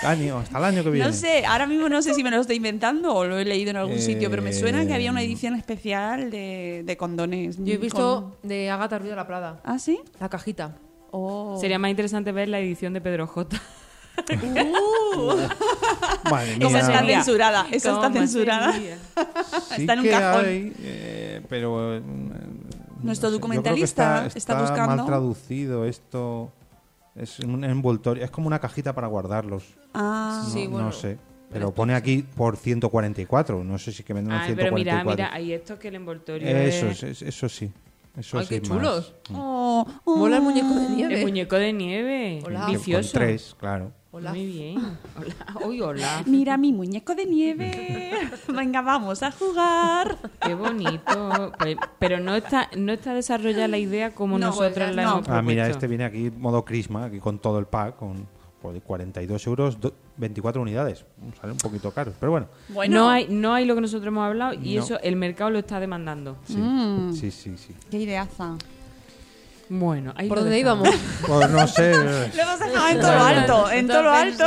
Año, oh, hasta el año que viene. No sé, ahora mismo no sé si me lo estoy inventando o lo he leído en algún Eh, sitio, pero me suena que había una edición especial de, de condones. Yo he con- visto de Agatha Ruiz de la Prada, ¿Ah, sí? la cajita. Oh. Sería más interesante ver la edición de Pedro J. Madre Esa Mira. está sería. censurada. Esa está ¿Cómo censurada. sería? Sí está en un que cajón. hay, eh, pero. eh, no sé, yo creo Nuestro que documentalista está, está está mal buscando. traducido esto. Es un envoltorio, es como una cajita para guardarlos. Ah, No, Sí, no bueno. sé. Pero pone aquí por 144. No sé si que Ah, venden un Ay, pero mira, 144. mira, hay esto que el envoltorio eso, es, es- eso sí. Eso Ay, sí qué más. chulos. Oh, oh. Mola el muñeco de el nieve. muñeco de nieve. Hola. Con- Vicioso. Con tres, claro. Hola. Muy bien. Hola. Uy, hola. Mira mi muñeco [laughs] de nieve. Venga, vamos a jugar. Qué bonito. Pues- Pero no está, no está desarrollada la idea como No, nosotros pues, la no. hemos Ah, mira, propuesto. este viene aquí modo Crisma, aquí con todo el pack, con por 42 euros, do- 24 unidades. Mm, Sale un poquito caro, pero bueno. No hay, no hay lo que nosotros hemos hablado y eso el mercado lo está demandando. Sí, Mm. sí, sí. sí. Qué ideaza. Bueno, ahí ¿Por lo dónde dejamos. íbamos? Pues no sé. Lo hemos dejado en todo lo alto. En todo lo alto.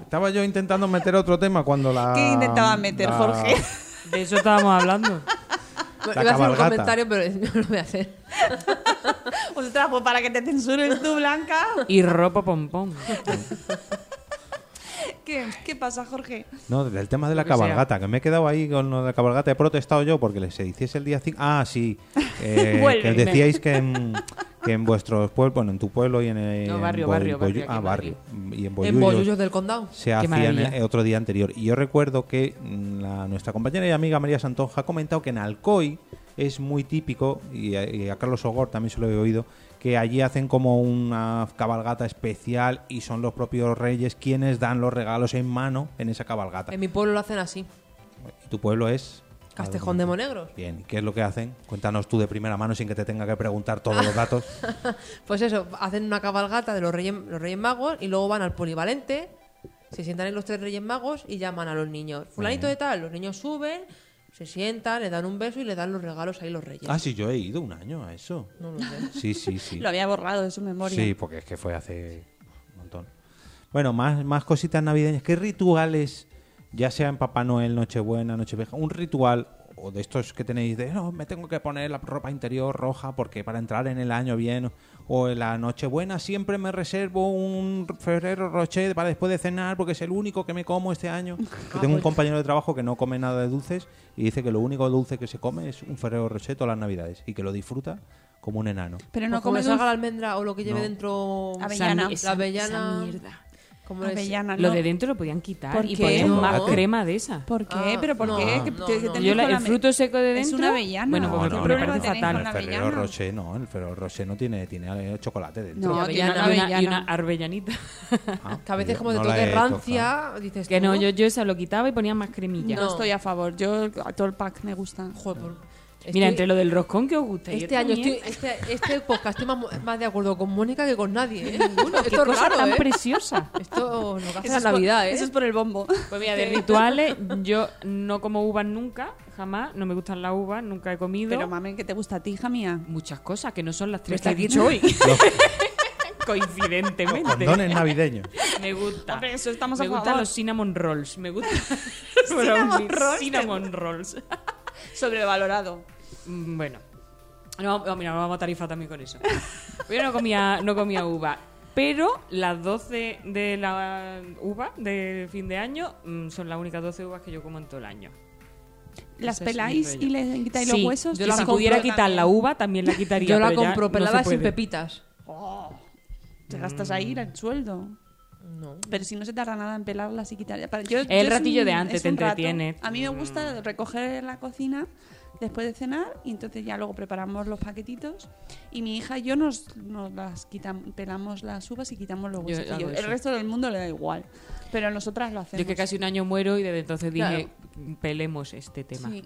Estaba yo intentando meter otro tema cuando la. ¿Qué intentaba meter, la- Jorge? [laughs] [laughs] De eso estábamos hablando. Bueno, La [laughs] iba a hacer un cabalgata. comentario, pero [laughs] no lo voy a hacer. Ostras, pues para que te censures tú, Blanca. Y ropa pompón. ¿Qué, qué pasa, Jorge? No, del tema de la Lo que sea. cabalgata, que me he quedado ahí con lo de la cabalgata. He protestado yo porque se hiciese el día 5. Ah, [laughs] sí. eh, Vuelve. que decíais que en, que en vuestros pueblos, bueno, en tu pueblo y en el. No, barrio, en barrio, barrio, Ah, aquí, barrio. Y en En Boyullos. Bollullos del Condado. se hacía en- maravilla. eh, otro día anterior. Y yo recuerdo que mm, la- nuestra compañera y amiga María Santonja ha comentado que en Alcoy es muy típico, y a, y a Carlos Ogor también se lo he oído, que allí hacen como una cabalgata especial y son los propios reyes quienes dan los regalos en mano en esa cabalgata. En mi pueblo lo hacen así. Y tu pueblo es... Castejón de Monegros. Bien, ¿y qué es lo que hacen? Cuéntanos tú de primera mano sin que te tenga que preguntar todos los [laughs] datos. Pues eso, hacen una cabalgata de los reyes, los reyes magos y luego van al polivalente, se sientan en los tres reyes magos y llaman a los niños. Fulanito de tal, los niños suben, se sientan, le dan un beso y le dan los regalos ahí los reyes. ah, sí, yo he ido un año a eso. No lo sé. Sí, sí, sí. Lo había borrado de su memoria. Sí, porque es que fue hace un montón. Bueno, más, más cositas navideñas. ¿Qué rituales, ya sea en Papá Noel, Nochebuena, Nochevieja, un ritual o de estos que tenéis de, no, me tengo que poner la ropa interior roja porque para entrar en el año bien, o en la Nochebuena siempre me reservo un Ferrero Rocher para después de cenar porque es el único que me como este año. Yo tengo un compañero de trabajo que no come nada de dulces y dice que lo único dulce que se come es un Ferrero Rocher todas las navidades y que lo disfruta como un enano. no Pero Pues no Pues como comes le salga dulce. la almendra o lo que lleve dentro Avellana. Esa- la avellana esa mierda. como es- Avellana, pues, Lo Ah, no. de dentro lo podían quitar ¿Por y qué? ponían No. más crema de esa. ¿Por qué? Ah, ¿Pero por no, qué? ¿Que- no, que- que no. tenéis Yo la- con la el me- fruto seco de Es dentro. una avellana. Bueno, No, pues me, no, me no, parece no, fatal. no, el no. Ferrero avellana. Rocher no, el Ferrero Rocher no tiene, tiene eh, chocolate dentro. No, tiene avellana. una Y una, avellana. y una [laughs] arbellanita. Ah, que a veces yo como te no la toque he rancia dices que tú, no, yo, yo esa lo quitaba y ponía más cremilla. No. No estoy a favor. Yo a todo el pack me gusta. Joder, por- Mira, estoy- entre lo del roscón que os gusta. y este esta año estoy, mierda, este, este podcast estoy más, más de acuerdo con Mónica que con nadie ¿eh? Ninguno. [laughs] qué esto es cosa raro tan ¿eh? [laughs] preciosa. esto lo que hace Eso la es por- Navidad ¿eh? Eso es por el bombo. Pues mira, de rituales, yo no como uvas nunca, jamás, no me gustan las uvas, nunca he comido. Pero mamen, ¿qué te gusta a ti, hija mía? Muchas cosas que no son las tres Está que he aquí- dicho hoy. [laughs] [laughs] Los Coincidentemente. condones navideños. Me gusta. Hombre, eso estamos me a gustan favor. los cinnamon rolls. [laughs] Me gusta. [laughs] Cinnamon rolls. Cinnamon rolls. Sobrevalorado. Mm, bueno. No, no, mira, no vamos a tarifar también con eso. Pero no comía, no comía uva. Pero las 12 de la uva de fin de año mm, son las únicas 12 uvas que yo como en todo el año. ¿Las Ese es mi peláis rollo. y le quitáis Sí, los huesos? Yo Yo la la si compro pudiera quitar también. la uva, también la quitaría. yo la pero ya compro no pelada se sin puede. pepitas Oh, te gastas ahí el sueldo. no Pero si no se tarda nada en pelarlas y quitarlas. Para- yo- El yo es ratillo de antes es te un rato. entretiene. A mí me gusta recoger la cocina después de cenar y entonces ya luego preparamos los paquetitos y mi hija y yo nos, nos las quitamos, pelamos las uvas y quitamos los Yo huesos. hago el eso. resto del mundo le da igual, pero nosotras lo Yo hacemos. es que casi un año muero y desde entonces dije, pelemos este tema. Sí,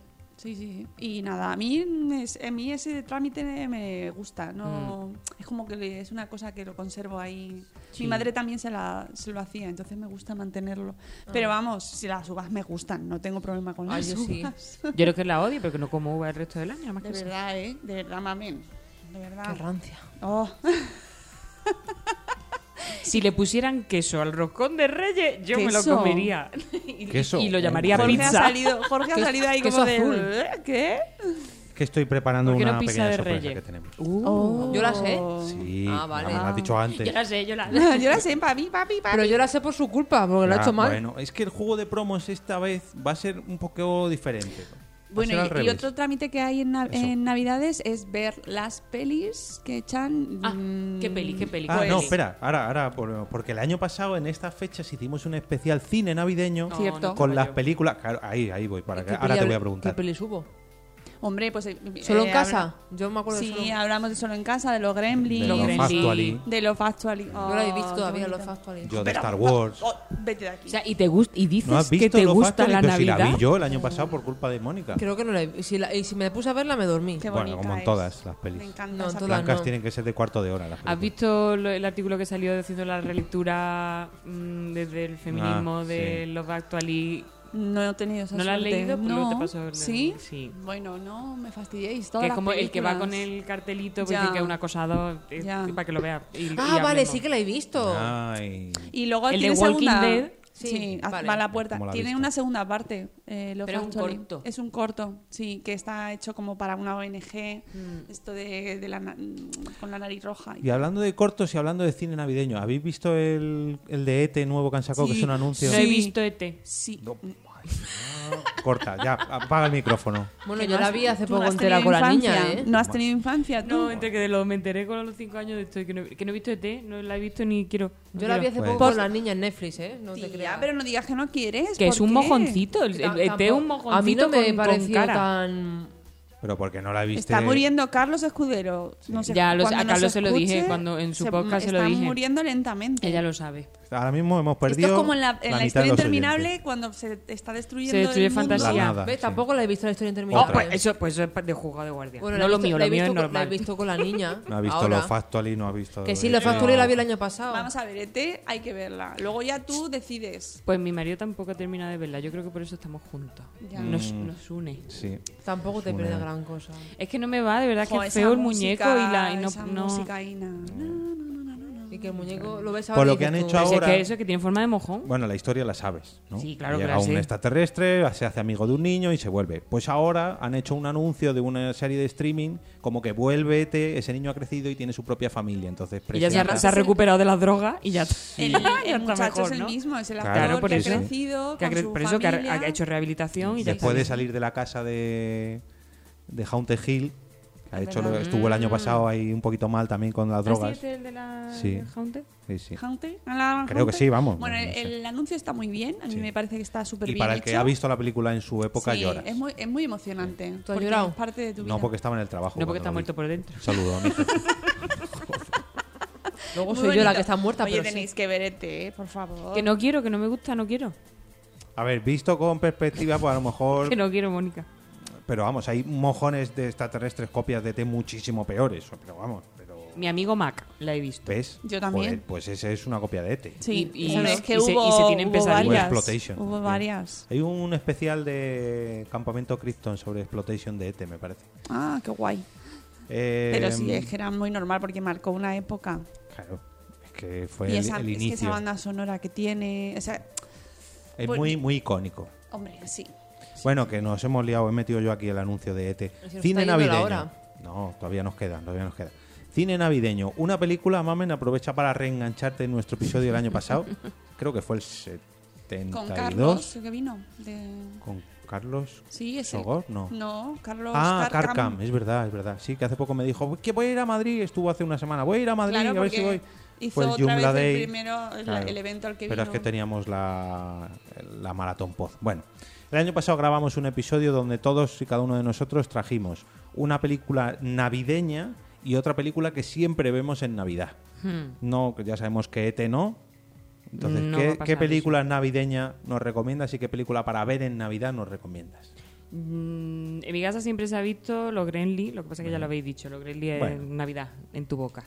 sí, sí. Y nada, a mí, es- a mí ese trámite me gusta. no Mm. Es como que le- es una cosa que lo conservo ahí. Mi madre también se, la, se lo hacía, entonces me gusta mantenerlo. Pero vamos, si las uvas me gustan, no tengo problema con Ah. Ay, las yo sí. uvas. Yo creo que la odio, pero que no como uva el resto del año. nada [laughs] más De que eso. verdad, ¿eh? De verdad, mamen. De verdad. qué rancia [laughs] Oh. Si le pusieran queso al roscón de reyes, yo me lo [laughs] Queso. comería. Y, Queso. y lo llamaría Jorge ha pizza. salido, Jorge ha salido ahí queso como de... azul. ¿eh? ¿Qué? que estoy preparando ¿Por qué una no pizza pequeña de sorpresa Reyes? que tenemos. Oh. Yo la sé. Sí, Ah, vale. me lo has dicho antes. Yo la sé, yo la [laughs] sé. Yo la sé, papi, papi, papi. Pero yo la sé por su culpa, porque lo ha Ya, hecho mal. Bueno, es que el juego de promos esta vez va a ser un poco diferente. Va a ser al Bueno, y- y, revés. Ah, otro trámite que hay en, na- Eso. en Navidades es ver las pelis que echan. Ah, mm, qué peli, qué peli. Pues, Ah, qué no, peli. espera, ahora, ahora, por- porque el año pasado en estas fechas hicimos un especial cine navideño No, Cierto. no con las yo. películas. Claro, ahí, ahí voy, para ¿Qué que, ahora te peli- voy a ¿Qué preguntar. peli subo? Hombre, pues. eh, ¿Solo en eh, casa? habla- Yo me acuerdo de Sí, solo. hablamos de solo en casa, de los De Gremlins. los Gremlins. Factually, De los Factually. No la he visto todavía, los Factually. yo de Star Wars. vete de aquí. O sea, y te gusta y dices ¿No has que visto te los gusta Factually? la Pero si Navidad. la vi yo el año pasado por culpa de Mónica. Creo que no la he- si la- Y si me puse a verla, me dormí. Qué Bueno, bonita como en es. todas las pelis. Me encanta No, esa todas. Blancas no. tienen que ser de cuarto de hora. las ¿Has películas. visto lo- el artículo que salió haciendo la relectura mm, desde el feminismo Ah, de sí. los actualí? No he tenido esa ¿No la has suerte. leído? Pues luego No. te paso el- ¿Sí? sí. Bueno, no me fastidiéis. Todas Que es las como el que va con películas. el cartelito pues, Ya. dice que es un acosado eh, Ya. para que lo vea. y- y Ah, vale, hablemos. sí que la he visto. Ay. Y luego El de tiene Walking segunda. Dead. Sí, Sí, a- vale. va a la puerta. ¿Cómo la Tiene viste? una segunda parte. eh, los Pero es un Factually. corto. Es un corto, sí, que está hecho como para una ONG. Mm. Esto de, de la, na- mm, con la nariz roja. Y hablando de cortos y hablando de cine navideño, ¿habéis visto el, el de ET nuevo que han sacado, que es un anuncio? No Sí. he visto E ET. Sí. No. Ay, no. Corta, ya, apaga el micrófono. Bueno, Que yo no la has- vi hace tú no poco has entera tenido con la niña, infancia. ¿eh? No has tenido infancia tú. No, entre que de lo, me enteré con los 5 años de esto y que no, que no he visto ET, no la he visto ni quiero. no Yo la vi quiero. hace Pues- poco con la niña en Netflix, ¿eh? No te Tía, creas. pero no digas que no quieres. Que es ¿por un qué? mojoncito. El, el ET es un mojoncito Ah, A mí no me con, con pareció cara. tan... Pero porque no la viste. Está muriendo Carlos Escudero. No sé, Ya, lo- cuando a nos Carlos se lo dije, escuche, cuando en su podcast se lo están dije. muriendo lentamente. Ella lo sabe. Ahora mismo hemos perdido. Esto es como en la, en la mitad de historia los interminable oyentes. cuando se está destruyendo Se destruye el mundo. fantasía. La nada, ¿Ves? sí. Tampoco la he visto la historia interminable. Oh, pues eso, pues eso es pa- de juzgado de guardia. Bueno, la no he lo visto- mío, la lo he mío es visto con- La he normal. visto con la niña. No ha visto ahora. los Factually, no ha visto. Que sí, los ET. Factory la vi el año pasado. Vamos a ver, ET hay que verla. Luego ya tú decides. Pues mi marido tampoco ha terminado de verla. Yo creo que por eso estamos juntos. Ya. Nos, Mm. nos une. Sí. Tampoco te Una- pierdes gran cosa. Es que no me va, de verdad Jo, que esa feo el muñeco música, y la y no, esa no- música, Ina. No, no, no, no, no. Y que el muñeco lo ves ahora. Por lo y que han dices tú, hecho Pues es ahora- que eso que tiene forma de mojón. Bueno, la historia la sabes, ¿no? Sí, claro que Llega la un sé. extraterrestre, se hace amigo de un niño y se vuelve. Pues ahora han hecho un anuncio de una serie de streaming como que vuélvete, ese niño ha crecido y tiene su propia familia, entonces Y ya se presenta- ha, se ha recuperado de las drogas [laughs] y ya, El, ya el está muchacho mejor, es el ¿no? mismo, es el actor Claro, que por ha eso. crecido Que ha con cre- su por eso que familia. ha, ha hecho rehabilitación y ya después está. de salir de la casa de de Haunted Hill, que ha Es hecho verdad. estuvo el año pasado ahí un poquito mal también con las Mm. ¿Ah, sí, drogas. es el de la Sí. Haunted? Sí, sí. Hunter, Alan Creo que Hunter. sí, vamos. Bueno, No, no el, sé. el anuncio está muy bien, a mí Sí. me parece que está súper Y bien. para el que hecho. ha visto la película en su época Sí, lloras. Es muy, es muy emocionante. ¿Tú has porque llorado? es parte de tu vida. No porque estaba en el trabajo. No porque está cuando muerto lo por dentro. vi. Saludo a mi jefe. Luego Muy soy yo la bonito. que está muerta, Oye, pero tenéis sí. que ver ET, eh, por favor. Que no quiero, que no me gusta, no quiero. A ver, visto con perspectiva, pues a lo mejor. [laughs] Que no quiero, Mónica. Pero vamos, hay mojones de extraterrestres copias de té muchísimo peores. Pero vamos, pero. Mi amigo Mac la he visto. ¿Ves? Yo también. Joder, pues ese es una copia de ET. Sí, Y- y- hombre, y- es que y se- y hubo, se tienen hubo pesadillas. varias. Exploitation. Hubo Bien. varias. Hay un especial de Campamento Krypton sobre Exploitation de ET, me parece. Ah, qué guay. Eh, Pero sí, es que era muy normal porque marcó una época. Claro, es que fue y el, esa, el es que esa inicio. banda pues sonora que tiene. O sea, Es Bueno. muy, muy icónico. hombre, sí. Bueno, que nos hemos liado, he metido yo aquí el anuncio de ET. nos Cine está yendo la navideño. hora. No, todavía nos quedan, todavía nos queda. Cine navideño, una película, Mamen, aprovecha para reengancharte en nuestro episodio del año [laughs] pasado. Creo que fue el 72. Con Carlos, que vino. de- Con Carlos Sí, es el- Sogor, no. No, Carlos Ah, Carcam. Carcam, es verdad, es verdad. Sí, que hace poco me dijo que voy a ir a Madrid, estuvo hace una semana, voy a ir a Madrid, Claro, a ver si voy. porque hizo otra vez el primero, el- el evento al que Pero vino. es que teníamos la, la Maratón Pod. Bueno, el año pasado grabamos un episodio donde todos y cada uno de nosotros trajimos una película navideña y otra película que siempre vemos en Navidad. No, que ya sabemos que ET no. Entonces, Hmm. No va a ¿qué, pasar ¿qué eso. película navideña nos recomiendas y qué película para ver en Navidad nos recomiendas? Mm, en mi casa siempre se ha visto los Gremlins, lo que pasa es que ya lo habéis dicho, los Gremlins Bueno. en Navidad, en tu boca.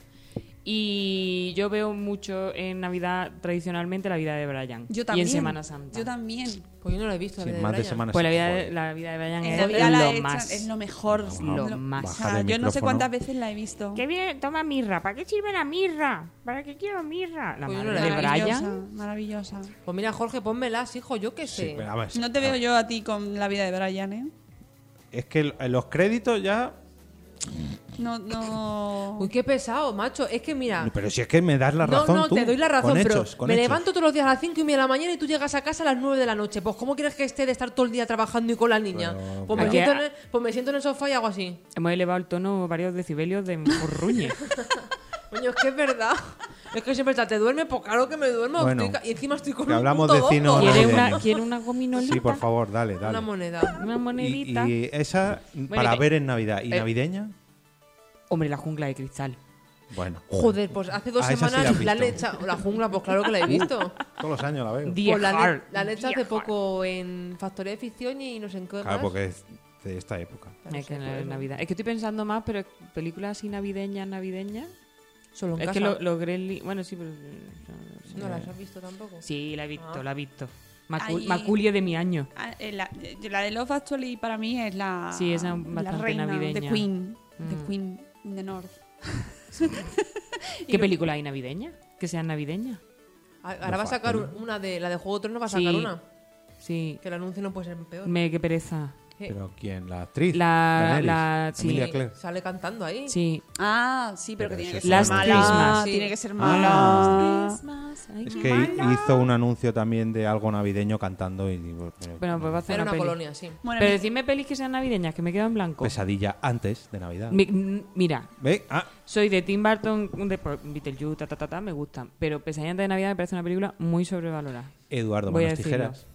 Y yo veo mucho en Navidad tradicionalmente la vida de Brian. Yo también. Y en Semana Santa. Yo también. Pues yo no la he visto. la Sí, vida más de Brian. semana Pues la Santa, vida, de, joder. la vida de Brian En es Navidad la lo echan, más. es lo mejor. Lo más. O sea, Baja del yo no sé micrófono. cuántas veces la he visto. Qué bien, toma mirra. ¿Para qué sirve la mirra? ¿Para qué quiero mirra? La Pues yo madre no la de he visto. maravillosa, Brian. maravillosa. Pues mira, Jorge, pónmelas, hijo, yo qué sé. Sí, pero a ver, No te veo yo a ti con la vida de Brian, ¿eh? ah, Es que el- los créditos ya. No, no. Uy, qué pesado, macho. Es que mira. Pero si es que me das la razón. Ah. no, no, tú, te doy la razón, con pero hechos, con me hechos. levanto todos los días a las 5 y media de la mañana y tú llegas a casa a las 9 de la noche. Pues, ¿cómo quieres que esté de estar todo el día trabajando y con la niña? Pero- pues, me pero- siento en el, pues me siento en el sofá y hago así. Hemos elevado el tono varios decibelios de morruñe. Coño, es que es verdad. [laughs] Es que siempre está, te duermes, pues claro que me duermo. Bueno, estoy ca- y encima estoy con que un hablamos puto de cine doco. ahora. ¿Quiere una, Navideño. ¿Quiere una gominolita? Sí, por favor, dale, dale. Una moneda. Una y, monedita. y esa para y te- ver en Navidad. ¿Y eh, navideña? Hombre, la jungla de cristal. Bueno. Joder, pues hace dos Ah, esa sí la semanas has la han visto. echado- La jungla, pues claro que la he visto. Todos los años la veo. Die Pues la, han Hard. e- la han echado Die hace poco en Factoría de Ficción y no sé en qué Claro, más. porque es de esta época. Hard. Es que Claro, no sí, es por eso. Navidad. Es que estoy pensando más, pero películas así navideñas, navideñas. Solo en Es casa. que lo- los Gremlins. Bueno, sí, pero. eh, No las has visto tampoco. Sí, la he visto, Ah. la he visto. Macu- Ahí- Maculie de [laughs] mi año. Ah, eh, la, la de Love Actually para mí es la. Sí, esa es la bastante reina, navideña. The Queen. Mm. The Queen in the North. ¿Qué película hay navideña? Que sean navideñas. A- Ahora va a sacar un- una de... La de Juego de Tronos va a Sí. sacar una. Sí. Que el anuncio no puede ser peor. Me, qué pereza. Pero ¿quién? ¿La actriz? La- Daenerys, la- sí. Emilia Clarke. Sale cantando ahí. Sí. Ah, sí, pero, Pero que tiene eso que es ser Last mala. Christmas. Tiene que ser mala. Ah. Ay, Es qué que mal. hizo un anuncio también de algo navideño cantando y digo, eh, Bueno, pues va a hacer Era una, una peli. colonia, sí. Bueno, Pero mi- decidme pelis que sean navideñas, que me quedo en blanco. pesadilla antes de Navidad. Mi- m- mira, ¿Ve? Ah, soy de Tim Burton, de por- Beetlejuice, ta, ta, ta, ta, me gustan. Pero Pesadilla antes de Navidad me parece una película muy sobrevalorada. Eduardo, Voy a manos decirlo. tijeras.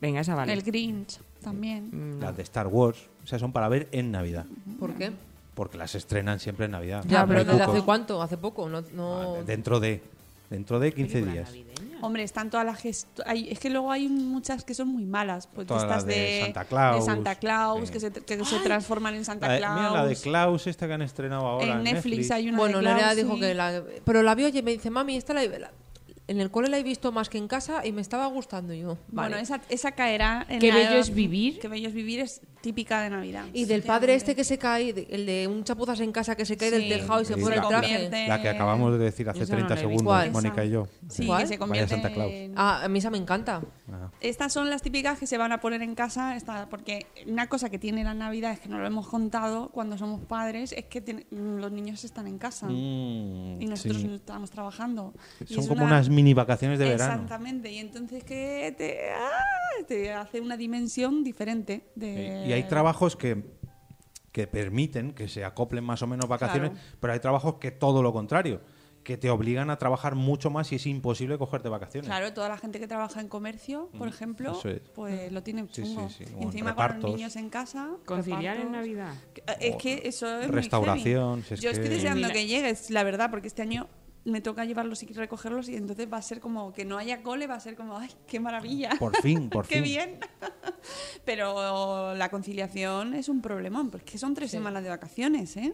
Venga, esa vale. el Grinch también. Mm, no. Las de Star Wars. O sea, son para ver en Navidad. ¿Por qué? Porque las estrenan siempre en Navidad. Ya, No pero hay ¿desde cupo. hace cuánto? ¿Hace poco? No... no... Ah, Dentro de. Dentro de 15 Película días. navideña. Hombre, están todas las gest- hay- es que luego hay muchas que son muy malas, pues Todas estas las de de, Santa Claus. de Santa Claus, Sí. que se, que se transforman en Santa La de, Ah, Claus. eh, mira, la de Klaus, esta que han estrenado ahora. en Netflix, hay una Bueno, de Klaus, Nerea sí. dijo que la... Pero la vio y me dice, mami, esta la... la- En el cole la he visto más que en casa y me estaba gustando y yo. Bueno, vale. esa, esa caerá en Qué la- bello es vivir. Qué bello es vivir es típica de Navidad. Y del padre este que se cae, de- el de un chapuzas en casa que se cae del Sí. tejado y se Sí, pone la- el traje. convierte- La que acabamos de decir hace Esa no 30 la he visto. segundos, ¿Cuál? Mónica y yo. Sí, ¿Cuál? que se Vaya convierte Santa Claus. en- Ah, a mí esa me encanta. Ah, Estas son las típicas que se van a poner en casa, esta- porque una cosa que tiene la Navidad es que no lo hemos contado cuando somos padres, es que tiene- los niños están en casa Mm, y nosotros sí. no estamos trabajando. Y Son es como una- unas mini vacaciones de verano. Exactamente, y entonces que te, ah, te hace una dimensión diferente. De... Eh, Y hay trabajos que, que permiten que se acoplen más o menos vacaciones, Claro. pero hay trabajos que todo lo contrario, que te obligan a trabajar mucho más y es imposible cogerte vacaciones. Claro, toda la gente que trabaja en comercio, por ejemplo, Mm, eso es. pues lo tiene Sí, chungo. sí, sí, o en Y encima con los repartos. niños en casa. Conciliar en repartos. Navidad. Que- ah, Es que eso es muy Restauración, heavy. si es Yo estoy que- deseando Mira. que llegues, la verdad, porque este año me toca llevarlos y recogerlos y entonces va a ser como que no haya cole, va a ser como, ay, qué maravilla. Por fin, por [laughs] Qué fin. bien. Pero la conciliación es un problemón, porque son tres semanas de vacaciones, ¿eh?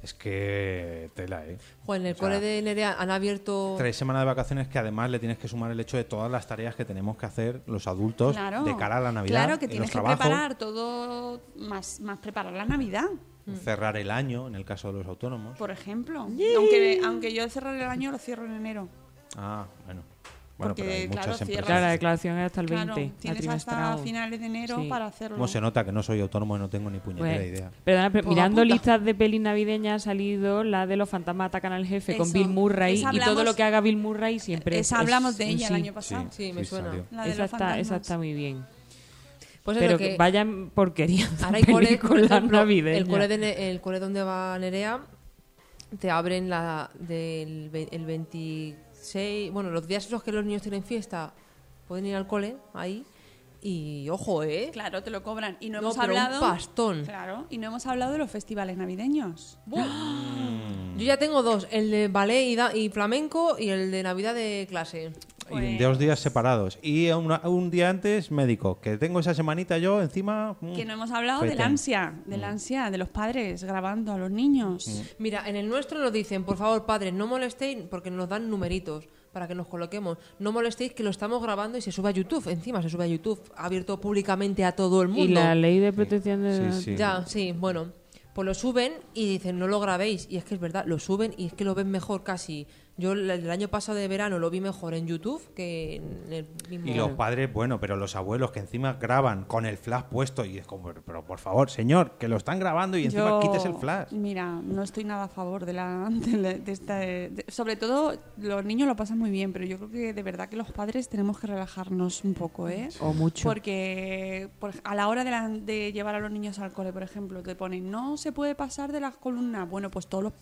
Es que tela, ¿eh? Joder, en el O sea, cole de Nerea han abierto. Tres semanas de vacaciones que además le tienes que sumar el hecho de todas las tareas que tenemos que hacer los adultos de cara a la Navidad, Claro que en tienes los que trabajos, preparar todo, más, más preparar la Navidad, cerrar el año en el caso de los autónomos. por ejemplo. Aunque, aunque yo cerrar el año lo cierro en enero. Ah, bueno. Bueno, Porque, pero hay muchas claro, empresas. cierras- Claro, la declaración es hasta el 20. Claro, la tienes hasta trimestral. finales de enero Sí. para hacerlo. ¿Cómo se nota que no soy autónomo y no tengo ni puñetera Pues, Bueno, idea? perdona, pero Pues mirando apunta. listas de pelis navideñas ha salido la de los fantasmas atacan al jefe con Eso. Bill Murray Esa y todo hablamos- lo que haga Bill Murray siempre es- Esa hablamos es de un ella sí. el año pasado. Sí, me suena. salió. La de esa, los está, esa fantasmas. está muy bien. Pues es Pero lo que que. vayan porquerías Ahora hay cole, por películas ejemplo, navideñas. el cole, de Ne- el cole donde va Nerea te abren la del ve- el 26. Bueno, los días esos que los niños tienen fiesta pueden ir al cole ahí. Y ojo, ¿eh? Claro, te lo cobran. Y no, No, hemos pero un hablado. pastón. Claro, y no hemos hablado de los festivales navideños. Yo ya tengo dos: el de ballet y, da- y flamenco y el de Navidad de clase. Pues Y dos días separados. Y una- un día antes, médico. Que tengo esa semanita yo encima. mm, Que no hemos hablado Fue del ten- ansia, del Mm. ansia de los padres grabando a los niños. Mira, en el nuestro nos dicen, por favor, padres, no molestéis, porque nos dan numeritos para que nos coloquemos. No molestéis que lo estamos grabando y se sube a YouTube. Encima se sube a YouTube, abierto públicamente a todo el y este mundo. la ley de protección de Sí, sí. Ya, sí, bueno. Pues lo suben y dicen, no lo grabéis. Y es que es verdad, lo suben y es que lo ven mejor casi Yo el- el año pasado de verano lo vi mejor en YouTube que en el mismo. Y los padres, bueno, pero los abuelos que encima graban con el flash puesto y es como, pero, pero por favor, señor, que lo están grabando y encima Yo, quites el flash. Mira, no estoy nada a favor de la. [laughs] de la- de esta- de- sobre todo, los niños lo pasan muy bien, pero yo creo que de verdad que los padres tenemos que relajarnos un poco, ¿eh? O mucho. Porque por ej- a la hora de, la- de llevar a los niños al cole, por ejemplo, te ponen, no se puede pasar de las columnas. Bueno, pues todos los-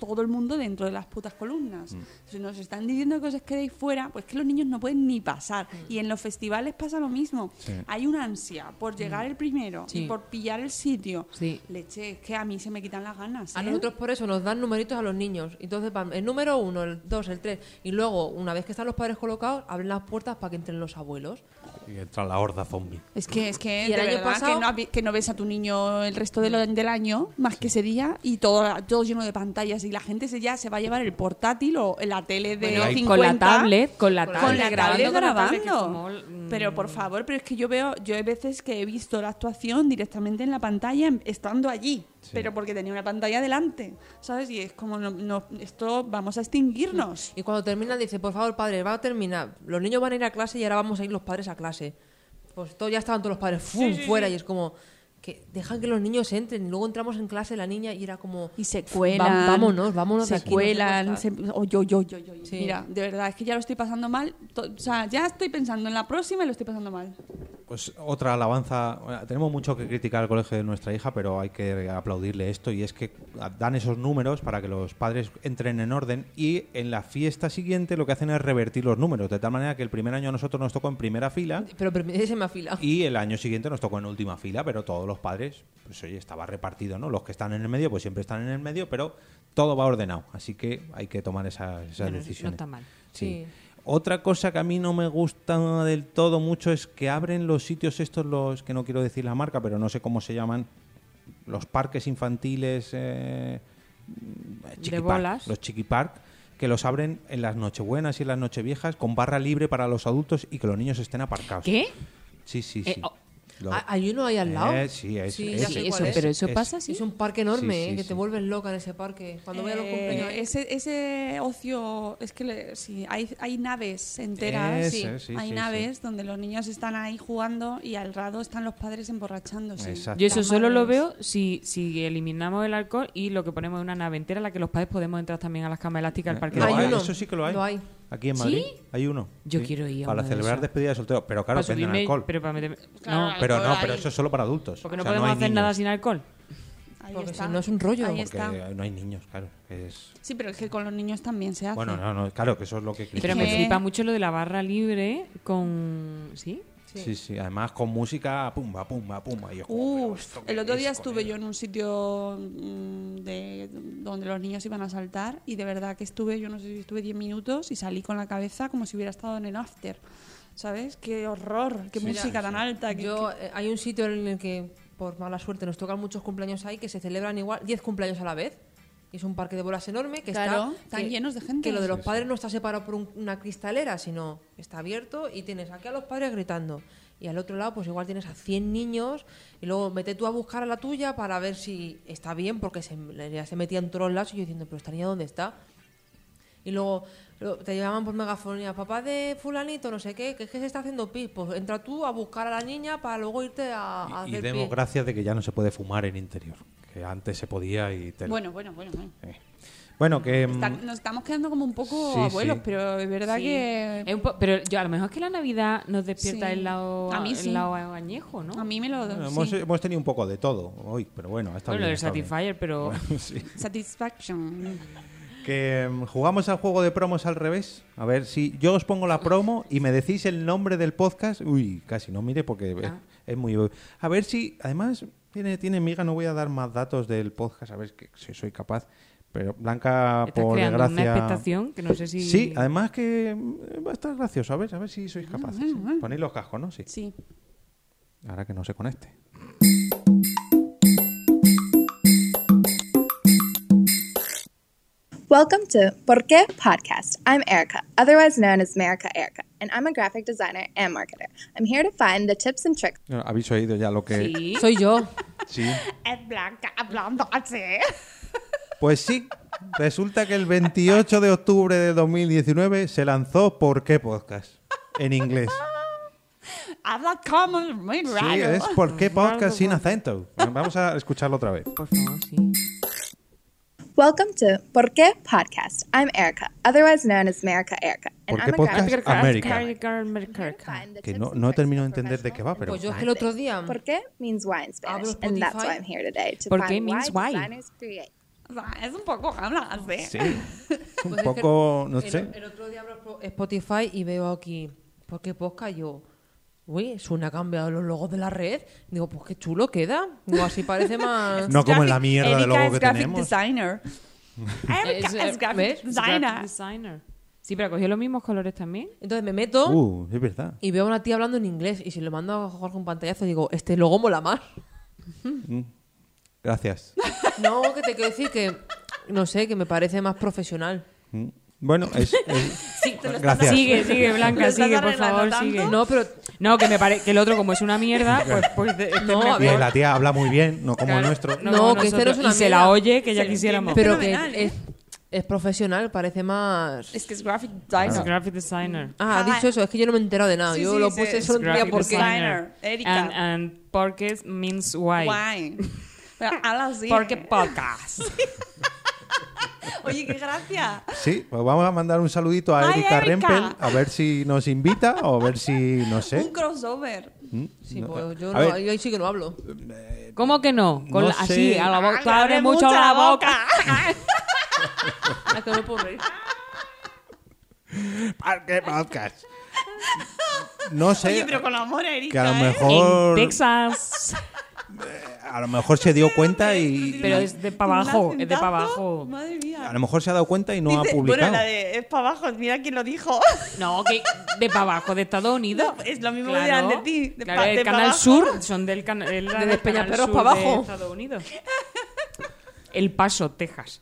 todo el mundo dentro de las putas columnas. Si nos están diciendo que os quedéis fuera, pues que los niños no pueden ni pasar. Y en los festivales pasa lo mismo. Hay una ansia por llegar el primero Sí. y por pillar el sitio. Sí. Leche, es que a mí se me quitan las ganas. A ¿eh? nosotros por eso nos dan numeritos a los niños. Entonces van el número uno, el dos, el tres. Y luego, una vez que están los padres colocados, abren las puertas para que entren los abuelos. Y entra la horda zombie. Es que, es que, Y el de año verdad, pasado- que, no, habi- que no ves a tu niño el resto de lo- del año, más que ese día, y todo, todo lleno de pantallas. Y la gente se, ya se va a llevar el portátil o la tele de Bueno, y 50. con la tablet, con la Con tablet. Con la tablet con la tablet, grabando. que es como el- mm, Pero por favor, pero es que yo veo, yo hay veces que he visto la actuación directamente en la pantalla em- estando allí, pero porque tenía una pantalla delante, ¿sabes? Y es como, no, no- esto vamos a extinguirnos. Y cuando terminan, dice, por favor, padre, va a terminar. Los niños van a ir a clase y ahora vamos a ir los padres a clase. Pues todo, ya estaban todos los padres ¡fum! fuera y es como que dejan que los niños entren y luego entramos en clase la niña y era como Y se "Va- cuelan. vámonos, vámonos de Se aquí, no sé cuelan. cuántas". Se, oh, yo, yo, yo, yo, yo. Sí. Mira, de verdad, es que ya lo estoy pasando mal. To- o sea, ya estoy pensando en la próxima y lo estoy pasando mal. Pues otra alabanza. Bueno, tenemos mucho que criticar al colegio de nuestra hija, pero hay que aplaudirle esto y es que dan esos números para que los padres entren en orden y en la fiesta siguiente lo que hacen es revertir los números, de tal manera que el primer año a nosotros nos tocó en primera fila Pero, pero se me afila. y el año siguiente nos tocó en última fila, pero todos los padres, pues oye, estaba repartido, ¿no? Los que están en el medio, pues siempre están en el medio, pero todo va ordenado, así que hay que tomar esas, esas Bueno, no decisiones. está mal. Sí. Sí. Otra cosa que a mí no me gusta del todo mucho es que abren los sitios estos, los que no quiero decir la marca, pero no sé cómo se llaman, los parques infantiles, eh, chiquipark, bolas. los chiquipark, que los abren en las nochebuenas y en las nocheviejas con barra libre para los adultos y que los niños estén aparcados. ¿Qué? Sí, sí, Eh, sí. oh. Lo- Ah, ¿Hay uno ahí al lado? Eh, sí, es- Sí, es- ya sé Sí, cuál eso, es. pero eso Es- pasa así. Es un parque enorme, Sí, sí, eh, que sí. te vuelves loca en ese parque. Cuando voy a los Eh, cumpleaños... ese, ese ocio, es que le- sí, hay, hay naves enteras. Ese, sí, hay sí, naves donde los niños están ahí jugando y al rato están los padres emborrachándose. Exacto. Yo eso Las solo lo madres. veo si, si eliminamos el alcohol y lo que ponemos es una nave entera en la que los padres podemos entrar también a las camas elásticas del parque. Lo Hay hay, uno. Eso sí que lo hay. Lo hay. Aquí en ¿Sí? Madrid hay uno. Yo Sí. quiero ir a Para uno de celebrar esos. despedida de soltero. Pero claro, Para venden subirme, alcohol. pero para meterme- Claro, no, Pero no, alcohol pero ahí. eso es solo para adultos. porque no O sea, podemos hay hacer niños. nada sin alcohol. Ahí Porque está. si no es un rollo. Ahí Porque está. no hay niños, claro. Es... Sí, pero es que con los niños también se hace. Bueno, no, no, claro, que eso es lo que Pero critican. me que- flipa mucho lo de la barra libre con... ¿Sí? Sí, sí, además con música, pumba, pumba, pumba. y yo como, pero Uf, ¿esto qué el otro día es, estuve colega? yo en un sitio mm, de, donde los niños iban a saltar y de verdad que estuve, yo no sé si estuve 10 minutos y salí con la cabeza como si hubiera estado en el after. ¿Sabes? Qué horror, qué música tan alta. que- Yo, eh, hay un sitio en el que, por mala suerte, nos tocan muchos cumpleaños ahí que se celebran igual 10 cumpleaños a la vez. Y es un parque de bolas enorme que Claro, está. están que- llenos de gente. Que lo de los Sí, sí. padres no está separado por un- una cristalera, sino está abierto y tienes aquí a los padres gritando. Y al otro lado, pues igual tienes a 100 niños y luego vete tú a buscar a la tuya para ver si está bien, porque se, ya se metían todos los lados y yo diciendo, pero esta niña, ¿dónde está? Y luego lo- te llamaban por megafonía, papá de fulanito, no sé qué, que es que se está haciendo pis. Pues entra tú a buscar a la niña para luego irte a, a Y, y hacer demos pis. gracias de que ya no se puede fumar en interior. Que antes se podía y te... Bueno, bueno, bueno. bueno. Eh. Bueno, que... mm, Está- nos estamos quedando como un poco Sí, abuelos, sí. pero es verdad Sí. que... Es un po- pero yo a lo mejor es que la Navidad nos despierta Sí. el lado A mí el sí. lado añejo, ¿no? A mí me lo... bueno, hemos, sí. hemos tenido un poco de todo hoy, pero bueno, está bueno, bien, el está bien. Satisfyer, pero Sí. Satisfaction. Que mm, jugamos al juego de promos al revés. A ver si yo os pongo la promo y me decís el nombre del podcast. Uy, casi no mire porque es, Ah. es muy. A ver si, además, tiene, tiene miga. No voy a dar más datos del podcast, a ver que, si soy capaz. Pero Blanca, estás por creando desgracia. una expectación que no sé si Sí, además que mm, va a estar gracioso. A ver, a ver si Ah, sois capaces. Ponéis los cascos, ¿no? Sí. Sí. Ahora que no se conecte. Welcome to Porque Podcast. I'm Erica, otherwise known as Merica Erica, and I'm a graphic designer and marketer. I'm here to find the tips and tricks. No, Habéis oído ya lo que. Sí. Soy yo. Sí. Es blanca hablando así. Pues sí, resulta que el 28 de octubre de 2019 se lanzó ¿Por qué podcast? En inglés. Habla como muy Sí, raro. es ¿Por qué podcast sin acento? Vamos a escucharlo otra vez. Por favor, sí. Welcome to Por qué Podcast. I'm Erica, otherwise known as America Erica. ¿Por qué podcast? América. find the Que tips no, and no tricks termino de for entender de qué va, pero... Pues [laughs] yo es que el otro día. ¿Por qué means why in Spanish? Hablo And that's why Spotify. I'm here today, to ¿Por find qué means why why? designers create. O sea, es un poco ¿eh? habla así. Sí, es un Pues es que poco, no el- sé. El otro día abro Spo- Spotify y veo aquí, ¿por qué podcast? Yo, uy, suena ha cambiado los logos de la red. Digo, pues qué chulo queda. Digo, así [laughs] parece más. No como en la mierda de Erika logo es que graphic tenemos. [laughs] designer. Erika Es, es, eh, ¿ves? graphic Graphic designer. designer. Sí, pero cogió los mismos colores también. Entonces me meto Uh, es verdad. y veo a una tía hablando en inglés. Y si le mando a Jorge un pantallazo, digo, este logo [laughs] mola más. Gracias. No, que te quiero decir que, no sé, que me parece más profesional. Mm. Bueno, es... es- gracias. Sigue, sigue, Lo Blanca, estás sigue, por arreglando favor, tanto. sigue. No, No, pero. no, que me parece que el otro, como es una mierda, pues, pues de- este No, a Bien, ver. la tía habla muy bien, no como Claro. el nuestro. No, que este no es nosotros- una Y se mierda. la oye, que ya Se le quisiéramos. entiende. Pero que Fenomenal, ¿eh? es, es profesional, parece más. Es que es graphic designer. Es graphic designer. Ah, ha Ah, dicho eso, es que yo no me he enterado de nada. Sí, yo sí, lo sí, puse es solo un día graphic porque. designer. Erika. And, and podcast means why. Guay. [laughs] Pero habla así. Porque podcast. Oye, qué gracia. Sí, pues vamos a mandar un saludito a Ay, Erika, Erika. Rempel, a ver si nos invita o a ver si, no sé. Un crossover. Sí, No, pues yo a no, ver. ahí ahí sí que no hablo. ¿Cómo que no? Con No la- así, sé. a la boca. Abre Tú abres mucho la boca. Es que no puedo reír. Parque Podcast. No sé, Oye, pero con amor, Erika. que a lo ¿eh? mejor En Texas. a lo mejor se dio cuenta y Pero es de para abajo, Un es de para lacentazo, abajo. Madre a mía. lo mejor se ha dado cuenta y no ha Dice- publicado. Bueno, la de es para abajo, mira quién lo dijo. No, que de para abajo, de Estados Unidos. No, es lo mismo Claro, que dirán de ti. De claro, pa- el de pa' Canal abajo. Sur, son del cana- el- del Canal Despeñaperros Sur pa' de abajo. Estados Unidos. El Paso, Texas.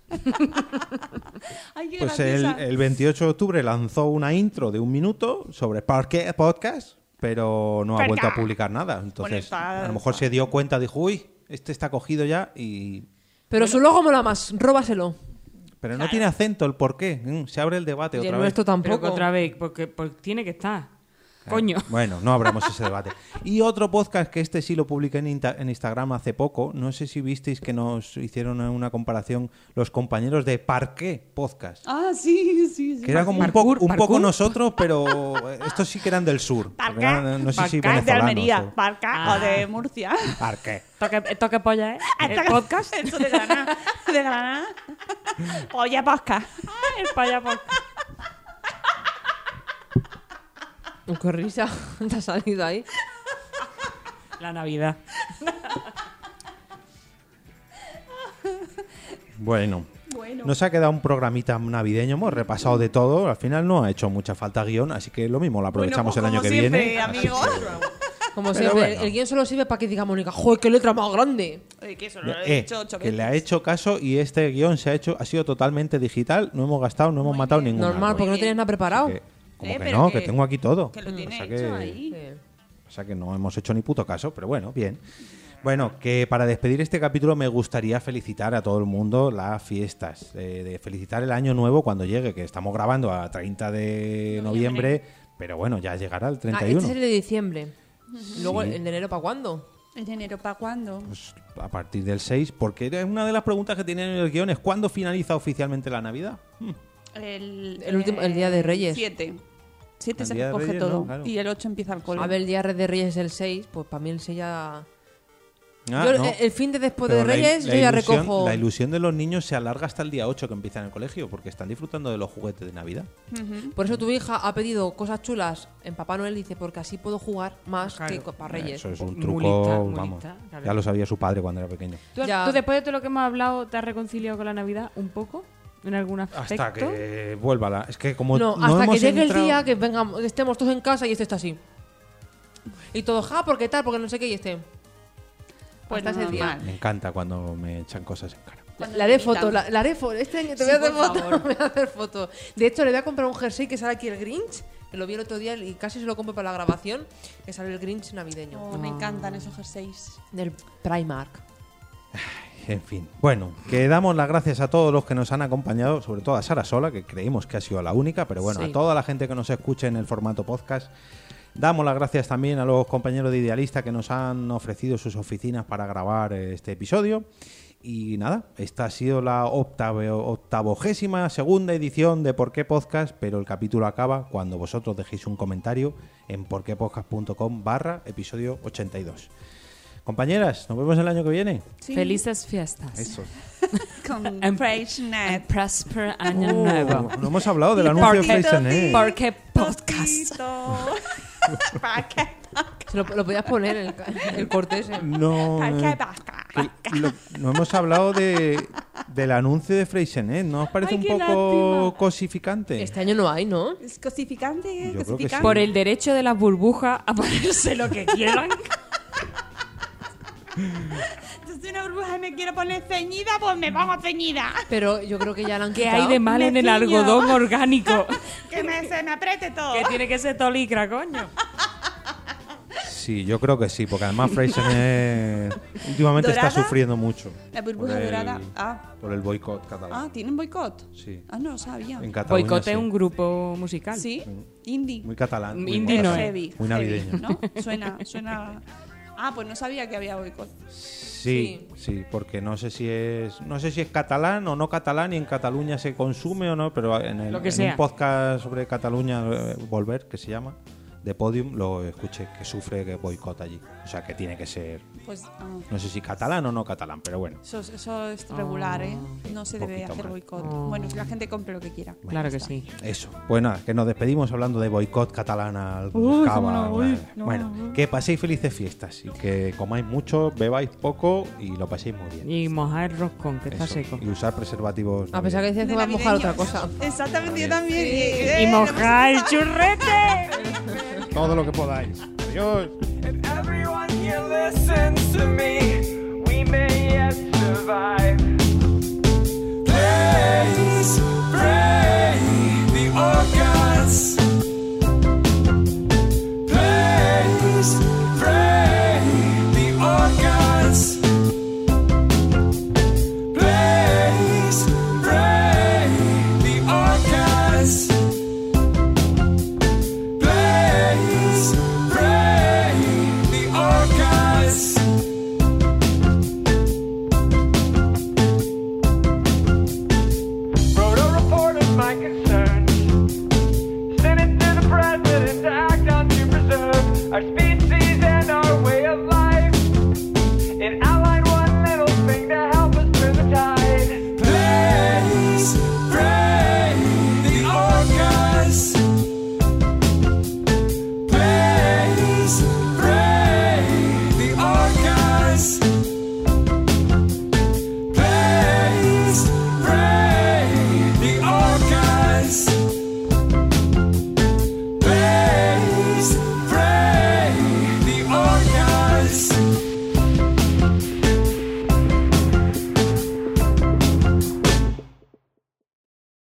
Ay, qué Pues el, graciosa. el 28 de octubre lanzó una intro de un minuto sobre Parque Podcast, pero no ha vuelto a publicar nada. Entonces, está- a lo mejor se dio cuenta, dijo, uy, este está cogido ya y... Pero su logo mola más, róbaselo. Pero no tiene acento el por qué. Mm, se abre el debate Y el otra vez. nuestro Pero que tampoco. otra vez, porque, porque tiene que estar. Coño. Bueno, no abramos [laughs] ese debate. Y otro podcast que este sí lo publiqué en, Inta- en Instagram hace poco. No sé si visteis que nos hicieron una comparación los compañeros de Parqué Podcast. Ah, sí, sí, sí. Que era como un, Parkour, poco- un poco parkour. nosotros, [laughs] pero eh, estos sí que eran del sur. Porque Parca, eran, eh, no sé si parca, de venezolanos Almería, o- Parca o de Murcia. Parqué. Toque, toque Ah, polla, ¿eh? El podcast. Ah, [laughs] Eso de Granada. De Granada. Oye, Posca. Ah, El polla podcast. Qué risa, [laughs] te ha salido ahí. La Navidad. Bueno. Nos ha quedado un programita navideño, hemos repasado de todo, al final no ha hecho mucha falta guión, así que lo mismo lo aprovechamos Bueno, pues el año como que siempre, viene. Así amigo. Como Pero siempre, bueno. el guión solo sirve para que diga Mónica, joder, qué letra más grande. Oye, que eso lo Eh, he dicho ocho que le ha veces. hecho caso y este guión se ha hecho ha sido totalmente digital no hemos gastado no hemos matado ningún Normal, árbol. porque no tenías nada preparado. Que- como Eh, que pero no que, que- tengo aquí todo Que lo Mm. tiene O sea hecho que- ahí. Sí. o sea que no hemos hecho ni puto caso, pero bueno, bien. Bueno, que para despedir este capítulo me gustaría felicitar a todo el mundo las fiestas, eh, de felicitar el año nuevo cuando llegue, que estamos grabando a 30 de noviembre, pero bueno, ya llegará el Ah, 31. este es el de diciembre. Luego, ¿el de enero para cuándo? ¿En enero para cuándo? Pues, a partir del 6, porque era una de las preguntas que tienen en el guión es ¿cuándo finaliza oficialmente la Navidad? Hmm. El, El último- el Día de Reyes. 7. El 7 se Día de recoge Reyes, todo. ¿no? Claro. Y el 8 empieza el cole. A ver, el día de Reyes es el 6, pues para mí el 6 ya... Ah, Yo, no. eh, El fin de después Pero de la il- Reyes la yo ya ilusión- recojo... La ilusión de los niños se alarga hasta el día 8 que empiezan el colegio, porque están disfrutando de los juguetes de Navidad. Por eso tu hija ha pedido cosas chulas en Papá Noel, dice, porque así puedo jugar más Claro. que co- para Reyes. Eh, Eso es un Mulita, truco, mulita, vamos. claro. Ya lo sabía su padre cuando era pequeño. ¿Tú, Ya. tú después de todo lo que hemos hablado, ¿te has reconciliado con la Navidad un poco? ¿En algún aspecto? Hasta que vuelva la... Es que como No, no hasta que hemos llegue entrado- el día que vengamos, que estemos todos en casa y este está así. Y todo, ja, porque tal, porque no sé qué, y este. pues hasta ese día. normal. Me encanta cuando me echan cosas en cara. Le haré foto, la, la haré foto. Este año te voy a hacer foto. [laughs] voy a hacer foto. De hecho, le voy a comprar un jersey que sale aquí el Grinch, que lo vi el otro día y casi se lo compro para la grabación, que sale el Grinch navideño. Oh, Me encantan esos jerseys. Del Primark. En fin. Bueno, que damos las gracias a todos los que nos han acompañado, sobre todo a Sara Sola, que creímos que ha sido la única, pero bueno, Sí. a toda la gente que nos escuche en el formato podcast. Damos las gracias también a los compañeros de Idealista que nos han ofrecido sus oficinas para grabar eh, este episodio. Y nada, esta ha sido la octave- octavogésima segunda edición de Por qué Podcast, pero el capítulo acaba cuando vosotros dejéis un comentario en porquepodcast.com barra episodio 82. Compañeras, nos vemos el año que viene. Felices fiestas. [laughs] Con Em- Freshnet. Prosper año Oh, nuevo. No hemos hablado del Y anuncio de ¿eh? porque- Freixenet. Porque podcast. [laughs] [laughs] Se lo, lo podías poner en el, ca- el [laughs] corte ese. No, eh, lo- no hemos hablado de, del anuncio de Freixenet. ¿No os parece Ay, un qué poco lástima. cosificante? Este año no hay, ¿no? Es cosificante, Yo creo que cosificante. sí. Por el derecho de las burbujas a ponerse lo que quieran. Yo soy una burbuja y me quiero poner ceñida, pues me pongo ceñida. Pero yo creo que ya la han ¿Qué quitado. hay de mal en el Meciño. algodón orgánico? [laughs] Que me, se me apriete todo. Que tiene que ser tolicra, coño. Sí, yo creo que sí, porque además [laughs] Freixenet últimamente ¿Dorada? está sufriendo mucho. La burbuja por el- dorada. Ah. Por el boicot Ah, catalán. ¿tienen boicot? Sí. Ah, no lo sabía. En Cataluña. Boicote sí. es un grupo musical. ¿Sí? Indie. Muy catalán. muy Indie no catalán, es. heavy. Muy heavy, navideño. ¿no? Suena, suena... Ah, pues no sabía que había boicot. Sí, sí, porque no sé si es no sé si es catalán o no catalán y en Cataluña se consume o no, pero en el Lo que en sea. un podcast sobre Cataluña eh, volver que se llama de Podium lo escuché que sufre que boicot allí, o sea que tiene que ser Pues ah, no sé si catalán o no catalán, pero bueno. eso, eso es regular, ¿eh? No se debe Ah, Poquito hacer mal. boicot. Oh. Bueno, que la gente compre lo que quiera. Claro que sí. Eso. Pues nada, que nos despedimos hablando de boicot catalán al cava, madre. Bueno, que paséis felices fiestas y que comáis mucho, bebáis poco y lo paséis muy bien. Y mojar el roscón, que está Eso. seco. Y usar preservativos. A pesar que decías que De va a mojar navideños. otra cosa. Exactamente, yo también. Y Eh, mojar el churrete. todo lo que podáis. Adiós. If everyone here listens to me, we may yet survive. Please pray the organ.